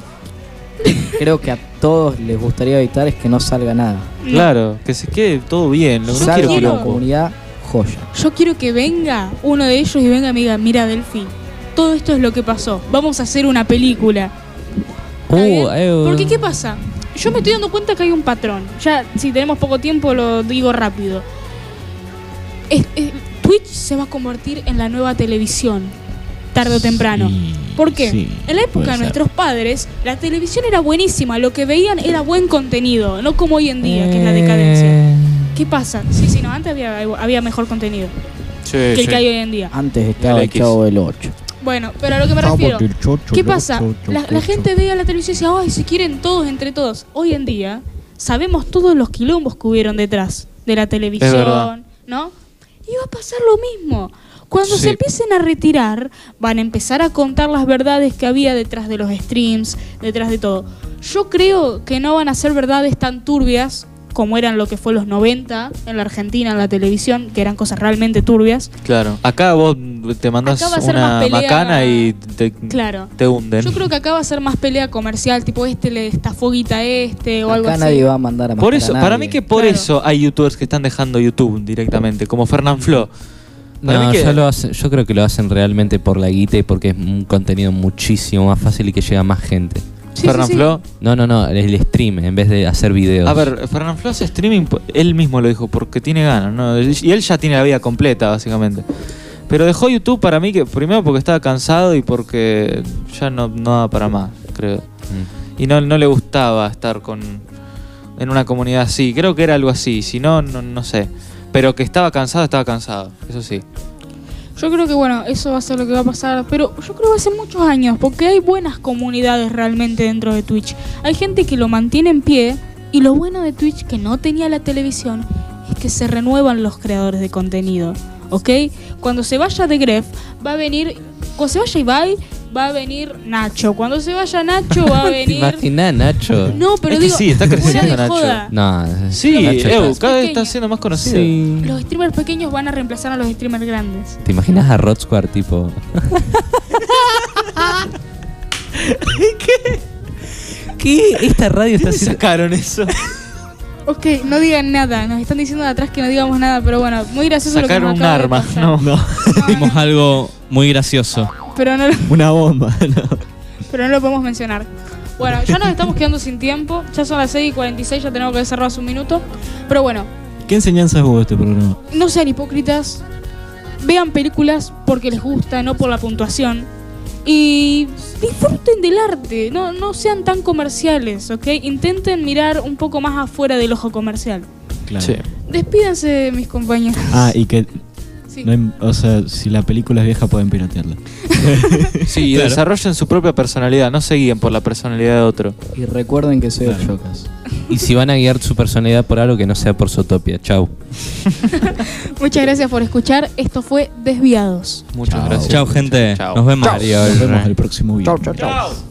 Speaker 8: creo que a todos les gustaría evitar es que no salga nada.
Speaker 6: No.
Speaker 5: Claro, que se quede todo bien. Lo que no
Speaker 8: Salga
Speaker 5: quiero
Speaker 8: una
Speaker 5: quilombo.
Speaker 8: comunidad joya.
Speaker 6: Yo quiero que venga uno de ellos y venga y me diga, mira Delphi, todo esto es lo que pasó. Vamos a hacer una película. ¿Está bien?
Speaker 4: Uh, eh, uh.
Speaker 6: Porque ¿qué pasa? Yo me estoy dando cuenta que hay un patrón. Ya, si tenemos poco tiempo, lo digo rápido. Es- es- Twitch se va a convertir en la nueva televisión, tarde o temprano.
Speaker 2: Sí,
Speaker 6: ¿Por qué?
Speaker 2: sí,
Speaker 6: en la época
Speaker 2: puede
Speaker 6: de
Speaker 2: ser.
Speaker 6: nuestros padres, la televisión era buenísima, lo que veían era buen contenido, no como hoy en día, que es la decadencia.
Speaker 4: Eh,
Speaker 6: ¿Qué pasa? Sí, sí, no, antes había, había mejor contenido
Speaker 5: Sí,
Speaker 6: que el
Speaker 5: sí.
Speaker 6: que hay hoy en día.
Speaker 8: Antes estaba
Speaker 5: El
Speaker 8: el
Speaker 5: X.
Speaker 8: chavo del 8.
Speaker 6: Bueno, pero a lo que me refiero, ¿qué pasa? La, la gente veía la televisión y decía, ay, se quieren todos entre todos. Hoy en día sabemos todos los quilombos que hubieron detrás de la
Speaker 5: verdad.
Speaker 6: televisión, ¿no? Y va a pasar lo mismo. Cuando
Speaker 5: Sí.
Speaker 6: se empiecen a retirar, van a empezar a contar las verdades que había detrás de los streams, detrás de todo. Yo creo que no van a ser verdades tan turbias como eran lo que fue los 90 en la Argentina, en la televisión, que eran cosas realmente turbias.
Speaker 5: Claro. Acá vos te mandas
Speaker 6: Acá va a ser
Speaker 5: una
Speaker 6: más pelea-
Speaker 5: macana y te,
Speaker 6: Claro.
Speaker 5: te hunden.
Speaker 6: Yo creo que acá va a ser más pelea comercial, tipo este le estafó guita a este o algo
Speaker 8: Acá
Speaker 6: así.
Speaker 8: nadie va a mandar a matar
Speaker 5: Por
Speaker 8: a
Speaker 5: eso,
Speaker 8: nadie.
Speaker 5: para mí que por
Speaker 6: Claro.
Speaker 5: eso hay youtubers que están dejando YouTube directamente, como Fernán Flo. Para
Speaker 4: No,
Speaker 5: mí que-
Speaker 4: ya lo hacen- yo creo que lo hacen realmente por la guita y porque es un contenido muchísimo más fácil y que llega a más gente.
Speaker 6: Sí, sí,
Speaker 5: Fernán
Speaker 6: sí.
Speaker 5: Flo.
Speaker 4: No, no, no, el stream en vez de hacer videos.
Speaker 5: A ver, Fernán Flo hace streaming, po- él mismo lo dijo, porque tiene ganas, ¿no? Y él ya tiene la vida completa, básicamente. Pero dejó YouTube para mí, que primero porque estaba cansado y porque ya no, no daba para más, creo.
Speaker 4: Mm.
Speaker 5: Y no, no le gustaba estar con en una comunidad así. Creo que era algo así, si no, no, no sé. Pero que estaba cansado, estaba cansado, eso sí.
Speaker 6: Yo creo que bueno, eso va a ser lo que va a pasar, pero yo creo que hace muchos años, porque hay buenas comunidades realmente dentro de Twitch. Hay gente que lo mantiene en pie y lo bueno de Twitch que no tenía la televisión es que se renuevan los creadores de contenido, ¿ok? Cuando se vaya de Gref va a venir, cuando se vaya Ibai va a venir Nacho, cuando se vaya Nacho va a
Speaker 4: ¿Te
Speaker 6: venir...
Speaker 4: imaginas, Nacho?
Speaker 6: *laughs* No, pero
Speaker 5: Es que
Speaker 6: digo,
Speaker 5: sí, está
Speaker 6: fuera
Speaker 5: creciendo
Speaker 6: de
Speaker 5: Nacho.
Speaker 6: joda.
Speaker 4: No, eh,
Speaker 5: Sí,
Speaker 4: Nacho está-
Speaker 5: Ew, cada vez
Speaker 6: pequeño.
Speaker 5: está siendo más conocido.
Speaker 4: Sí.
Speaker 6: Los streamers pequeños van a reemplazar a los streamers grandes.
Speaker 4: ¿Te imaginas a Rod Stewart,
Speaker 5: *laughs*
Speaker 4: tipo? ¿Qué? ¿Qué? Esta radio está haciendo. *laughs*
Speaker 5: Sacaron eso.
Speaker 6: Ok, no digan nada. Nos están diciendo de atrás que no digamos nada, pero bueno, muy gracioso
Speaker 5: Sacaron
Speaker 6: lo que
Speaker 5: un
Speaker 6: nos acaba de
Speaker 5: arma,
Speaker 6: pasar.
Speaker 5: no.
Speaker 6: No, no,
Speaker 3: Vimos algo muy gracioso.
Speaker 6: pero no, lo-
Speaker 2: Una bomba, ¿no?
Speaker 6: pero no lo podemos mencionar. Bueno, ya nos estamos quedando sin tiempo. Ya son las 6 y 46, ya tenemos que cerrar hace un minuto. Pero bueno,
Speaker 2: ¿Qué enseñanzas hubo de este programa?
Speaker 6: no sean hipócritas. Vean películas porque les gusta, no por la puntuación. Y disfruten del arte, no, no sean tan comerciales, ¿ok? Intenten mirar un poco más afuera del ojo comercial.
Speaker 2: Claro.
Speaker 5: Sí.
Speaker 6: Despídanse, mis compañeros.
Speaker 2: Ah, y que.
Speaker 6: Sí.
Speaker 2: no hay- o sea, si la película es vieja, pueden piratearla.
Speaker 5: Sí, y
Speaker 3: Claro.
Speaker 5: desarrollen su propia personalidad, no se guíen por la personalidad de otro.
Speaker 8: Y recuerden que soy el
Speaker 2: Claro.
Speaker 8: Chocas.
Speaker 4: Y si van a guiar su personalidad por algo que no sea por Zootopia. Chau.
Speaker 6: Muchas gracias por escuchar. Esto fue Desviados.
Speaker 5: Muchas
Speaker 2: Chao.
Speaker 5: gracias.
Speaker 3: Chao, gente.
Speaker 5: Chao.
Speaker 3: Nos vemos.
Speaker 2: Nos vemos el próximo video.
Speaker 5: Chao.